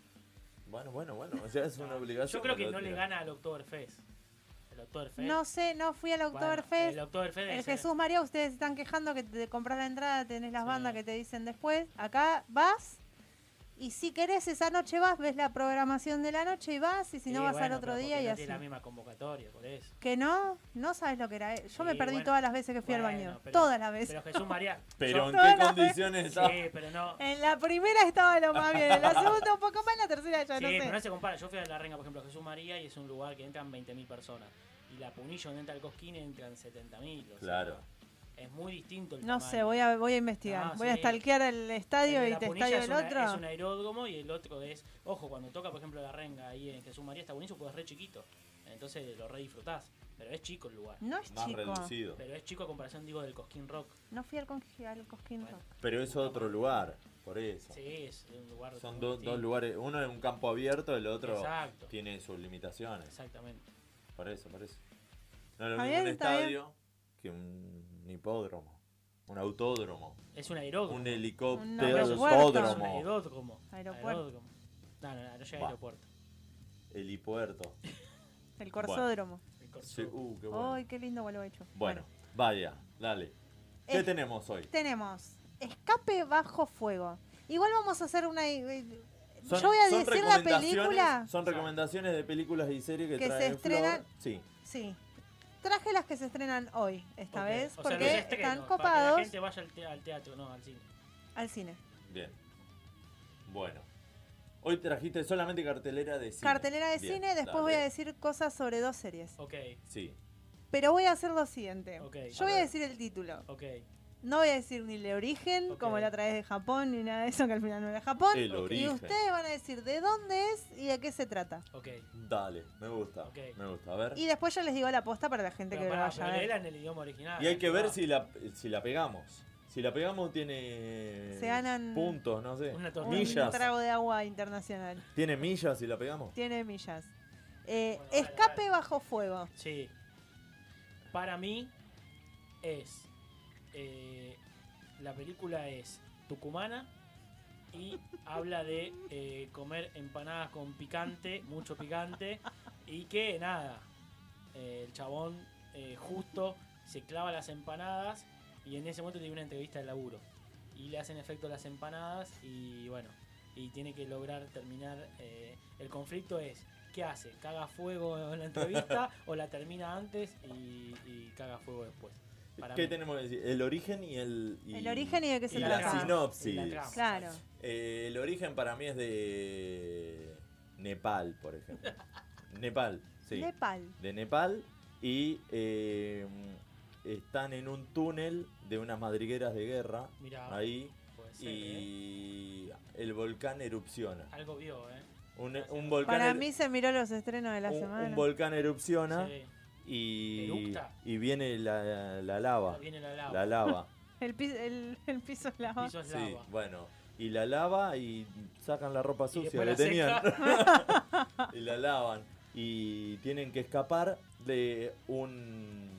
A: Bueno, bueno, bueno, o sea, es una obligación.
B: Yo creo que
A: pero
B: no le
A: tira.
B: gana al Oktoberfest. El el Oktoberfest.
C: No sé, no fui al
B: Bueno,
C: Oktoberfest.
B: el Oktoberfest
C: En
B: es-
C: Eh, Jesús María, ustedes están quejando que te compras la entrada, tenés las bandas que te dicen después. Acá vas y si querés esa noche vas, ves la programación de la noche y vas y si no
B: Y
C: vas al
B: bueno,
C: otro
B: pero
C: día
B: porque
C: y
B: no
C: así.
B: Tiene la misma convocatoria, por eso.
C: Que no, no sabes lo que era. eh. Yo me
B: Sí,
C: perdí
B: bueno.
C: todas las veces que fui al
B: Bueno,
C: baño.
B: pero-
C: todas las veces.
B: Pero Jesús María.
A: Pero
B: son-
A: ¿en qué condiciones estaba?
B: Sí, pero no.
C: En la primera estaba lo más bien, en la segunda un poco más, en la tercera ya
B: sí,
C: no sé.
B: pero no se compara. Yo fui a La Renga, por ejemplo, a Jesús María y es un lugar que entran 20.000 personas. Y la Punillo, donde entra el Cosquín, entran 70.000. o sea,
A: Claro.
B: es muy distinto el
C: No
B: tamaño.
C: sé, voy a, voy a investigar.
B: No,
C: voy a
B: sí.
C: stalkear el estadio
B: El de
C: y
B: La
C: te
B: Punilla
C: estadio
B: es
C: el
B: una-
C: otro.
B: Es un aeródromo y el otro es. Ojo, cuando toca, por ejemplo, La Renga ahí en Jesús María está buenísimo porque es re chiquito. Entonces lo re disfrutás. Pero es chico el lugar.
C: No es Más chico. reducido.
B: Pero es chico a comparación, digo, del Cosquín Rock.
C: No fui al, conji- al Cosquín Rock.
A: Pero es otro lugar, por eso.
B: Sí, es un lugar.
A: Son
B: muy
A: do-
B: distinto.
A: dos lugares, uno es un campo abierto, el otro
B: Exacto.
A: tiene sus limitaciones.
B: Exactamente.
A: Por eso, por eso. No es lo mismo
B: Está
A: un
B: bien, está bien.
A: estadio que un hipódromo, un autódromo.
B: Es un aeródromo.
A: Un
B: Un
A: helicóptero,
B: aeropuerto. Es un
A: autódromo,
B: aeródromo.
C: Aeropuerto.
B: Aeródromo. No, no, no, no llega
A: Va.
B: a aeropuerto.
A: helipuerto.
C: El Corsódromo.
A: Bueno. Sí, uh, qué
C: Ay,
A: bueno.
C: qué lindo vuelo hecho.
A: Bueno, vaya, dale. ¿Qué
C: Es-
A: tenemos hoy?
C: Tenemos escape bajo fuego. Igual vamos a hacer una. eh,
A: Son-
C: Yo voy a
A: son
C: decir la
A: recomendaciones-
C: película.
A: Son recomendaciones de películas y series que,
C: Que se
A: traen Flor.
C: estrenan-
A: Sí.
C: Sí. Traje las que se estrenan hoy, esta vez,
B: O sea,
C: porque
B: los estrenos,
C: están
B: Para que la
C: copados
B: gente vaya al, te- al teatro, no, al cine.
C: al cine.
A: Bien. Bueno. Hoy trajiste solamente cartelera de cine.
C: Cartelera de
A: Bien,
C: cine, después
A: dale.
C: voy a decir cosas sobre dos series.
B: Ok.
A: Sí.
C: Pero voy a hacer lo siguiente.
B: Ok.
C: Yo
B: A
C: voy a
B: ver.
C: decir el título.
B: Ok.
C: No voy a decir ni el origen, como la otra vez de Japón, ni nada de eso, que al final no era Japón.
A: El
C: y
A: origen.
C: ustedes van a decir de dónde es y de qué se trata.
B: Ok.
A: Dale, me gusta. Me gusta. A ver.
C: Y después yo les digo la posta para la gente
B: Pero
C: que lo
B: pará,
C: vaya a
B: pero
C: ver.
B: leela en el idioma original.
A: Y hay que ver
B: Ah,
A: si la, si la pegamos. Si la pegamos tiene
C: Se ganan
A: puntos, no sé.
B: Una
C: Un
A: millas.
C: trago de agua internacional.
A: Tiene millas si la pegamos.
C: Tiene millas. Eh, escape bajo fuego.
B: Sí. Para mí es. eh, la película es tucumana y habla de eh, comer empanadas con picante, mucho picante, y que nada. eh, el chabón eh, justo se clava las empanadas y en ese momento tiene una entrevista de laburo. Y le hacen efecto las empanadas y bueno. Y tiene que lograr terminar. eh, el conflicto es. ¿Qué hace? ¿Caga fuego en la entrevista o la termina antes y, y caga fuego después? Para
A: ¿Qué
B: mí.
A: tenemos que decir? El origen y el. y-
C: El origen y de qué se
A: la
C: trata.
A: sinopsis.
B: Y la trama.
C: Claro.
A: Eh, el origen para mí es de Nepal, por ejemplo. Nepal, sí.
C: Nepal.
A: De Nepal y eh, están en un túnel de unas madrigueras de guerra.
B: Mirá,
A: ahí.
B: puede ser, ¿eh?
A: Y el volcán erupciona.
B: Algo vio, ¿eh?
A: Un, un volcán
C: Para
A: eru-
C: mí se miró los estrenos de la
A: un,
C: semana.
A: un volcán erupciona y,
B: Eructa.
A: y viene la, la lava.
B: Viene la lava.
A: La lava.
C: El, pi- el- el piso es lava.
A: Sí, bueno. Y la lava y sacan la ropa sucia
B: después
A: que
B: la
A: tenían.
B: seca.
A: y la lavan. Y tienen que escapar de un.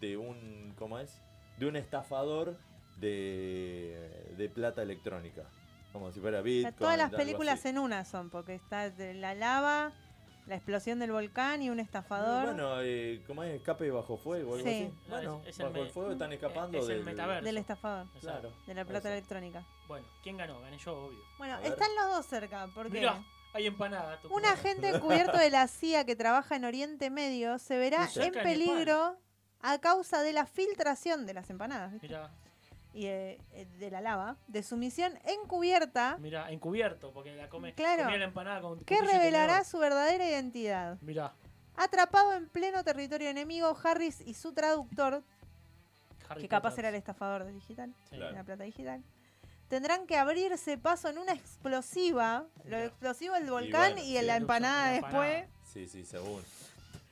A: de un. ¿Cómo es? De un estafador de, de plata electrónica. Como si fuera
C: O
A: Bitcoin.
C: sea, todas las
A: algo
C: películas
A: así.
C: en una son, porque está de la lava, la explosión del volcán y un estafador.
A: Bueno, eh, ¿cómo es? Escape bajo fuego o algo
C: Sí.
A: así.
B: No,
A: Bueno,
B: es- es el
A: bajo el
B: me-
A: fuego están escapando
B: es el
A: del-
B: metaverso.
C: Del estafador.
B: Claro.
C: De la plata electrónica.
B: Bueno, ¿quién ganó? Gané yo, obvio.
C: Bueno, están los dos cerca, porque
B: Mirá, hay empanada. tu
C: un
B: puta.
C: agente encubierto de la CIA que trabaja en Oriente Medio se verá
B: Y cerca
C: en
B: de
C: peligro a causa de la filtración de las empanadas ¿viste?
B: Mirá,
C: y eh, eh, de la lava, de su misión encubierta
B: mirá, encubierto, porque la come.
C: Claro.
B: comía la empanada con.
C: que revelará su verdadera identidad.
B: Mirá,
C: Atrapado en pleno territorio enemigo, Harris y su traductor,
B: Harry
C: que capaz
B: Potter.
C: era el estafador de digital,
B: Sí.
C: de la
B: Claro.
C: plata digital, tendrán que abrirse paso en una explosiva, lo explosivo del volcán y,
A: bueno,
C: en
A: sí.
C: la empanada después.
A: Sí, sí, según.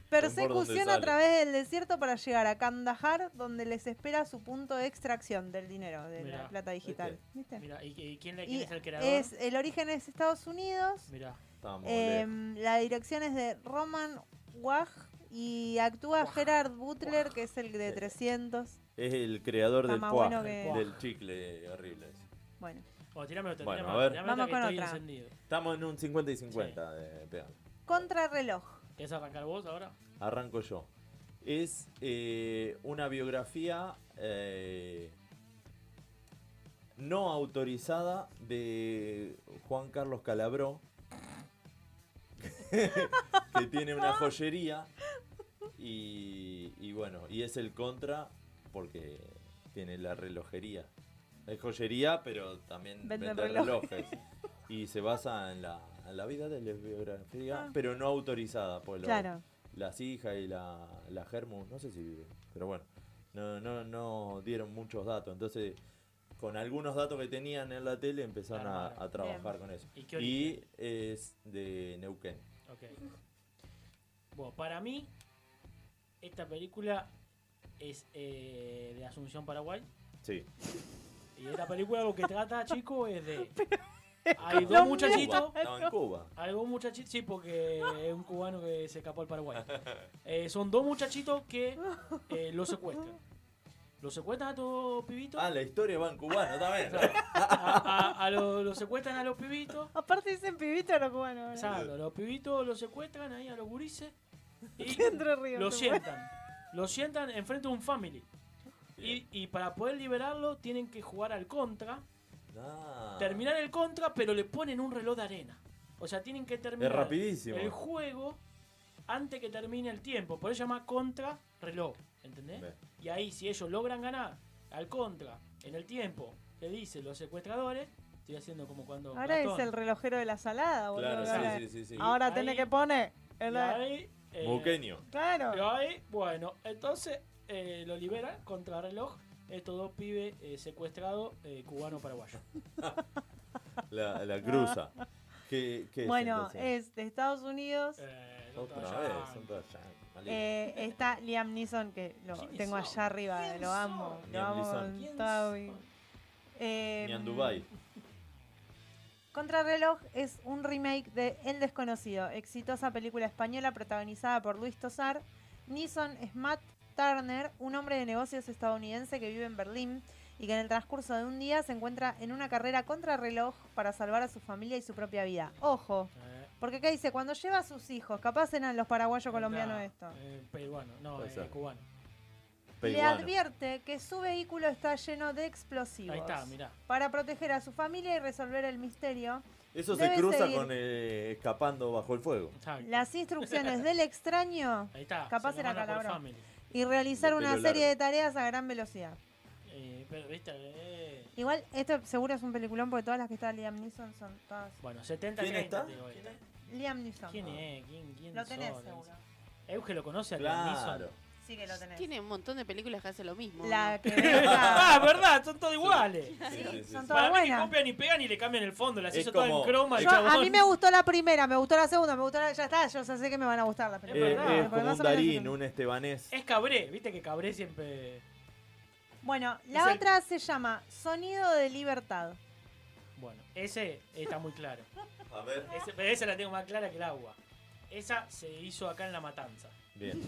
C: Persecución a
A: sale.
C: través del desierto para llegar a Kandahar, donde les espera su punto de extracción del dinero, de la
B: Mirá,
C: plata digital. ¿Viste?
B: Mirá, ¿y, y quién, le- quién
C: Y
B: es el creador?
C: es, el origen es Estados Unidos.
B: Mirá.
A: Estamos
C: Em, la dirección es de Roman Waj y actúa Gerard Butler, que es el de 300.
A: Es el creador
C: Está
A: del
C: más
A: puaj,
C: bueno que-
A: del chicle horrible. ese.
C: Bueno.
B: Bueno, tirame otra,
A: Bueno,
B: tirame
A: a ver.
B: otra, tirame
C: Vamos
B: otra que
C: con
B: estoy
C: otra.
B: encendido.
A: eh, Estamos en un 50 y 50 de pegar.
C: Contrarreloj.
B: ¿Querés arrancar vos ahora?
A: Arranco yo. Es eh, una biografía eh, no autorizada de Juan Carlos Calabró, que tiene una joyería. Y, y bueno, y es el contra porque tiene la relojería. Es joyería, pero también
C: Vende
A: vende, relojes.
C: relojes.
A: Y se basa en la, en la vida de la biografía,
C: Ah.
A: pero no autorizada. Pues lo-
C: Claro.
A: Las hijas y la, la Germu, no sé si vive, pero bueno, no, no, no dieron muchos datos. Entonces, con algunos datos que tenían en la tele empezaron a- a, trabajar
B: Bien.
A: con eso.
B: ¿Y qué
A: y es de Neuquén.
B: Ok. Bueno, para mí, esta película es eh, de Asunción Paraguay.
A: Sí.
B: Y esta película lo que trata, chico, es de. Hay dos
A: Colombia.
B: muchachitos.
A: Cuba. No, en Cuba.
B: Hay dos muchachitos, sí, porque es un cubano que se escapó al Paraguay. Eh, son dos muchachitos que eh, lo secuestran. Lo secuestran a estos pibitos.
A: Ah, la historia va en cubano también.
B: A, a- a los- los secuestran a los pibitos.
C: Aparte dicen pibitos los cubanos. ahora.
B: Exacto, los pibitos los secuestran ahí a los gurises. Y
C: Entre ríos,
B: lo
C: te
B: sientan. Lo sientan enfrente de un family. Y, y para poder liberarlo tienen que jugar al contra.
A: Ah.
B: Terminar el contra, pero le ponen un reloj de arena. O sea, tienen que terminar
A: Es rapidísimo.
B: el juego antes que termine el tiempo. Por eso se llama contra reloj. ¿Entendés?
A: Bien.
B: Y ahí, si ellos logran ganar al contra en el tiempo, le dicen los secuestradores. Estoy haciendo como cuando.
C: Ahora es
B: Platón.
C: el relojero de la salada, boludo.
A: Claro, sí,
C: ahora
A: sí, sí, sí.
C: ahora
B: Ahí-
C: tenés que poner. el-
B: Y ahí, eh,
A: Muqueño.
C: Claro.
B: Y ahí, bueno, entonces eh, lo liberan contra reloj estos dos pibes eh, secuestrados eh, cubano-paraguayo.
A: La, la cruza. ¿Qué, qué es
C: Ah. bueno, eh,
A: entonces?
C: es de Estados Unidos.
B: Eh,
A: Otra vez, son todas yankees, malísimo.
C: Eh, está Liam Neeson, que lo
B: ¿Quiénes
C: tengo
B: son?
C: allá arriba,
B: ¿Quiénes
C: lo amo.
A: son?
C: Lo
A: Liam
C: amo
A: Neeson.
C: con
A: ¿Quiénes
C: todo mi- Eh,
A: Ni en Dubai.
C: Contrarreloj es un remake de El Desconocido, exitosa película española protagonizada por Luis Tosar. Neeson es Matt Turner, un hombre de negocios estadounidense que vive en Berlín y que en el transcurso de un día se encuentra en una carrera contrarreloj para salvar a su familia y su propia vida. Ojo, porque acá dice, cuando lleva a sus hijos, capaz eran los paraguayos colombianos
B: Nah,
C: esto.
B: eh, peruano, no,
A: Puede
B: eh,
A: ser.
B: cubano.
C: Le
A: Peruano.
C: advierte que su vehículo está lleno de explosivos.
B: Ahí está, mirá.
C: Para proteger a su familia y resolver el misterio,
A: Eso
C: debe
A: se cruza
C: seguir-
A: con eh, escapando bajo el fuego.
C: las instrucciones del extraño,
B: Ahí está.
C: capaz
B: se
C: era
B: manda por
C: calabrón,
B: family.
C: y realizar
A: De
C: una
A: pelo
C: serie
A: largo.
C: de tareas a gran velocidad.
B: Eh, pero, ¿viste? Eh,
C: Igual, esto seguro es un peliculón porque todas las que está Liam Neeson son todas.
B: Bueno, 70
A: ¿Quién
B: 30,
A: está?
B: te digo, eh.
C: Liam Neeson.
B: ¿Quién es? ¿Quién, quién
C: Lo tenés
B: son?
C: seguro.
B: Euge lo conoce a Liam
A: Claro.
B: Neeson.
C: Sí que lo tenés.
I: Tiene un montón de películas que hacen lo mismo.
C: La
I: ¿no?
C: que
B: ah, verdad, son todos iguales.
A: Sí, sí, sí,
C: Ah, son
A: sí.
C: todas
B: Para mí que
C: buenas.
B: copian y pegan y le cambian el fondo, las
A: Es
B: hizo todas en
A: como-
B: croma. el
C: Yo- a
B: chabón.
C: mí me gustó la primera, me gustó la segunda, me gustó la. Ya está, yo ya sé que me van a gustar las
A: Eh,
C: películas.
B: verdad,
A: es
B: porque
A: como un
C: más o menos
A: Darín,
C: es-
A: un Estebanés.
C: Eh.
B: Es Cabré, viste que Cabré siempre.
C: Bueno, la
B: el-
C: otra se llama Sonido de Libertad.
B: Bueno, ese está muy claro.
A: A ver.
B: Ese- pero esa la tengo más clara que el agua. Esa se hizo acá en La Matanza.
A: Bien.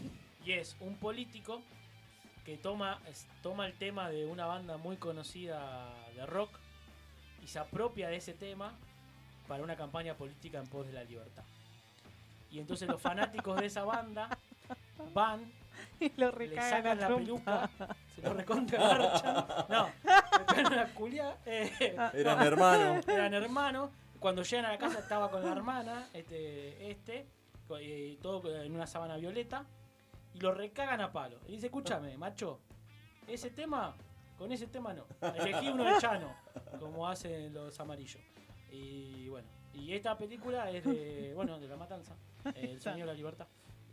B: Y es un político que toma, es- toma el tema de una banda muy conocida de rock y se apropia de ese tema para una campaña política en pos de la libertad. Y entonces los fanáticos de esa banda van
C: Y lo
B: le
C: recagan
B: sacan la,
C: a trompa.
B: peluca, se lo recontragarchan. No, le pegan una culia. eh,
A: Eran hermanos.
B: Eran hermanos. Cuando llegan a la casa estaba con la hermana, este, este, co- y todo en una sábana violeta, y lo recagan a palo. Y dice, escúchame, macho, ese tema, con ese tema no. Elegí uno de Chano, como hacen los amarillos. Y bueno, y esta película es de, bueno, de La Matanza, eh, El Señor de la Libertad.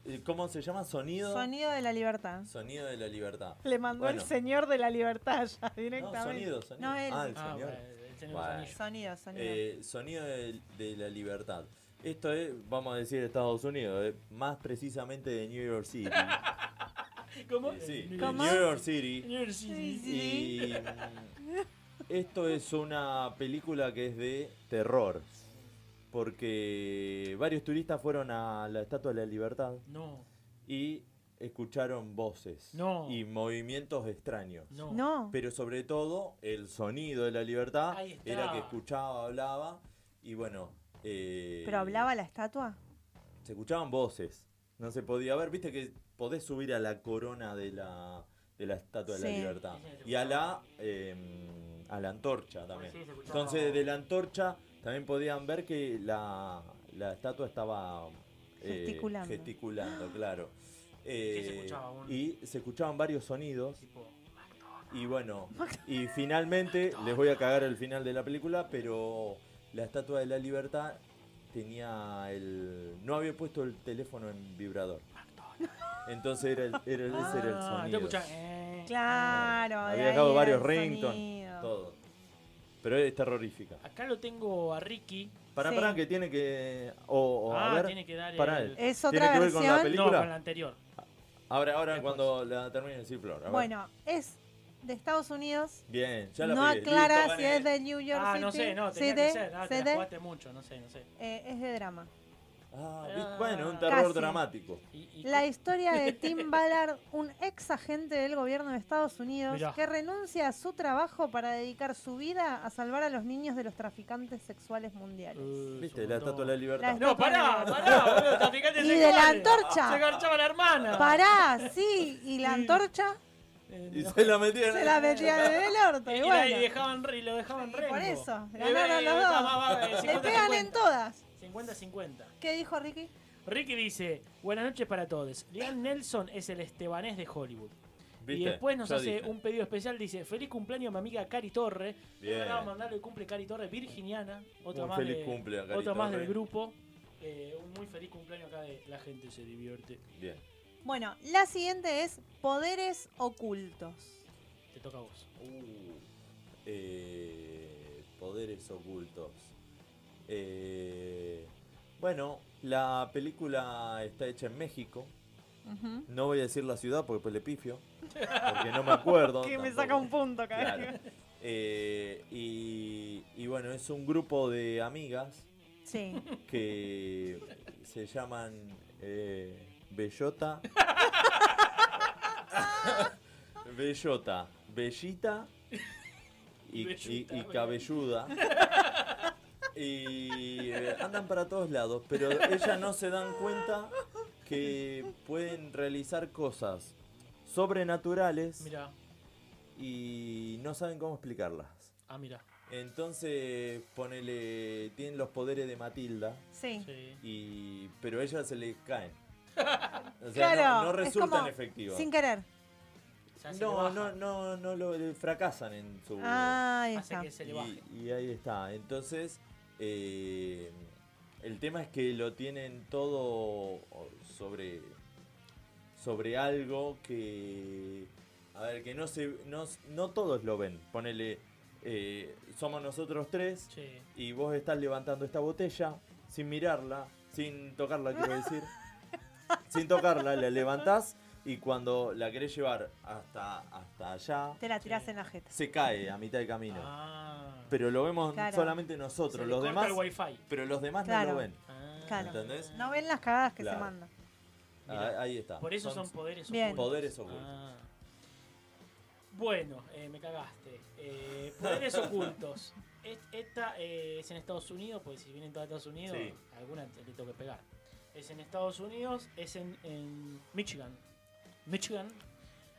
A: Eh, ¿Cómo se llama? Sonido.
C: Sonido de la Libertad.
A: Sonido de la libertad.
C: Le mandó
A: Bueno,
C: el señor de la libertad ya
A: No,
C: directamente.
A: sonido, sonido.
C: No, él.
A: Ah, el
B: Ah,
A: señor.
B: bueno, el Señor de los
A: Bueno.
B: Anillos.
C: Sonido, sonido.
A: Eh, sonido de, de la libertad. Esto es, vamos a decir, Estados Unidos, eh, más precisamente de New York City.
B: ¿Cómo?
A: Eh, sí, de
C: ¿Cómo?
A: New York City.
B: New York City.
A: Y mm, esto es una película que es de terror. Porque varios turistas fueron a la Estatua de la Libertad
B: No,
A: y escucharon voces
B: No.
A: y movimientos extraños.
B: no.
C: no.
A: Pero sobre todo el sonido de la libertad
B: Ahí está.
A: era que escuchaba, hablaba y bueno... eh,
C: ¿Pero hablaba la estatua?
A: Se escuchaban voces. No se podía ver, viste que podés subir a la corona de la, de la Estatua de la
N: Sí.
A: Libertad y a la, eh, a la antorcha también.
N: Sí, se escuchaba.
A: Entonces de la antorcha también podían ver que la, la estatua estaba eh,
N: Gesticulando.
A: gesticulando, claro.
B: ¿Qué se
A: Eh,
B: escuchaba? Un-
A: y se escuchaban varios sonidos. Y bueno, y finalmente, les voy a cagar el final de la película, pero la Estatua de la Libertad tenía el... No había puesto el teléfono en vibrador. Entonces era el, era el- ese era el
B: Ah,
A: sonido.
B: yo escuchaba, eh,
C: Claro, de
A: Ah, había
C: ahí
A: dejado
C: era
A: varios
C: el
A: ringtones,
C: sonido.
A: todo. Pero es terrorífica.
B: Acá lo tengo a Ricky.
A: Para, para que tiene que... O, o, Oh, a
B: Ah,
A: ver,
B: tiene que dar
A: pará,
B: el-
C: Es
A: ¿tiene
C: otra
A: que ver con la
C: versión.
A: película?
B: No, con la anterior.
A: Ahora, ahora cuando la termine de decir Flor. a ver.
C: Bueno, es de Estados Unidos.
A: Bien, ya la
C: No
A: pegué.
C: aclara
A: Listo,
C: si
A: gané.
C: es de New York
B: Ah,
C: City.
B: no sé, no, tenía
C: CD,
B: que ser. Ah, te
C: CD,
B: la jugaste mucho, no sé, no sé.
C: eh, es de drama.
A: Ah, vi- bueno, un terror
C: Casi.
A: dramático.
C: La historia de Tim Ballard, un ex agente del gobierno de Estados Unidos
A: Mirá.
C: que renuncia a su trabajo para dedicar su vida a salvar a los niños de los traficantes sexuales mundiales.
B: Uh.
A: Viste, la estatua de la
C: La
A: libertad.
C: estatua No, pará, de la
B: pará, boludo, traficante
C: Y de la antorcha.
B: Se garchaba la hermana. Eh,
C: Pará, sí, y la antorcha
A: Y se la metieron.
C: se la metía en el orto.
B: Y,
C: Y,
B: la-
C: bueno,
B: y dejaban, re- y lo dejaban re.
C: por eso,
B: Eh,
C: ganaron
B: eh,
C: los
B: va, va, va, eh,
C: dos. Le
B: 50-50.
C: pegan en todas.
B: 50-50.
C: ¿Qué dijo Ricky?
B: Ricky dice, buenas noches para todos. Liam Nelson es el estebanés de Hollywood. Y
A: ¿Viste?
B: después nos
A: Ya
B: hace
A: dije.
B: un pedido especial, dice, feliz cumpleaños a mi amiga Cari Torre.
A: Bien.
B: Le a mandarle el cumple Cari Torre, virginiana. Otra
A: Un
B: más
A: feliz
B: de-
A: cumple a Cari
B: Otra más
A: Torre.
B: del grupo. Eh, un muy feliz cumpleaños acá de la gente se divierte.
A: Bien.
C: Bueno, la siguiente es poderes ocultos.
B: Te toca a vos.
A: Uh, Eh, poderes ocultos. Eh, bueno, la película está hecha en México.
C: Ujú.
A: No voy a decir la ciudad porque pues le pifio. Porque no me acuerdo.
C: que me
A: tampoco.
C: saca un punto cada
A: Claro.
C: vez que-
A: Eh, y, y bueno, es un grupo de amigas
C: Sí.
A: que se llaman eh, Bellota. Bellota, Bellita y, y- y Cabelluda. Y eh, andan para todos lados, pero ellas no se dan cuenta que pueden realizar cosas sobrenaturales
B: Mira,
A: y no saben cómo explicarlas.
B: ah, mira.
A: Entonces, ponele. Tienen los poderes de Matilda.
C: Sí.
A: Y, pero a ella se le caen. O sea,
C: claro,
A: no, no
C: es
A: resultan
C: como
A: efectivas.
C: Sin querer.
A: No, no, no, no lo eh, fracasan en su.
C: Ah, ahí Hace está. que se le baje.
A: y, y ahí está. Entonces, eh, el tema es que lo tienen todo sobre. sobre algo que. A ver, que no se. no, no todos lo ven. Ponele. eh, somos nosotros tres y vos estás levantando esta botella sin mirarla, sin tocarla, quiero decir sin tocarla, la levantás y cuando la querés llevar hasta, hasta allá,
C: Te la tirás en la jeta.
A: se cae a mitad de camino. Pero lo vemos
C: Claro.
A: solamente nosotros,
B: Ah. Se le
A: los
B: corta
A: demás.
B: el wifi. Ah.
A: Pero los demás no
C: Claro.
A: lo ven.
C: Claro.
A: ¿Entendés?
C: No ven las cagadas que
A: Claro.
C: se mandan.
A: Ah, ahí está.
B: Por eso son poderes
C: Bien.
B: ocultos. Ah.
A: Poderes ocultos.
B: Bueno, eh, me cagaste. Eh, poderes ocultos. Es- Esta eh, es en Estados Unidos, porque si vienen todos Estados Unidos,
A: Sí.
B: alguna te- le tengo que pegar. Es en Estados Unidos, es en, en Michigan. Michigan.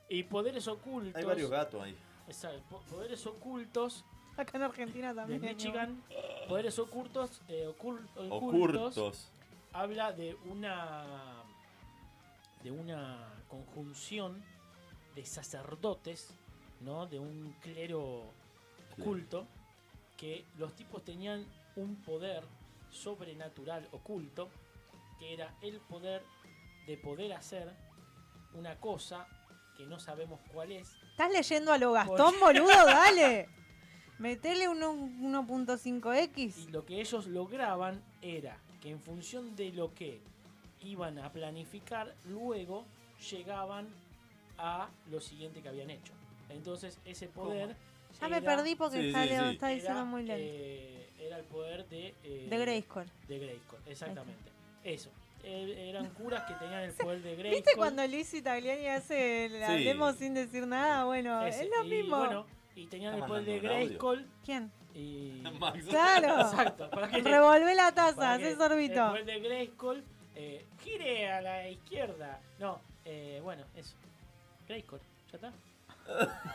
B: Y poderes ocultos.
A: Hay varios gatos ahí.
B: Exacto, po- Poderes ocultos
C: Acá en Argentina
B: de
C: también.
B: Michigan, poderes ocultos, eh, ocul- ocultos,
A: Ocultos.
B: habla de una de una conjunción de sacerdotes, ¿no? De un clero oculto que los tipos tenían un poder sobrenatural oculto que era el poder de poder hacer una cosa que no sabemos cuál es
C: ¿Estás leyendo a lo Gastón, boludo? Dale. Metele un, un 1.5X.
B: Y lo que ellos lograban era que en función de lo que iban a planificar, luego llegaban a lo siguiente que habían hecho. Entonces ese poder...
C: Ya me perdí porque
B: Sí,
C: está,
B: sí,
C: Leo-
B: sí.
C: está diciendo
B: Era,
C: muy lento.
B: eh, era el poder de... eh,
C: De Grayskull.
B: De Grayskull, exactamente. Eso. Eh, eran curas que tenían el poder de Grayskull.
C: ¿Viste cuando Lizzie Tagliani hace el
B: Sí.
C: hablemos sin decir nada? Bueno,
B: Ese,
C: es lo
B: y
C: mismo.
B: bueno, y tenían el
C: Está
B: poder de
C: mandando un audio.
B: Grayskull.
C: ¿Quién?
B: Y...
C: Claro.
B: Exacto. ¿para qué?
C: Revolvé la taza,
B: Para
C: haces
B: que
C: sorbito.
B: El poder de Grayskull eh, gire a la izquierda. No, eh, bueno, eso. Grayskull, ¿ya está?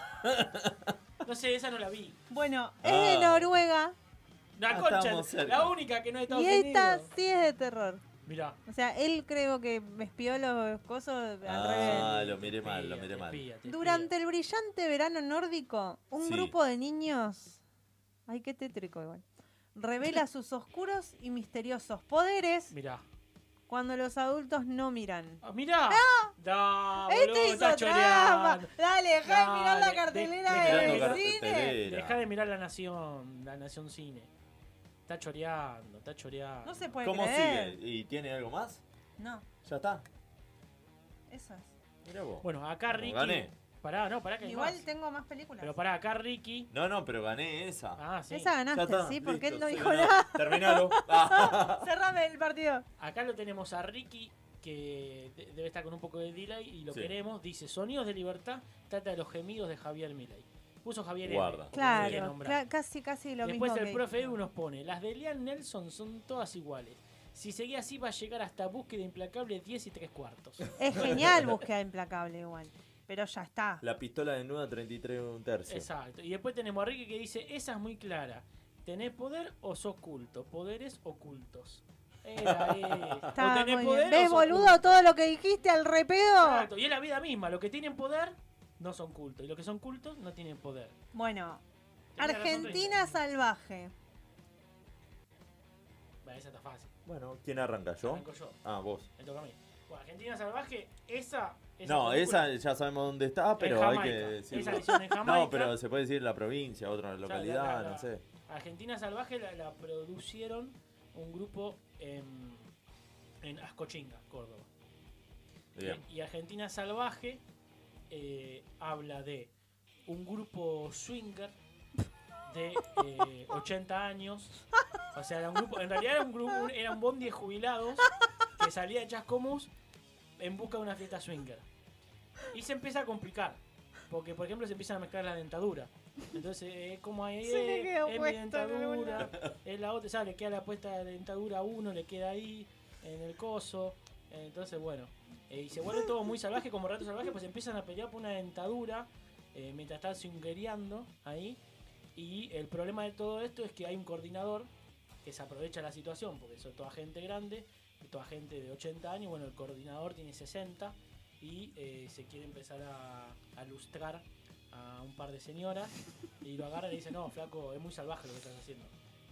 B: No sé, esa no la vi.
C: Bueno,
B: Ah.
C: es de Noruega
B: La
C: Ah,
B: concha,
C: estamos cerca.
B: la única que no está
C: y esta sí es de terror.
B: Mirá.
C: O sea, él creo que espió los cosos al revés.
A: Ah, lo miré mal, lo miré mal.
C: Durante el brillante verano nórdico, un
A: Sí.
C: grupo de niños. Ay, qué tétrico igual. Revela sus oscuros y misteriosos poderes
B: Mirá. Ah,
C: cuando los adultos no miran.
B: ¡Mirá! Da,
C: Ah. Este
B: Ah, boludo,
C: hizo
B: estás
C: trampa.
B: choreando.
C: Dale, dejá de mirar la
B: Dale,
C: cartelera
B: de- dejá
C: del
B: de mirar-
C: cine.
B: Dejá de mirar La Nación, La Nación Cine. Está choreando, está choreando.
C: No se puede
A: ¿Cómo
C: creer.
A: sigue? ¿Y tiene algo más?
C: No,
A: Ya está.
C: eso es.
A: Mirá vos.
B: Bueno, acá
A: Como
B: Ricky.
A: gané.
B: Pará, no, pará que hay
C: Igual
B: más.
C: tengo más películas.
B: Pero pará, acá Ricky.
A: No, no, pero gané esa.
B: Ah, sí.
C: Esa ganaste,
A: Ya está,
C: sí, porque él no
A: se
C: dijo
A: ganó.
C: nada.
A: Terminalo. Ah,
C: Cerrame el partido.
B: Acá lo tenemos a Ricky, que de- debe estar con un poco de delay y lo
A: Sí.
B: queremos. Dice: Sonidos de libertad trata de los gemidos de Javier Milei. Puso Javier
A: Guarda.
B: porque no lo quería
C: Claro,
B: nombrar.
C: cla- casi, casi lo
B: Después
C: mismo.
B: el
C: que-
B: profe Edu nos pone, las de Liam Nelson son todas iguales. Si seguía así va a llegar hasta búsqueda implacable 10 y 3 cuartos.
C: Es genial búsqueda implacable igual. Pero ya está.
A: La pistola desnuda 33 un tercio.
B: Exacto. Y después tenemos a Ricky que dice, esa es muy clara. ¿Tenés poder o sos culto? Poderes ocultos. Era esta.
C: Está
B: O tenés
C: muy
B: poder
C: bien.
B: o
C: ¿Ves,
B: sos
C: boludo,
B: culto.
C: todo lo que dijiste al repedo?
A: Ah.
B: Exacto. Y es la vida misma. Los que tienen poder no son cultos. Y los que son cultos no tienen poder.
C: Bueno,
B: Tenés razón,
C: Argentina salvaje.
B: Bueno, esa está fácil.
A: Bueno, ¿quién arranca? ¿Yo?
B: Arranco yo.
A: Ah, vos.
B: Me toca a mí. Bueno, Argentina salvaje, esa...
A: no,
B: película-
A: esa ya sabemos dónde está, pero hay
B: Jamaica.
A: que decir.
B: Esa edición en Jamaica.
A: No, pero se puede decir la provincia, otra localidad,
B: la- la-
A: no sé.
B: Argentina Salvaje la, la producieron un grupo en, en Ascochinga, Córdoba.
A: Bien.
B: Y Argentina Salvaje eh, habla de un grupo swinger de eh, 80 años. O sea, era un grupo, en realidad era un grupo, un- era un bondi de jubilados que salía de Chascomús en busca de una fiesta swinger. Y se empieza a complicar. Porque, por ejemplo, se empiezan a mezclar la dentadura. Entonces, eh, como ahí
C: Se le
B: eh,
C: quedó
B: es mi
C: puesto en
B: dentadura,
C: algún
B: es la otra, ¿sabes? Le queda la puesta de dentadura a uno, le queda ahí, en el coso. Entonces, bueno. eh, y se vuelve todo muy salvaje, como rato salvaje, pues empiezan a pelear por una dentadura eh, mientras están swingereando ahí. Y el problema de todo esto es que hay un coordinador que se aprovecha la situación, porque son toda gente grande, toda gente de 80 años, bueno, el coordinador tiene 60 y eh, se quiere empezar a, a lustrar a un par de señoras y lo agarra y le dice, no, flaco, es muy salvaje lo que estás haciendo.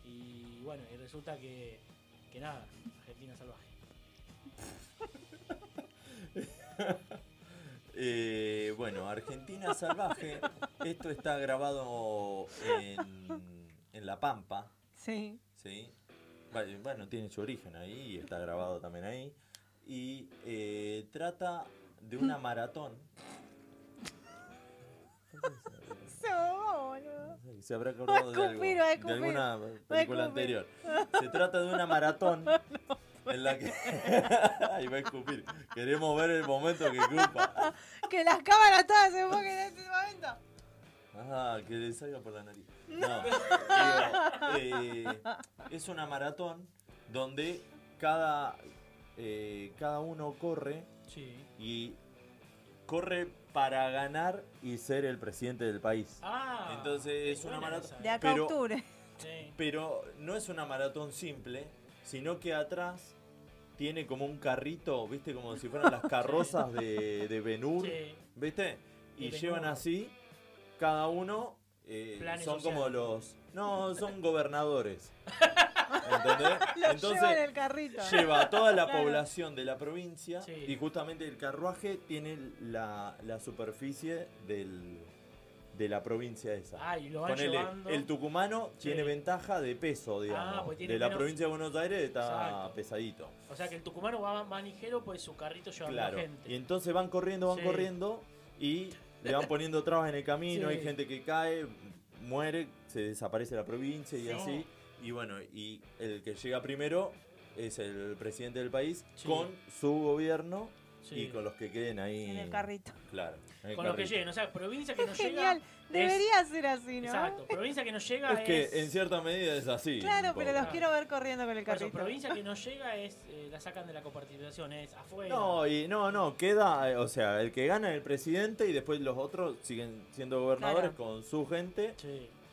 B: Y bueno, y resulta que, que nada, Argentina salvaje.
A: Eh, bueno, Argentina Salvaje. Esto está grabado en, en La Pampa.
C: Sí.
A: ¿sí? Vale, Bueno, tiene su origen ahí y está grabado también ahí. Y eh, trata de una maratón.
C: Se ahogó, boludo.
A: Se habrá acordado de,
C: Va a
A: algo,
C: escupir, va a
A: de
C: escupir.
A: alguna
C: Va a escupir.
A: película anterior. Se trata de una maratón
C: pues.
A: en la que... Ahí va a escupir. Queremos ver el momento que escupa.
C: Que las cámaras todas se enfoquen en este momento.
A: Ah, que le salga por la nariz. No. digo, eh, es una maratón donde cada, eh, cada uno corre
B: Sí.
A: y corre para ganar y ser el presidente del país.
B: Ah,
A: Entonces es una maratón.
C: De acá a
A: pero-
C: octubre.
B: ¿eh?
A: Pero no es una maratón simple, sino que atrás tiene como un carrito, ¿viste? Como si fueran las carrozas de, de Benur,
B: Sí.
A: ¿viste?
B: De
A: Y
B: Ben-Hur.
A: llevan así, cada uno, eh,
B: Planes
A: son como los...
B: sociales.
A: No, son gobernadores. ¿Entendés?
C: Lo lleva en el carrito.
A: lleva a toda la
C: Claro.
A: población de la provincia y justamente el carruaje tiene la, la superficie del, de la provincia esa.
B: Ah, y lo van
A: Ponele,
B: llevando.
A: el tucumano tiene ventaja de peso, digamos.
B: pues tiene
A: de la
B: menos-
A: provincia de Buenos Aires está
B: Exacto.
A: pesadito.
B: O sea que el tucumano va más ligero pues su carrito lleva
A: Claro.
B: más gente.
A: Y entonces van corriendo, van
B: Sí.
A: corriendo y le van poniendo trabas en el camino,
B: Sí.
A: hay gente que cae, muere, se desaparece la provincia y
B: Sí.
A: así. Y bueno, y el que llega primero es el presidente del país con su gobierno
B: Sí.
A: Y con los que queden ahí.
C: En el carrito.
A: Claro. en el
B: Con los que
A: carrito.
B: lleguen, o sea, provincia que no
C: Genial,
B: llega.
C: debería ser así, ¿no?
B: Exacto, provincia que no llega
A: Es
B: es.
A: que en cierta medida es así.
C: Claro,
A: un
C: pero
A: poco.
C: los quiero ver corriendo con el
B: Por eso,
C: carrito.
B: provincia que no llega es. eh, la sacan de la coparticipación, es afuera.
A: No, y no, no, queda, eh, o sea, el que gana es el presidente y después los otros siguen siendo gobernadores con su gente,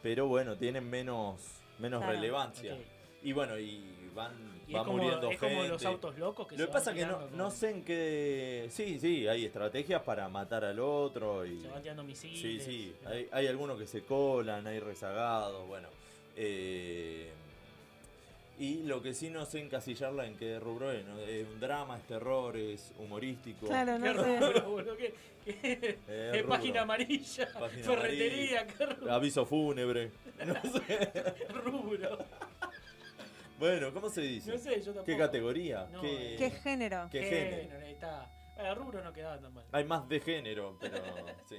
A: pero bueno, tienen menos, menos
B: Claro.
A: relevancia.
B: Ok.
A: Y bueno, y van,
B: Y
A: va
B: es como-
A: muriendo
B: es como
A: gente.
B: los autos locos que
A: Lo
B: se
A: que
B: van
A: pasa es que no,
B: tirando con-
A: no sé en qué... Sí, sí, hay estrategias para matar al otro y...
B: Se van tirando misiles.
A: Sí, sí, hay, hay algunos que se colan, hay rezagados, bueno. Eh, y lo que sí no sé encasillarla en qué rubro es, ¿no? Es un drama, es terror, es humorístico.
C: Claro, no
B: Qué
C: sé.
B: rubro, boludo, qué- qué-
A: Eh,
B: qué
A: rubro.
B: página amarilla,
A: Página
B: ferretería,
A: amarilla,
B: qué rubro.
A: Aviso fúnebre. No sé.
B: rubro.
A: Bueno, ¿cómo se dice?
B: No sé, yo tampoco.
A: ¿Qué categoría?
B: No,
A: ¿Qué,
C: ¿Qué eh, género?
A: ¿Qué género?
B: ahí está. Bueno, rubro no quedaba tan mal.
A: Hay más de género, pero sí.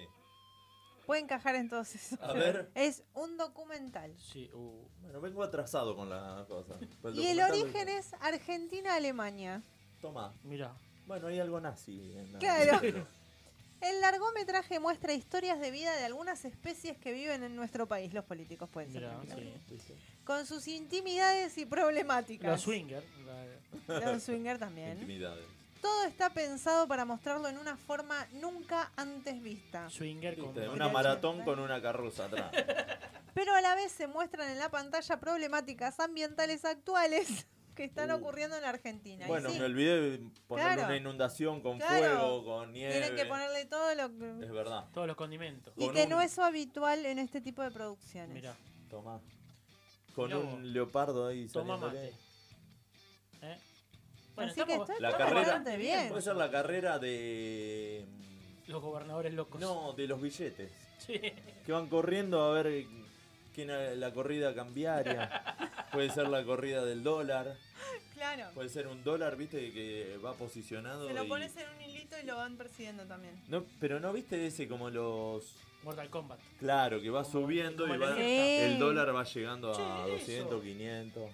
C: Puede encajar entonces.
A: A ver.
C: Es un documental.
B: Sí, uh.
A: Bueno, vengo atrasado con la cosa. Con
C: y el
A: documental
C: origen
A: de-
C: es Argentina-Alemania.
A: Toma.
B: Mira.
A: Bueno, hay algo nazi. En la-
C: Claro. El largometraje muestra historias de vida de algunas especies que viven en nuestro país. Los políticos pueden ser.
B: Mirá,
C: también.
B: sí.
C: Con sus intimidades y problemáticas.
B: Los swinger.
C: Los swinger también.
A: Intimidades.
C: Todo está pensado para mostrarlo en una forma nunca antes vista.
B: Swinger con.
A: Una maratón con una carroza atrás.
C: Pero a la vez se muestran en la pantalla problemáticas ambientales actuales que están ocurriendo en Argentina. Y
A: Uh. Bueno,
C: sí,
A: me olvidé de ponerle
C: Claro.
A: una inundación con
C: Claro.
A: fuego, con nieve.
C: tienen que ponerle todo lo
A: Es
C: que...
A: verdad.
B: Todos los condimentos.
C: Y
A: Con
C: que
A: un-
C: no es habitual en este tipo de producciones.
B: Mirá.
A: Tomá. Con
B: Mirá vos.
A: un leopardo ahí
B: Toma
A: saliéndole.
B: ¿Eh? Bueno,
C: Así que
B: estamos-
C: está-
A: La
C: Está
A: carrera.
C: bastante bien.
A: Puede ser la carrera de.
B: Los gobernadores locos.
A: No, de los billetes.
B: Sí.
A: Que van corriendo a ver quién es la corrida cambiaria. Puede ser la corrida del dólar.
C: Claro.
A: Puede ser un dólar, viste, que va posicionado.
C: Se lo
A: y-
C: pones en un hilito y lo van persiguiendo también.
A: No, pero no viste ese como los.
B: Mortal Kombat.
A: Claro, que va subiendo
B: como
A: y
B: la
A: va-
B: alerta.
A: el dólar va llegando a
B: Che,
A: 200,
B: eso.
A: 500.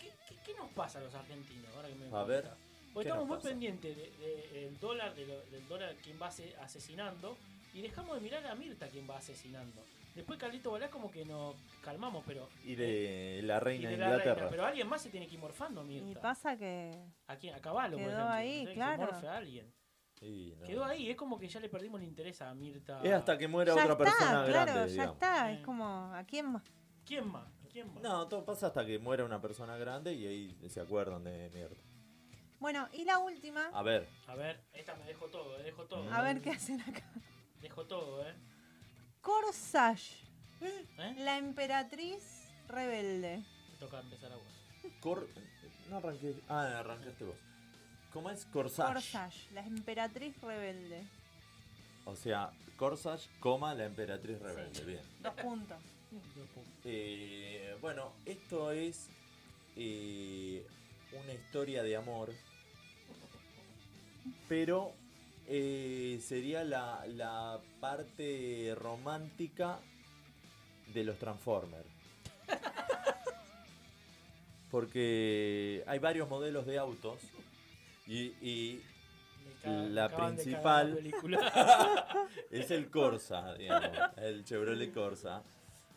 B: ¿Qué, qué nos pasa a los argentinos? Ahora que me doy
A: A ver,
B: cuenta.
A: ¿qué
B: Porque estamos
A: nos
B: muy
A: pasa?
B: pendientes de- de- del dólar, de lo- del dólar quien va ase- asesinando. Y dejamos de mirar a Mirta quien va asesinando. Después Carlito Balá como que nos calmamos, pero.
A: Y de la
B: y
A: reina de
B: de la reina,
A: Inglaterra.
B: pero alguien más se tiene que ir morfando a
C: Y
B: Mirta.
C: pasa que.
B: ¿A quién? A Caballo, por
C: Quedó
B: ejemplo.
C: ahí,
B: Entonces, que
C: claro.
B: morfe a alguien.
A: Y no.
B: Quedó ahí, es como que ya le perdimos el interés a Mirta.
A: Es hasta que muera otra
C: está,
A: persona
C: claro,
A: grande,
C: ya
A: digamos.
C: está. Es como, ¿a quién más?
B: ¿Quién más? ¿Quién más?
A: No, todo pasa hasta que muera una persona grande y ahí se acuerdan de mierda.
C: Bueno, y la última.
A: A ver,
B: A ver, esta me dejo todo, eh, dejo todo.
C: A ver qué hacen acá.
B: Dejo todo, ¿eh?
C: Corsage.
B: ¿Eh?
C: La emperatriz rebelde.
B: Me toca empezar a vos.
A: cor... no arranqué. Ah, arrancaste vos. ¿Cómo es Corsage?
C: Corsage. La emperatriz rebelde.
A: O sea, Corsage, coma, la emperatriz rebelde. Bien.
C: Dos puntos.
A: Eh, bueno, esto es eh, una historia de amor, pero eh, sería la, la parte romántica de los Transformers. Porque hay varios modelos de autos y, y
B: ca-
A: la
B: acaban de
A: principal
B: cagar la película.
A: es el Corsa, digamos, el Chevrolet Corsa.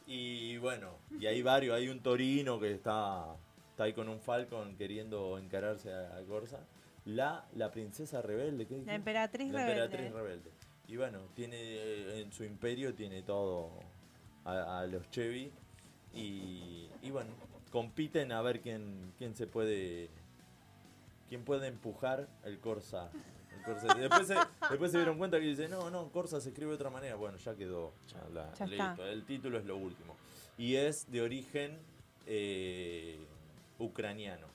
A: Y bueno, y hay varios, hay un Torino que está, está ahí con un Falcon queriendo encararse a, a Corsa. La, la princesa rebelde, ¿qué dije?
C: La emperatriz
A: La emperatriz
C: rebelde.
A: rebelde. Y bueno, tiene eh, en su imperio tiene todo a, a los Chevy. Y, y bueno, compiten a ver quién, quién se puede. quién puede empujar el Corsa. El Corsa. Después, se, después se dieron cuenta que dice, no, no, Corsa se escribe de otra manera. Bueno, ya quedó. ya la-
C: Ya
A: listo.
C: está.
A: El título es lo último. Y es de origen eh, ucraniano.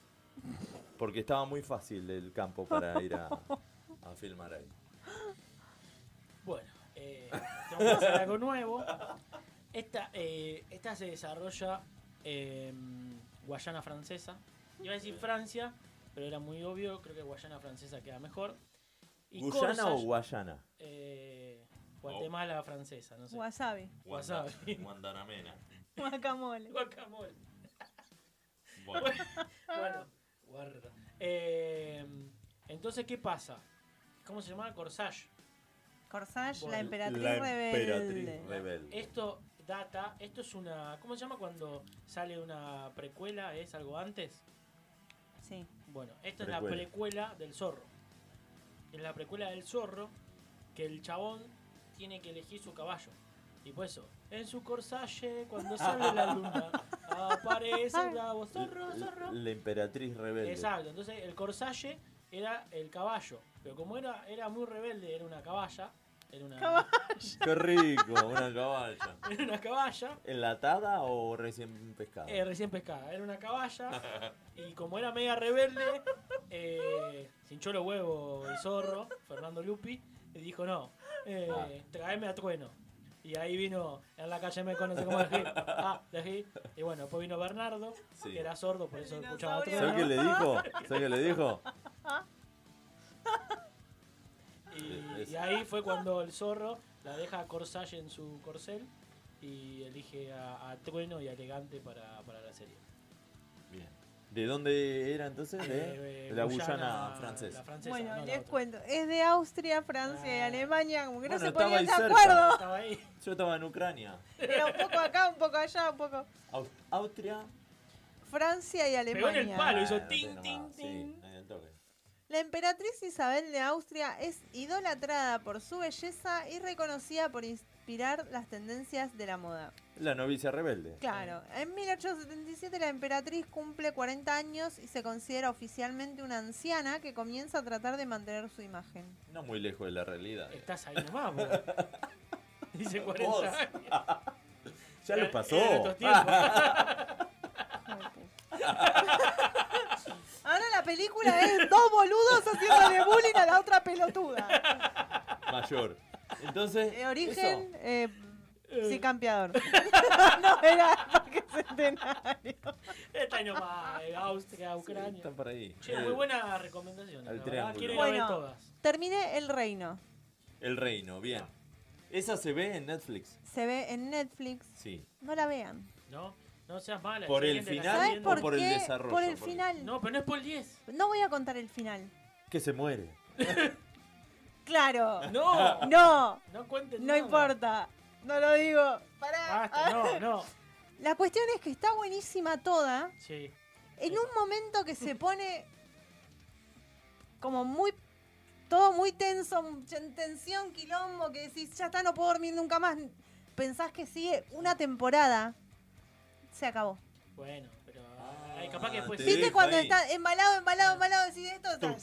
A: Porque estaba muy fácil el campo para ir a, a filmar ahí.
B: Bueno, eh, tengo que hacer algo nuevo. Esta, eh, esta se desarrolla en Guayana Francesa. Iba a decir Francia, pero era muy obvio. Creo que Guayana Francesa queda mejor. Y
A: ¿Guyana o Oh.
B: Corsage,
A: Guayana?
B: eh, Guatemala Francesa, no sé.
C: Wasabi.
B: Wasabi.
A: Guantanamera.
C: Guacamole.
B: Guacamole. bueno, guarda. Eh, entonces, ¿qué Em, pasa? ¿Cómo se llamaba? Corsage.
C: Corsage,
B: Bueno.
C: la emperatriz,
A: La emperatriz
C: rebelde.
A: rebelde.
B: Esto data, esto es una. ¿Cómo se llama cuando sale una precuela? ¿Es algo antes?
C: Sí.
B: Bueno, esta es la
A: Precuela.
B: precuela del zorro. Es la precuela del zorro que el chabón tiene que elegir su caballo. Y por eso, en su corsaje, cuando sale la luna, aparece el bravo zorro, zorro.
A: La emperatriz rebelde.
B: Exacto, entonces el corsaje era el caballo. Pero como era, era muy rebelde, era una caballa. Era una
A: Qué rico, una caballa.
B: Era una caballa.
A: ¿Enlatada o recién pescada?
B: eh, recién pescada, era una caballa y como era media rebelde, eh, se hinchó los huevos el zorro, Fernando Lupi, y dijo, no, eh,
A: Ah.
B: traeme a Trueno. Y ahí vino, en la calle me conoce como Gil. Ah, de Gil. Y bueno, después vino Bernardo,
A: Sí.
B: que era sordo, por eso escuchaba a Trueno.
A: ¿Sabes qué le dijo? ¿Sabes qué le dijo? Eh,
B: Y, y ahí fue cuando el zorro la deja a Corsage en su corcel y elige a, a Trueno y a Elegante para, para la serie.
A: Bien. ¿De dónde era entonces? De,
B: Eh,
A: de la
B: Guyana,
A: Guyana
B: la
A: francesa.
B: francesa,
C: Bueno,
B: no la
C: les
B: otra. Ah.
C: cuento. Es de Austria, Francia y Alemania, como que no
A: Bueno,
C: se ponían de
A: cerca.
C: acuerdo.
A: Yo estaba en Ucrania.
C: Era un poco acá, un poco allá, un poco.
A: Aus- Austria.
C: Francia y Alemania.
B: Pegó en el palo, hizo
A: Ah,
B: ting,
A: no
B: ting.
A: tengo más. Sí, en el toque.
C: La emperatriz Isabel de Austria es idolatrada por su belleza y reconocida por inspirar las tendencias de la moda.
A: La novicia rebelde.
C: Claro, en 1877 la emperatriz cumple 40 años y se considera oficialmente una anciana que comienza a tratar de mantener su imagen.
A: No muy lejos de la realidad.
B: Estás ahí nomás, vos. Dice 40
A: Vos.
B: años.
A: Ya les
B: Era-
A: pasó.
B: era de estos
A: tiempos.
C: Ahora la película es dos boludos haciéndole bullying a la otra pelotuda.
A: Mayor. Entonces.
C: De origen, eh, sí, campeador. no, era porque centenario.
B: Está ahí nomás, eh, Austria, Ucrania.
A: Están por ahí. Eh,
B: Che, muy
A: El-
B: buenas recomendaciones.
A: al
B: la verdad,
A: triángulo.
B: quiero ir a ver
C: Bueno,
B: todas.
C: terminé El Reino.
A: El reino, bien. Esa se ve en Netflix.
C: Se ve en Netflix.
A: Sí.
C: No la vean.
B: No, no seas mala.
A: ¿Por
B: che,
A: el
B: gente, la
A: final
B: estás
A: o
B: viendo.
A: por el desarrollo?
C: Por el
A: Porque-
C: final.
B: No, pero no es por el 10.
C: No voy a contar el final.
A: Que se muere.
C: Claro.
B: No.
C: No.
B: No cuenten
C: No
B: nada.
C: importa. No lo digo. Ah.
B: Basta, no, no.
C: La cuestión es que está buenísima toda.
B: Sí.
C: En un momento que se pone como muy... Todo muy tenso, mucha tensión, quilombo, que decís, ya está, no puedo dormir nunca más. Pensás que sigue una temporada. Se acabó.
B: Bueno, pero. ay, capaz que después.
A: Ah, te
C: ¿Viste
A: deja
C: cuando
A: ahí.
C: está embalado, embalado, embalado? Decís, esto está,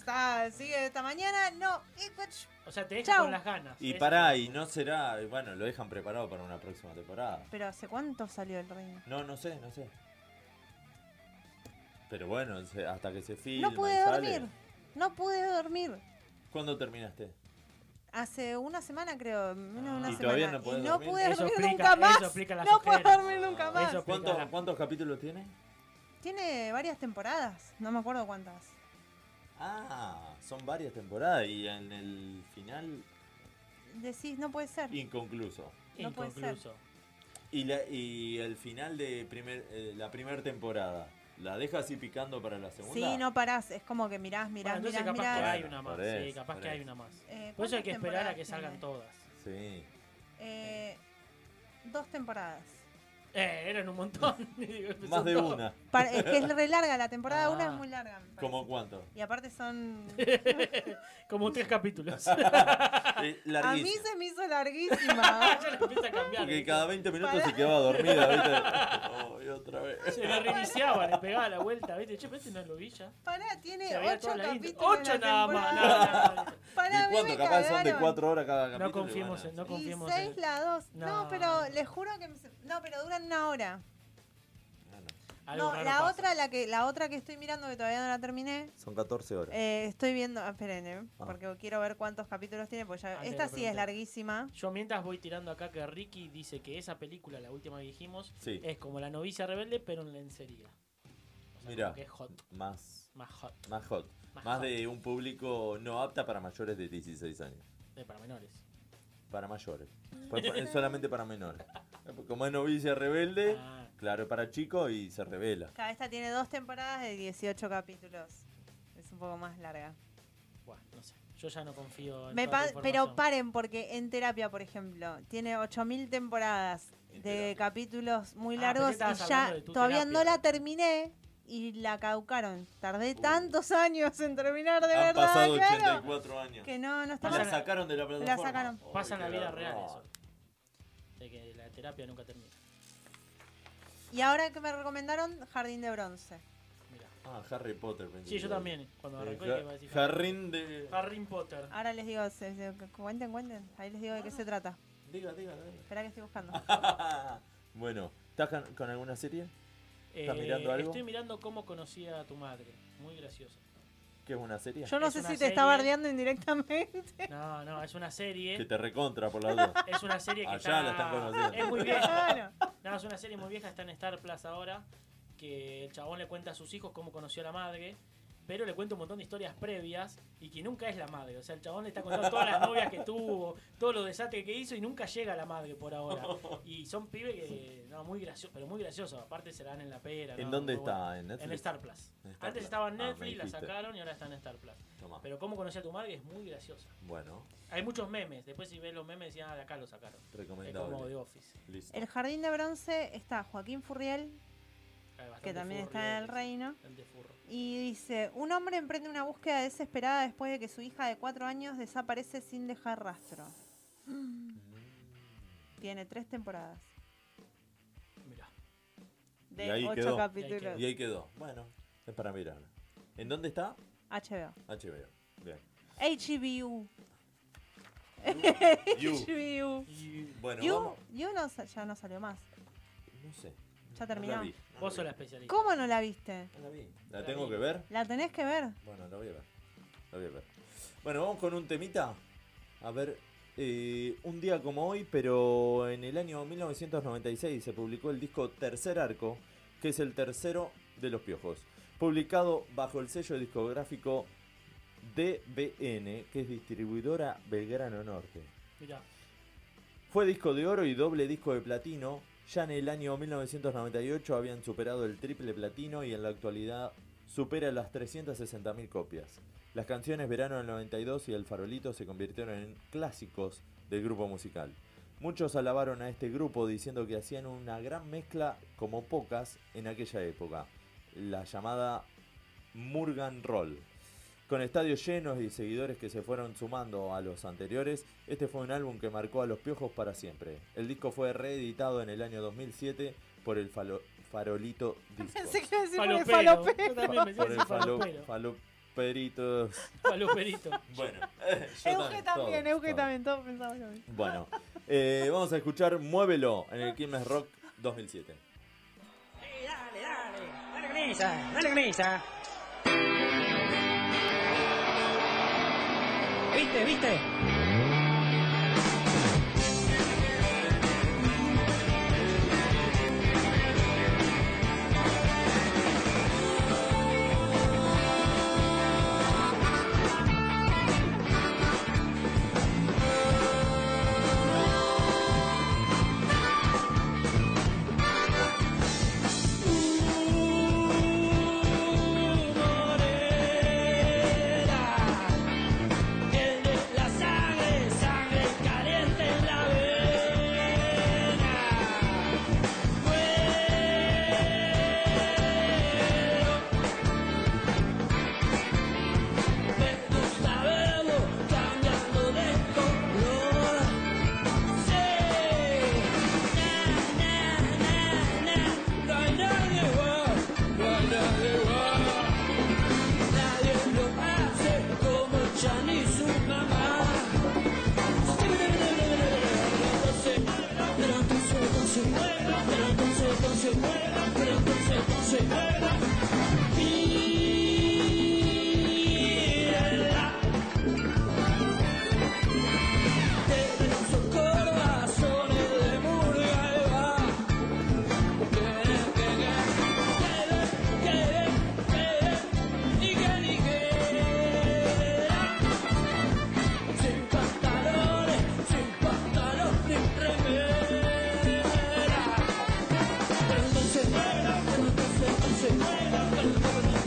C: está, sigue esta mañana. No. pues,
B: O sea, te deja
C: Chau.
B: con las ganas.
A: Y
B: Es-
A: pará, y no será. Bueno, lo dejan preparado para una próxima temporada.
C: Pero ¿hace cuánto salió el reino?
A: No, no sé, no sé. Pero bueno, se- hasta que se filma
C: No pude
A: y sale.
C: dormir. No pude dormir.
A: ¿Cuándo terminaste?
C: Hace una semana creo, menos de una
A: Ah. ¿Y
C: semana.
A: todavía no podés
C: y no
A: dormir?
C: pude
B: Eso
C: dormir
B: explica-
C: nunca
B: eso
C: más.
B: explica las
C: no pude
B: ojeras.
C: dormir nunca más.
B: Eso explica
A: ¿Cuántos-
B: la-
A: ¿Cuántos capítulos tiene?
C: Tiene varias temporadas, no me acuerdo cuántas.
A: Ah, son varias temporadas y en el final
C: Decís, no puede ser.
A: inconcluso.
C: No puede ser.
B: Inconcluso.
A: Y, la, y el final de primer, eh, la primera temporada, ¿la dejas así picando para la segunda?
C: Sí, no parás, es como que mirás, mirás,
B: Bueno, entonces
C: mirás,
B: capaz que
C: mirás.
B: hay una más.
A: Por eso,
B: sí, capaz
A: por
B: que hay
A: eso.
B: una más.
C: Eh,
B: por eso hay
C: ¿cuántas
B: que esperar a que
C: temporadas
B: salgan
C: tiene?
B: todas.
A: Sí.
C: Eh, dos temporadas.
B: Eh, eran un montón. Digo,
C: Pues
A: Más
B: son
A: de
B: todas.
A: una.
C: Pa- es que es re larga, la temporada
B: Ah.
C: una es muy larga. me parece.
A: ¿Cómo cuánto?
C: Y aparte son...
B: Como tres capítulos.
A: Eh,
C: a mí
A: larguísima.
C: se me hizo larguísima.
B: Ya le empieza a cambiar.
A: Porque
B: ¿viste?
A: cada 20 minutos
C: Pará.
A: se quedaba dormida, ¿viste? Oh, y otra vez.
B: Se le reiniciaba, le pegaba la vuelta, ¿viste? Che, pero este no lo vi ya.
C: Pará,
B: Se
C: tiene
B: había
C: ocho
B: toda la intro.
C: capítulos.
B: Ocho
C: la
B: nada más,
C: temporada.
B: nada, nada, nada.
C: Pará, a
A: ¿Y
C: mí
A: cuánto?
C: me
A: Capaz son de
C: cagaron.
A: 4 horas cada capítulo.
B: No confiemos en, no
C: Y
B: confiemos
C: seis
B: en.
C: la dos. No.
B: No.
C: pero les juro que me se- no, pero duran una hora.
B: Algo
C: no,
B: raro
C: la
B: pasa.
C: otra la que la otra que estoy mirando que todavía no la terminé.
A: Son 14 horas.
C: eh, estoy viendo, ah, esperen, eh,
A: Ah.
C: porque quiero ver cuántos capítulos tiene, pues ya
B: Antes
C: esta
B: de
C: sí es
B: preguntar.
C: larguísima.
B: Yo mientras voy tirando acá que Ricky dice que esa película, la última que dijimos,
A: Sí.
B: es como la novicia rebelde, pero en lencería.
A: Mira,
B: como que es hot.
A: más,
B: Más hot.
A: más hot.
B: Más
A: Más,
B: hot.
A: de un público no apta para mayores de 16 años.
B: De para menores.
A: Para mayores. Pa- pa- es solamente para menores. Como es novicia rebelde,
B: Ah.
A: claro, es para chicos y se revela.
C: Cada esta tiene dos temporadas de 18 capítulos. Es un poco más larga.
B: Bueno, no sé. yo ya no confío en
C: Me
B: toda
C: pa-
B: tu
C: pero
B: información.
C: paren, porque en terapia, por ejemplo, tiene 8.000 temporadas de capítulos muy
B: Ah,
C: largos
B: pensé que
C: y
B: estabas
C: ya
B: hablando de tu
C: todavía
B: terapia.
C: no la terminé y la caducaron. Tardé tantos años en terminar de
A: Han
C: verdad.
A: pasado
C: claro,
A: 84 años.
C: Que no, no está
A: La
C: mal.
A: sacaron de la plataforma.
C: La sacaron.
B: Pasa en la
A: qué
B: vida
A: garrón.
B: real eso. De que la terapia nunca termina.
C: Y ahora que me recomendaron Jardín de Bronce.
A: Ah, Harry Potter. pensé
B: Sí,
A: que
B: yo
A: era.
B: también. Cuando
A: Eh,
B: arrancó
A: Ja-
B: dije, va a decir
A: Jarrín de...
B: Harry Potter.
C: Ahora les digo, se- se- cuenten, cuenten. Ahí les digo de qué se trata.
A: Diga, diga,
C: Espera que estoy buscando.
B: Ah,
A: Bueno, ¿estás con, con alguna serie? ¿Estás
B: Eh,
A: mirando algo?
B: Estoy mirando cómo conocí a tu madre. Muy gracioso.
A: ¿Qué es una serie?
C: Yo no
B: Es
C: sé
B: una
C: si te está
B: serie-
C: bardeando indirectamente.
B: No, no, es una serie.
A: Que te recontra por la duda.
B: Es una serie que
A: Allá
B: está...
A: la están conociendo.
B: Es muy vieja. No, es una serie muy vieja, está en Star Plus ahora, que el chabón le cuenta a sus hijos cómo conoció a la madre, pero le cuenta un montón de historias previas y que nunca es la madre. O sea, el chabón le está contando todas las novias que tuvo, todos los desastres que hizo y nunca llega a la madre por ahora. Y son pibes que, no, muy graciosos, pero muy graciosos. Aparte se la dan en la pera.
A: ¿En
B: ¿no?
A: dónde
B: Muy
A: está?
B: bueno.
A: ¿En Netflix?
B: En Star Plus.
A: En Star
B: Antes
A: Plus.
B: estaba en
A: Ah, me
B: Netflix, la
A: dijiste.
B: sacaron y ahora está en Star Plus.
A: Tomá.
B: Pero cómo conocí a tu madre es muy graciosa.
A: Bueno,
B: Hay muchos memes. Después si ves los memes decían, ah, de acá lo sacaron.
A: recomendable.
B: Es como de Office.
A: Listo.
C: El Jardín de Bronce está Joaquín Furriel, que también está en el reino.
B: El de furro.
C: Y dice, un hombre emprende una búsqueda desesperada después de que su hija de cuatro años desaparece sin dejar rastro. Tiene tres temporadas.
B: Mirá.
A: y
C: De
A: ahí
C: ocho
A: quedó.
C: capítulos.
A: Y ahí quedó. Bueno, es para mirar. ¿En dónde está?
C: HBO.
A: HBO. Bien.
C: HBO.
A: You.
C: HBO.
A: Bueno,
C: You-
A: vamos.
C: You no sa- ya no salió más.
A: No sé.
C: Ya terminó.
A: No la vi.
B: Vos sos la especialista.
C: ¿Cómo no la viste?
A: No la vi. ¿La tengo que ver?
C: La tenés que ver.
A: Bueno, la voy a ver. La voy a ver. Bueno, vamos con un temita. A ver, eh, un día como hoy, pero en el año 1996 se publicó el disco Tercer Arco, que es el tercero de los piojos. Publicado bajo el sello discográfico DBN, que es distribuidora Belgrano Norte.
B: Mirá.
A: Fue disco de oro y doble disco de platino. Ya en el año 1998 habían superado el triple platino y en la actualidad supera las 360.000 copias. Las canciones Verano del 92 y El Farolito se convirtieron en clásicos del grupo musical. Muchos alabaron a este grupo diciendo que hacían una gran mezcla como pocas en aquella época, la llamada Murgan Roll. Con estadios llenos y seguidores que se fueron sumando a los anteriores, este fue un álbum que marcó a los piojos para siempre. El disco fue reeditado en el año 2007 por el falo- Farolito Disco.
C: Pensé que iba a decir por el
B: Falopero.
C: falopero.
B: Yo también pensé
A: Por
B: que
A: el
B: era
A: falo-
B: falopero.
A: faloperitos.
B: Faloperito.
A: Bueno, eh,
C: Euge también,
A: todos,
C: Euge
A: todos.
C: también, todos pensamos lo mismo.
A: Bueno, eh, vamos a escuchar Muévelo en el Quilmes Rock 2007.
N: Dale, dale, dale con esa, dale con esa. ¿Viste, viste? El de la sangre, sangre caliente en la vena. Vuelo. Ver tus labios cambiando de color. Sí. Na, na, na, na. No hay nadie igual, no hay nadie igual. Nadie lo hace como ya ni su mamá. Mírala. Desde sus corazones de murga Nique, nique, sin pantalones, sin pantalones, ni remera. Pero entonces, pero entonces, entonces,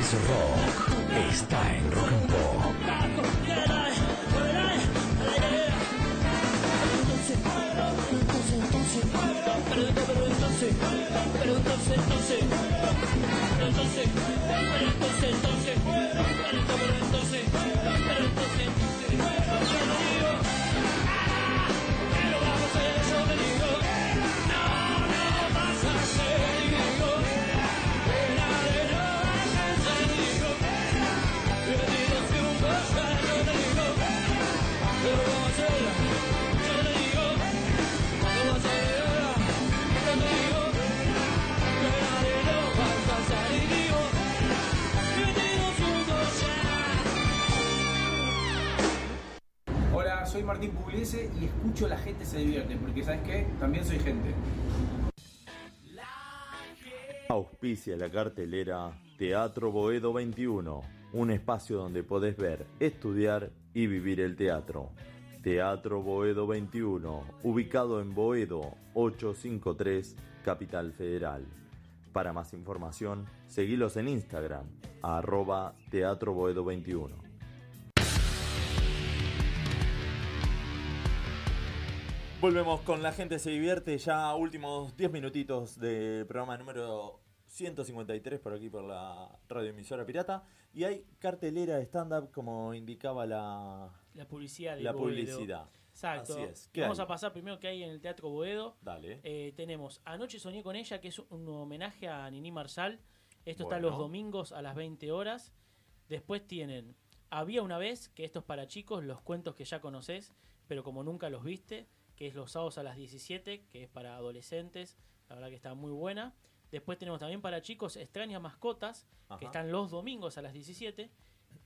E: Es rock. Está en rock and pop.
O: Hola, soy Martín Pugliese y escucho La gente se divierte, porque ¿sabes qué? También soy gente.
A: Auspicia la cartelera Teatro Boedo 21, un espacio donde podés ver, estudiar y vivir el teatro. Teatro Boedo 21, ubicado en Boedo 853, Capital Federal. Para más información, seguilos en Instagram, arroba Teatro Boedo 21. Volvemos con La Gente Se Divierte, ya últimos 10 minutitos de programa número 153 por aquí por la radioemisora pirata. Y hay cartelera de stand-up como indicaba la,
B: La publicidad de
A: la
B: Boedo.
A: publicidad.
B: Exacto.
A: Así es. ¿Qué
B: Vamos
A: hay?
B: a pasar primero que hay en el Teatro Boedo.
A: Dale.
B: Eh, tenemos Anoche soñé con ella, que es un homenaje a Nini Marsal. Esto está
A: Bueno.
B: los domingos a las 20 horas. Después tienen Había una vez, que esto es para chicos, los cuentos que ya conoces, pero como nunca los viste, que es los sábados a las 17, que es para adolescentes. La verdad que está muy buena. Después tenemos también para chicos Extrañas Mascotas,
A: Ajá.
B: que están los domingos a las 17.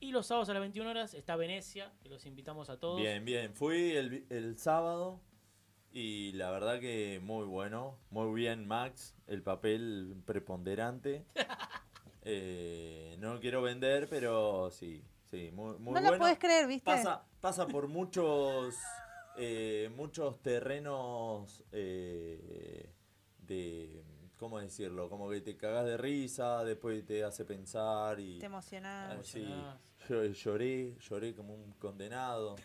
B: Y los sábados a las 21 horas está Venecia, que los invitamos a todos.
A: Bien, bien. Fui el, vi- el sábado y la verdad que muy bueno. Muy bien, Max. El papel preponderante. Eh, no quiero vender, pero sí, sí, muy, muy
C: No
A: bueno.
C: la puedes creer, ¿viste?
A: Pasa, pasa por muchos, eh, muchos terrenos eh, de, ¿cómo decirlo? Como que te cagas de risa, después te hace pensar y...
C: Te emocionás.
A: Ah, sí.
C: Emocionás.
A: Yo- lloré, lloré como un condenado.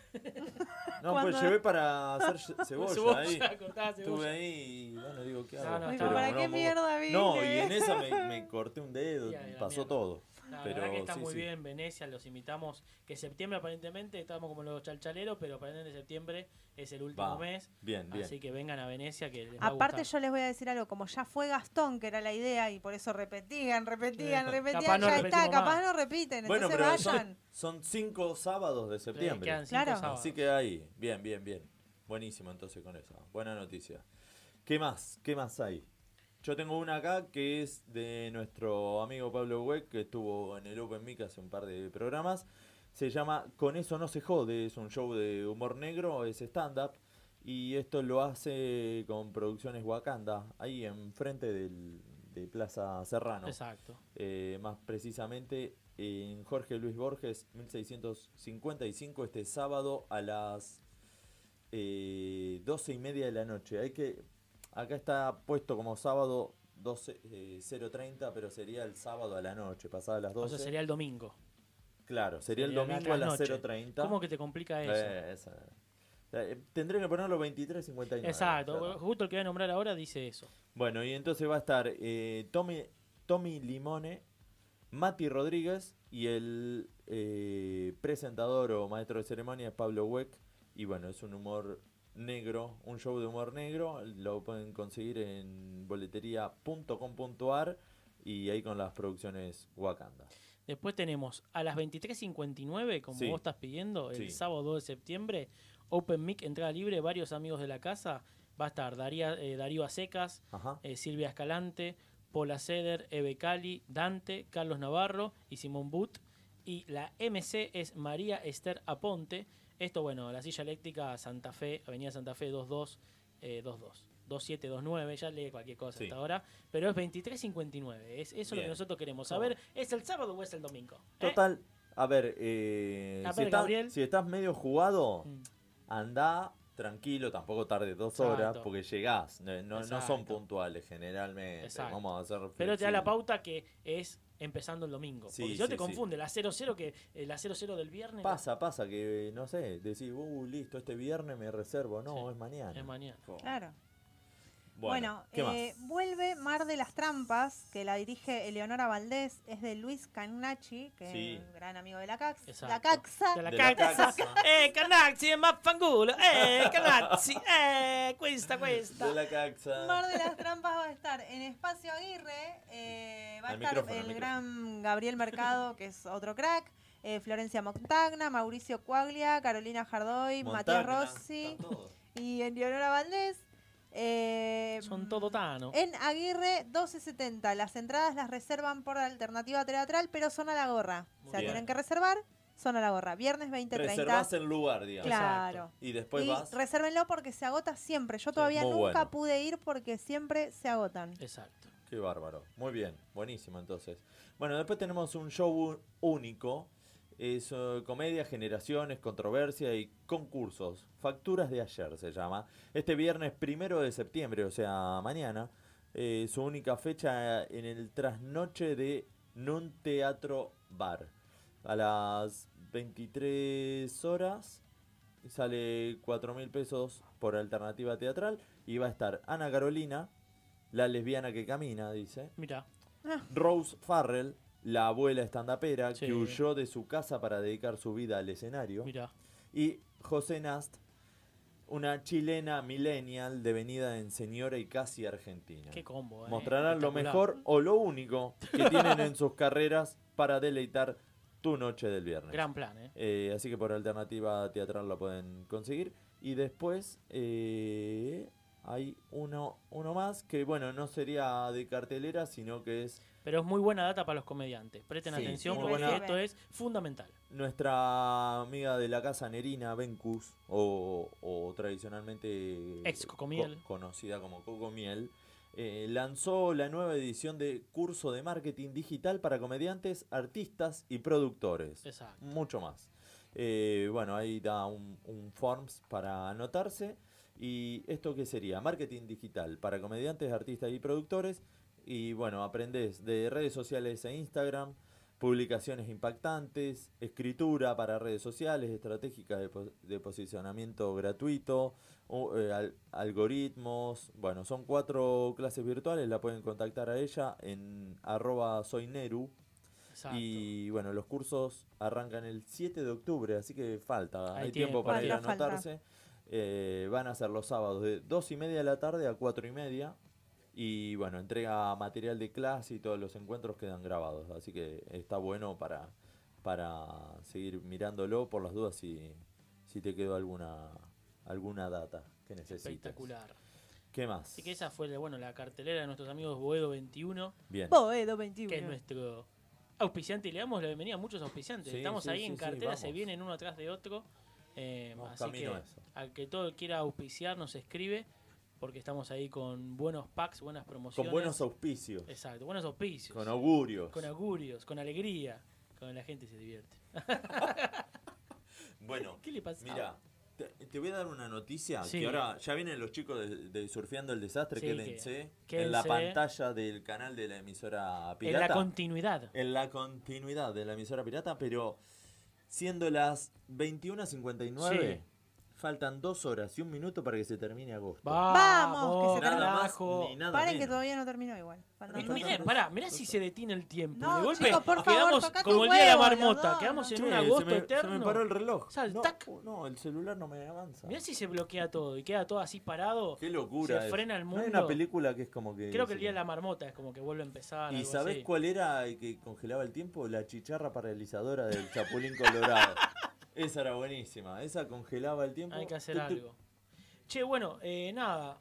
A: No,
C: Cuando-
A: pues llevé para hacer ce- cebolla,
B: Cebolla,
A: ahí.
B: cortá cebolla.
A: Estuve ahí y bueno, digo, ¿qué
B: No,
A: hago?
B: no,
A: Pero
B: estaba- ¿para
A: no,
B: qué
A: mo-
B: mierda
A: No, y
B: vine?
A: en esa me, me corté un dedo,
B: Y a la
A: pasó
B: mierda.
A: todo.
B: La
A: pero
B: verdad que está
A: sí,
B: muy
A: sí.
B: bien Venecia, los invitamos. Que septiembre aparentemente estamos como los chalchaleros, pero aparentemente septiembre es el último
A: Va,
B: mes.
A: bien, bien.
B: Así que vengan a Venecia que les va a
C: Aparte
B: gustar.
C: yo les voy a decir algo, como ya fue Gastón, que era la idea, y por eso repetían, repetían,
B: Sí.
C: repetían,
B: Capaz no
C: ya está,
B: repetimos
C: capaz
B: más.
C: no repiten,
A: Bueno,
C: entonces
A: pero
C: vayan.
A: son, son cinco sábados de septiembre.
B: quedan cinco Claro. sábados.
A: Así que ahí, bien, bien, bien. Buenísimo entonces con eso. Buena noticia. ¿Qué más? ¿Qué más hay? Yo tengo una acá que es de nuestro amigo Pablo Weck, que estuvo en el Open Mic hace un par de programas. Se llama Con eso no se jode, es un show de humor negro, es stand-up. Y esto lo hace con producciones Wakanda, ahí enfrente del, de Plaza Serrano.
B: Exacto.
A: Eh, más precisamente en Jorge Luis Borges 1655 este sábado a las eh, 12 y media de la noche. Hay que acá está puesto como sábado 12, eh, 0.30, pero sería el sábado a la noche, pasada las
B: O
A: 12.
B: sea, sería el domingo.
A: Claro, sería, el domingo a las 0.30.
B: ¿Cómo que te complica eso?
A: Eh, esa- eh, Tendré que ponerlo 23.59.
B: Exacto,
A: Claro.
B: justo el que voy a nombrar ahora dice eso.
A: Bueno, y entonces va a estar eh, Tommy, Tommy Limone, Mati Rodríguez y el eh, presentador o maestro de ceremonia es Pablo Weck. Y bueno, es un humor negro, un show de humor negro. Lo pueden conseguir en boletería.com.ar y ahí con las producciones Wakanda.
B: Después tenemos a las 23.59, como
A: Sí.
B: vos estás pidiendo, el
A: Sí.
B: sábado 2 de septiembre, Open Mic, entrada libre, varios amigos de la casa. Va a estar Daría- eh, Darío Acecas,
A: Ajá.
B: eh, Silvia Escalante, Paula Ceder, Eve Cali, Dante, Carlos Navarro y Simón But. Y la MC es María Esther Aponte. Esto, bueno, la silla eléctrica Santa Fe, Avenida Santa Fe 22, eh, 22, 2729, ya leí cualquier cosa
A: Sí.
B: hasta ahora. Pero es 23.59, es, eso es lo que
A: Bien.
B: nosotros queremos
A: Cómo
B: saber. ¿Es el sábado o es el domingo? ¿Eh?
A: Total, a ver, eh,
B: A
A: si,
B: ver,
A: estás,
B: Gabriel. Mm.
A: si estás medio jugado, anda, tranquilo, tampoco tarde dos
B: Exacto.
A: horas, porque llegás. No, no- no son
B: Exacto.
A: puntuales generalmente.
B: Exacto.
A: Vamos a hacer
B: Pero te da la
A: flexible.
B: pauta que es empezando el domingo.
A: Sí,
B: porque si no
A: sí,
B: te
A: sí.
B: confunde la 0-0 que eh, la 0-0 del viernes.
A: Pasa, pasa que, no sé, decís, uh, listo, este viernes me reservo. No, es mañana.
B: Es mañana.
C: Claro.
A: Bueno,
C: Bueno,
A: ¿qué más?
C: eh, vuelve Mar de las Trampas, que la dirige Eleonora Valdés, es de Luis Canachi, que
B: Sí.
C: es un gran amigo de la Cax.
B: Exacto.
C: La Caxa.
B: De la cacca. eh, Canazzi, maffangulo. Eh, Canazzi, eh, questa, questa.
A: De la caxa.
C: Mar de las Trampas va a estar en Espacio Aguirre, eh, va a
A: Al
C: estar
A: micrófono, al
C: el
A: micrófono.
C: gran Gabriel Mercado, que es otro crack, eh, Florencia Montagna, Mauricio Cuaglia, Carolina Jardoy, Matías
B: Montagna,
C: Rossi y Eleonora Valdés. Eh,
B: Son todo Tano.
C: En Aguirre 1270, las entradas las reservan por alternativa teatral, pero son a la gorra. o sea,
A: bien.
C: tienen que reservar, son a la gorra. Viernes 2030.
A: Reservás el lugar, digamos.
C: Claro.
A: Exacto. Y después
C: y
A: vas.
C: resérvenlo porque se agota siempre. Yo todavía
A: Muy
C: nunca
A: bueno. Eh,
C: pude ir porque siempre se agotan.
B: Exacto.
A: Qué bárbaro. Muy bien, buenísimo entonces. Bueno, después tenemos un show u- único. Es eh, comedia, generaciones, controversia y concursos. Facturas de ayer se llama. Este viernes primero de septiembre, o sea, mañana. eh, su única fecha eh, en el trasnoche de Nun Teatro Bar. A las 23 horas sale 4 mil pesos por alternativa teatral. Y va a estar Ana Carolina, la lesbiana que camina, dice.
B: Mira.
A: Rose Farrell, la abuela estandapera que huyó de su casa para dedicar su vida al escenario.
B: Mirá.
A: Y José Nast, una chilena millennial devenida en señora y casi argentina.
B: Qué combo, eh.
A: Mostrarán lo
B: Espectacular.
A: mejor o lo único que tienen en sus carreras para deleitar tu noche del viernes.
B: Gran plan, eh.
A: Eh, así que por alternativa teatral lo pueden conseguir. Y después eh, hay uno, uno más que, bueno, no sería de cartelera, sino que es
B: Pero es muy buena data para los comediantes. Presten
A: Sí,
B: atención
A: muy
B: porque
A: buena-
B: esto es fundamental.
A: nuestra amiga de la casa Nerina Bencus, o, o tradicionalmente eh,
B: Ex Cocomiel.
A: co- conocida como Coco Miel, eh, lanzó la nueva edición de curso de marketing digital para comediantes, artistas y productores.
B: Exacto.
A: Mucho más. Eh, bueno, ahí da un, un forms para anotarse. ¿Y esto qué sería? Marketing digital para comediantes, artistas y productores. Y bueno, aprendes de redes sociales e Instagram, publicaciones impactantes, escritura para redes sociales, estratégicas de, po- de posicionamiento gratuito, o, eh, al- algoritmos. Bueno, son cuatro clases virtuales, la pueden contactar a ella en arroba soyneru.
B: Exacto.
A: Y bueno, los cursos arrancan el 7 de octubre, así que falta,
B: Hay
A: hay, tiempo,
B: tiempo.
A: para ir a
B: Falta, falta.
A: anotarse. Eh, van a ser los sábados de 2 y media de la tarde a 4 y media. Y bueno, entrega material de clase y todos los encuentros quedan grabados. Así que está bueno para, para seguir mirándolo por las dudas si, si te quedó alguna, alguna data que necesites.
B: Espectacular.
A: ¿Qué más?
B: Así que esa fue bueno, la cartelera de nuestros amigos Boedo 21.
A: Bien.
C: Boedo 21.
B: Que es nuestro auspiciante. Y le damos la bienvenida a muchos auspiciantes.
A: Sí,
B: Estamos
A: sí,
B: ahí
A: sí,
B: en
A: sí,
B: cartera, se
A: vamos.
B: vienen uno atrás de otro. Eh,
A: Vamos
B: así que
A: camino a eso.
B: al que todo quiera auspiciar nos escribe. Porque estamos ahí con buenos packs, buenas promociones.
A: Con buenos auspicios.
B: Exacto, buenos auspicios.
A: Con augurios.
B: Con augurios, con alegría. Con la gente se divierte.
A: Bueno,
B: ¿Qué le pasaba?
A: Mira, te, te voy a dar una noticia
B: Sí.
A: que ahora ya vienen los chicos de, de Surfeando el Desastre,
B: Sí, que-
A: quédense, en
B: quédense.
A: la pantalla del canal de la emisora
B: En la
A: pirata. Eh,
B: continuidad.
A: En la continuidad de la emisora pirata, pero siendo las 21.59, faltan dos horas y un minuto para que se termine agosto.
C: Vamos, que se
A: Nada
C: termina.
A: más ni nada
C: Paren
A: menos.
C: que todavía no terminó igual. Faltan dos
B: Eh, Mirá,
C: horas.
B: pará, mirá si se detiene el tiempo.
C: No,
B: de golpe
C: chicos, por favor,
B: quedamos
C: tocá
B: como
C: tus
B: el día de la
C: huevos,
B: marmota.
C: no,
B: quedamos en
A: Che,
B: un
A: se
B: agosto
A: me- se me
B: eterno.
A: paró el reloj.
B: Sal,
A: No,
B: tac.
A: No, el celular no me avanza.
B: Mirá si se bloquea todo y queda todo así parado.
A: Qué locura.
B: Se
A: es.
B: frena el
A: No
B: mundo.
A: hay una película que es como que.
B: Creo que el
A: se-
B: día de la marmota es como que vuelve a empezar.
A: ¿Y
B: algo
A: sabés
B: así.
A: cuál era el que congelaba el tiempo? La chicharra paralizadora del Chapulín Colorado. esa era buenísima. Esa congelaba el tiempo.
B: Hay que hacer
A: Tuc, tuc.
B: algo. Che, bueno, eh, nada.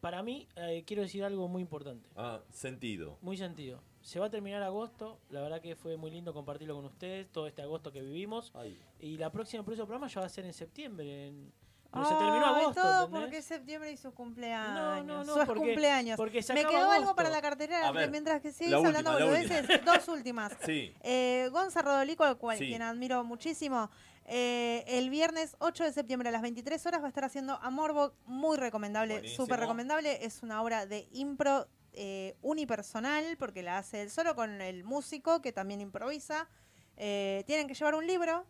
B: Para mí, eh, quiero decir algo muy importante.
A: Ah, sentido.
B: Muy sentido. Se va a terminar agosto. La verdad que fue muy lindo compartirlo con ustedes. Todo este agosto que vivimos.
A: Ay.
B: Y la próxima, el próximo programa ya va a ser en septiembre. En, Pero se terminó
C: Ay,
B: agosto,
C: todo
B: ¿entendés?
C: porque es septiembre y sus cumpleaños.
B: No, no, no,
C: sus
B: porque-
C: cumpleaños.
B: porque se
C: Me
B: acaba
C: quedó algo
B: agosto.
C: para la cartera
A: A ver,
C: mientras que seguís
A: la última,
C: hablando
A: la
C: boludeces.
A: última.
C: Dos últimas.
A: Sí.
C: Eh, Gonza Rodolico, al cual
A: Sí.
C: quien admiro muchísimo. eh, el viernes 8 de septiembre a las 23 horas va a estar haciendo Amorbo, muy recomendable,
A: Buenísimo.
C: súper recomendable. Es una obra de impro eh, unipersonal porque la hace él solo con el músico que también improvisa. Eh, tienen que llevar un libro.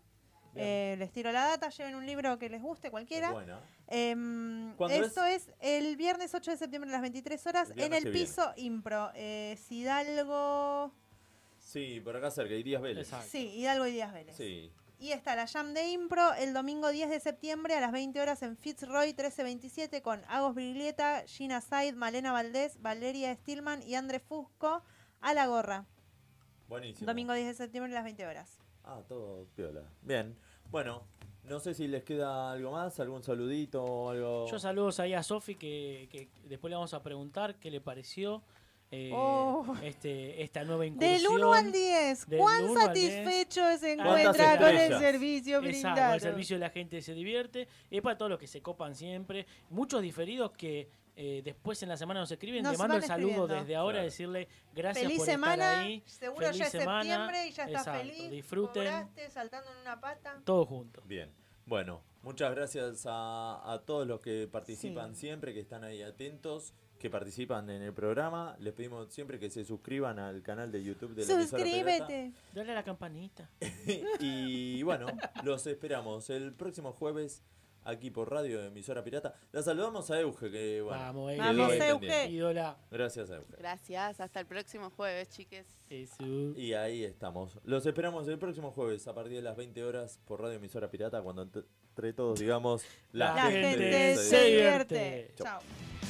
A: Bien.
C: Eh, les tiro la data, lleven un libro que les guste, cualquiera.
A: Buena.
C: Em,
A: ¿Cuándo
C: esto es? el viernes 8 de septiembre a las 23 horas
A: El
C: en
A: viernes
C: el
A: que viene.
C: piso Impro. Eh, es Hidalgo.
A: Sí, por acá cerca, irías Vélez.
C: Sí, Hidalgo y Díaz Vélez.
A: Sí.
C: Y está la Jam de Impro el domingo 10 de septiembre a las 20 horas en Fitzroy 1327 con Agos Briglieta, Gina Said, Malena Valdés, Valeria Stillman y André Fusco a la gorra.
A: Buenísimo.
C: Domingo 10 de septiembre a las 20 horas.
A: Ah, todo piola. Bien. Bueno, no sé si les queda algo más, algún saludito o algo.
B: Yo saludos ahí a Sofi, que, que después le vamos a preguntar qué le pareció eh,
C: Oh.
B: este, esta nueva incursión.
C: Del 1 al 10,
B: Del
C: ¿cuán
B: 1 al 10.
C: satisfecho se
B: ¿Cuántas
C: encuentra con el
B: estrellas?
C: servicio
B: Exacto,
C: brindado?
B: el servicio de la gente se divierte. Es para todos los que se copan siempre. Muchos diferidos que eh, después en la semana nos escriben.
C: Nos
B: Te mando
C: van
B: el saludo
C: escribiendo.
B: desde ahora, decirle gracias
C: Feliz
B: por
C: semana,
B: estar ahí.
C: seguro ya es septiembre y ya estás
B: Exacto,
C: feliz,
B: Disfruten
C: Cobraste saltando en una pata.
B: todo junto.
A: Bien. Bueno, muchas gracias a, a todos los que participan siempre, que están ahí atentos, que participan en el programa. Les pedimos siempre que se suscriban al canal de YouTube de la emisora Pelota.
C: Suscríbete.
B: Dale a la campanita.
A: Y bueno, los esperamos el próximo jueves aquí por Radio Emisora Pirata. La saludamos a Euge, que bueno.
B: Vamos,
A: quedó
B: Euge.
A: ahí
B: Vamos,
A: pendiente.
B: Ídola.
A: Gracias, Euge.
I: Gracias, hasta el próximo jueves, chiques.
A: Y ahí estamos. Los esperamos el próximo jueves a partir de las 20 horas por Radio Emisora Pirata, cuando entre todos digamos,
B: La gente se
C: divierte.
A: Chau.
C: Chao.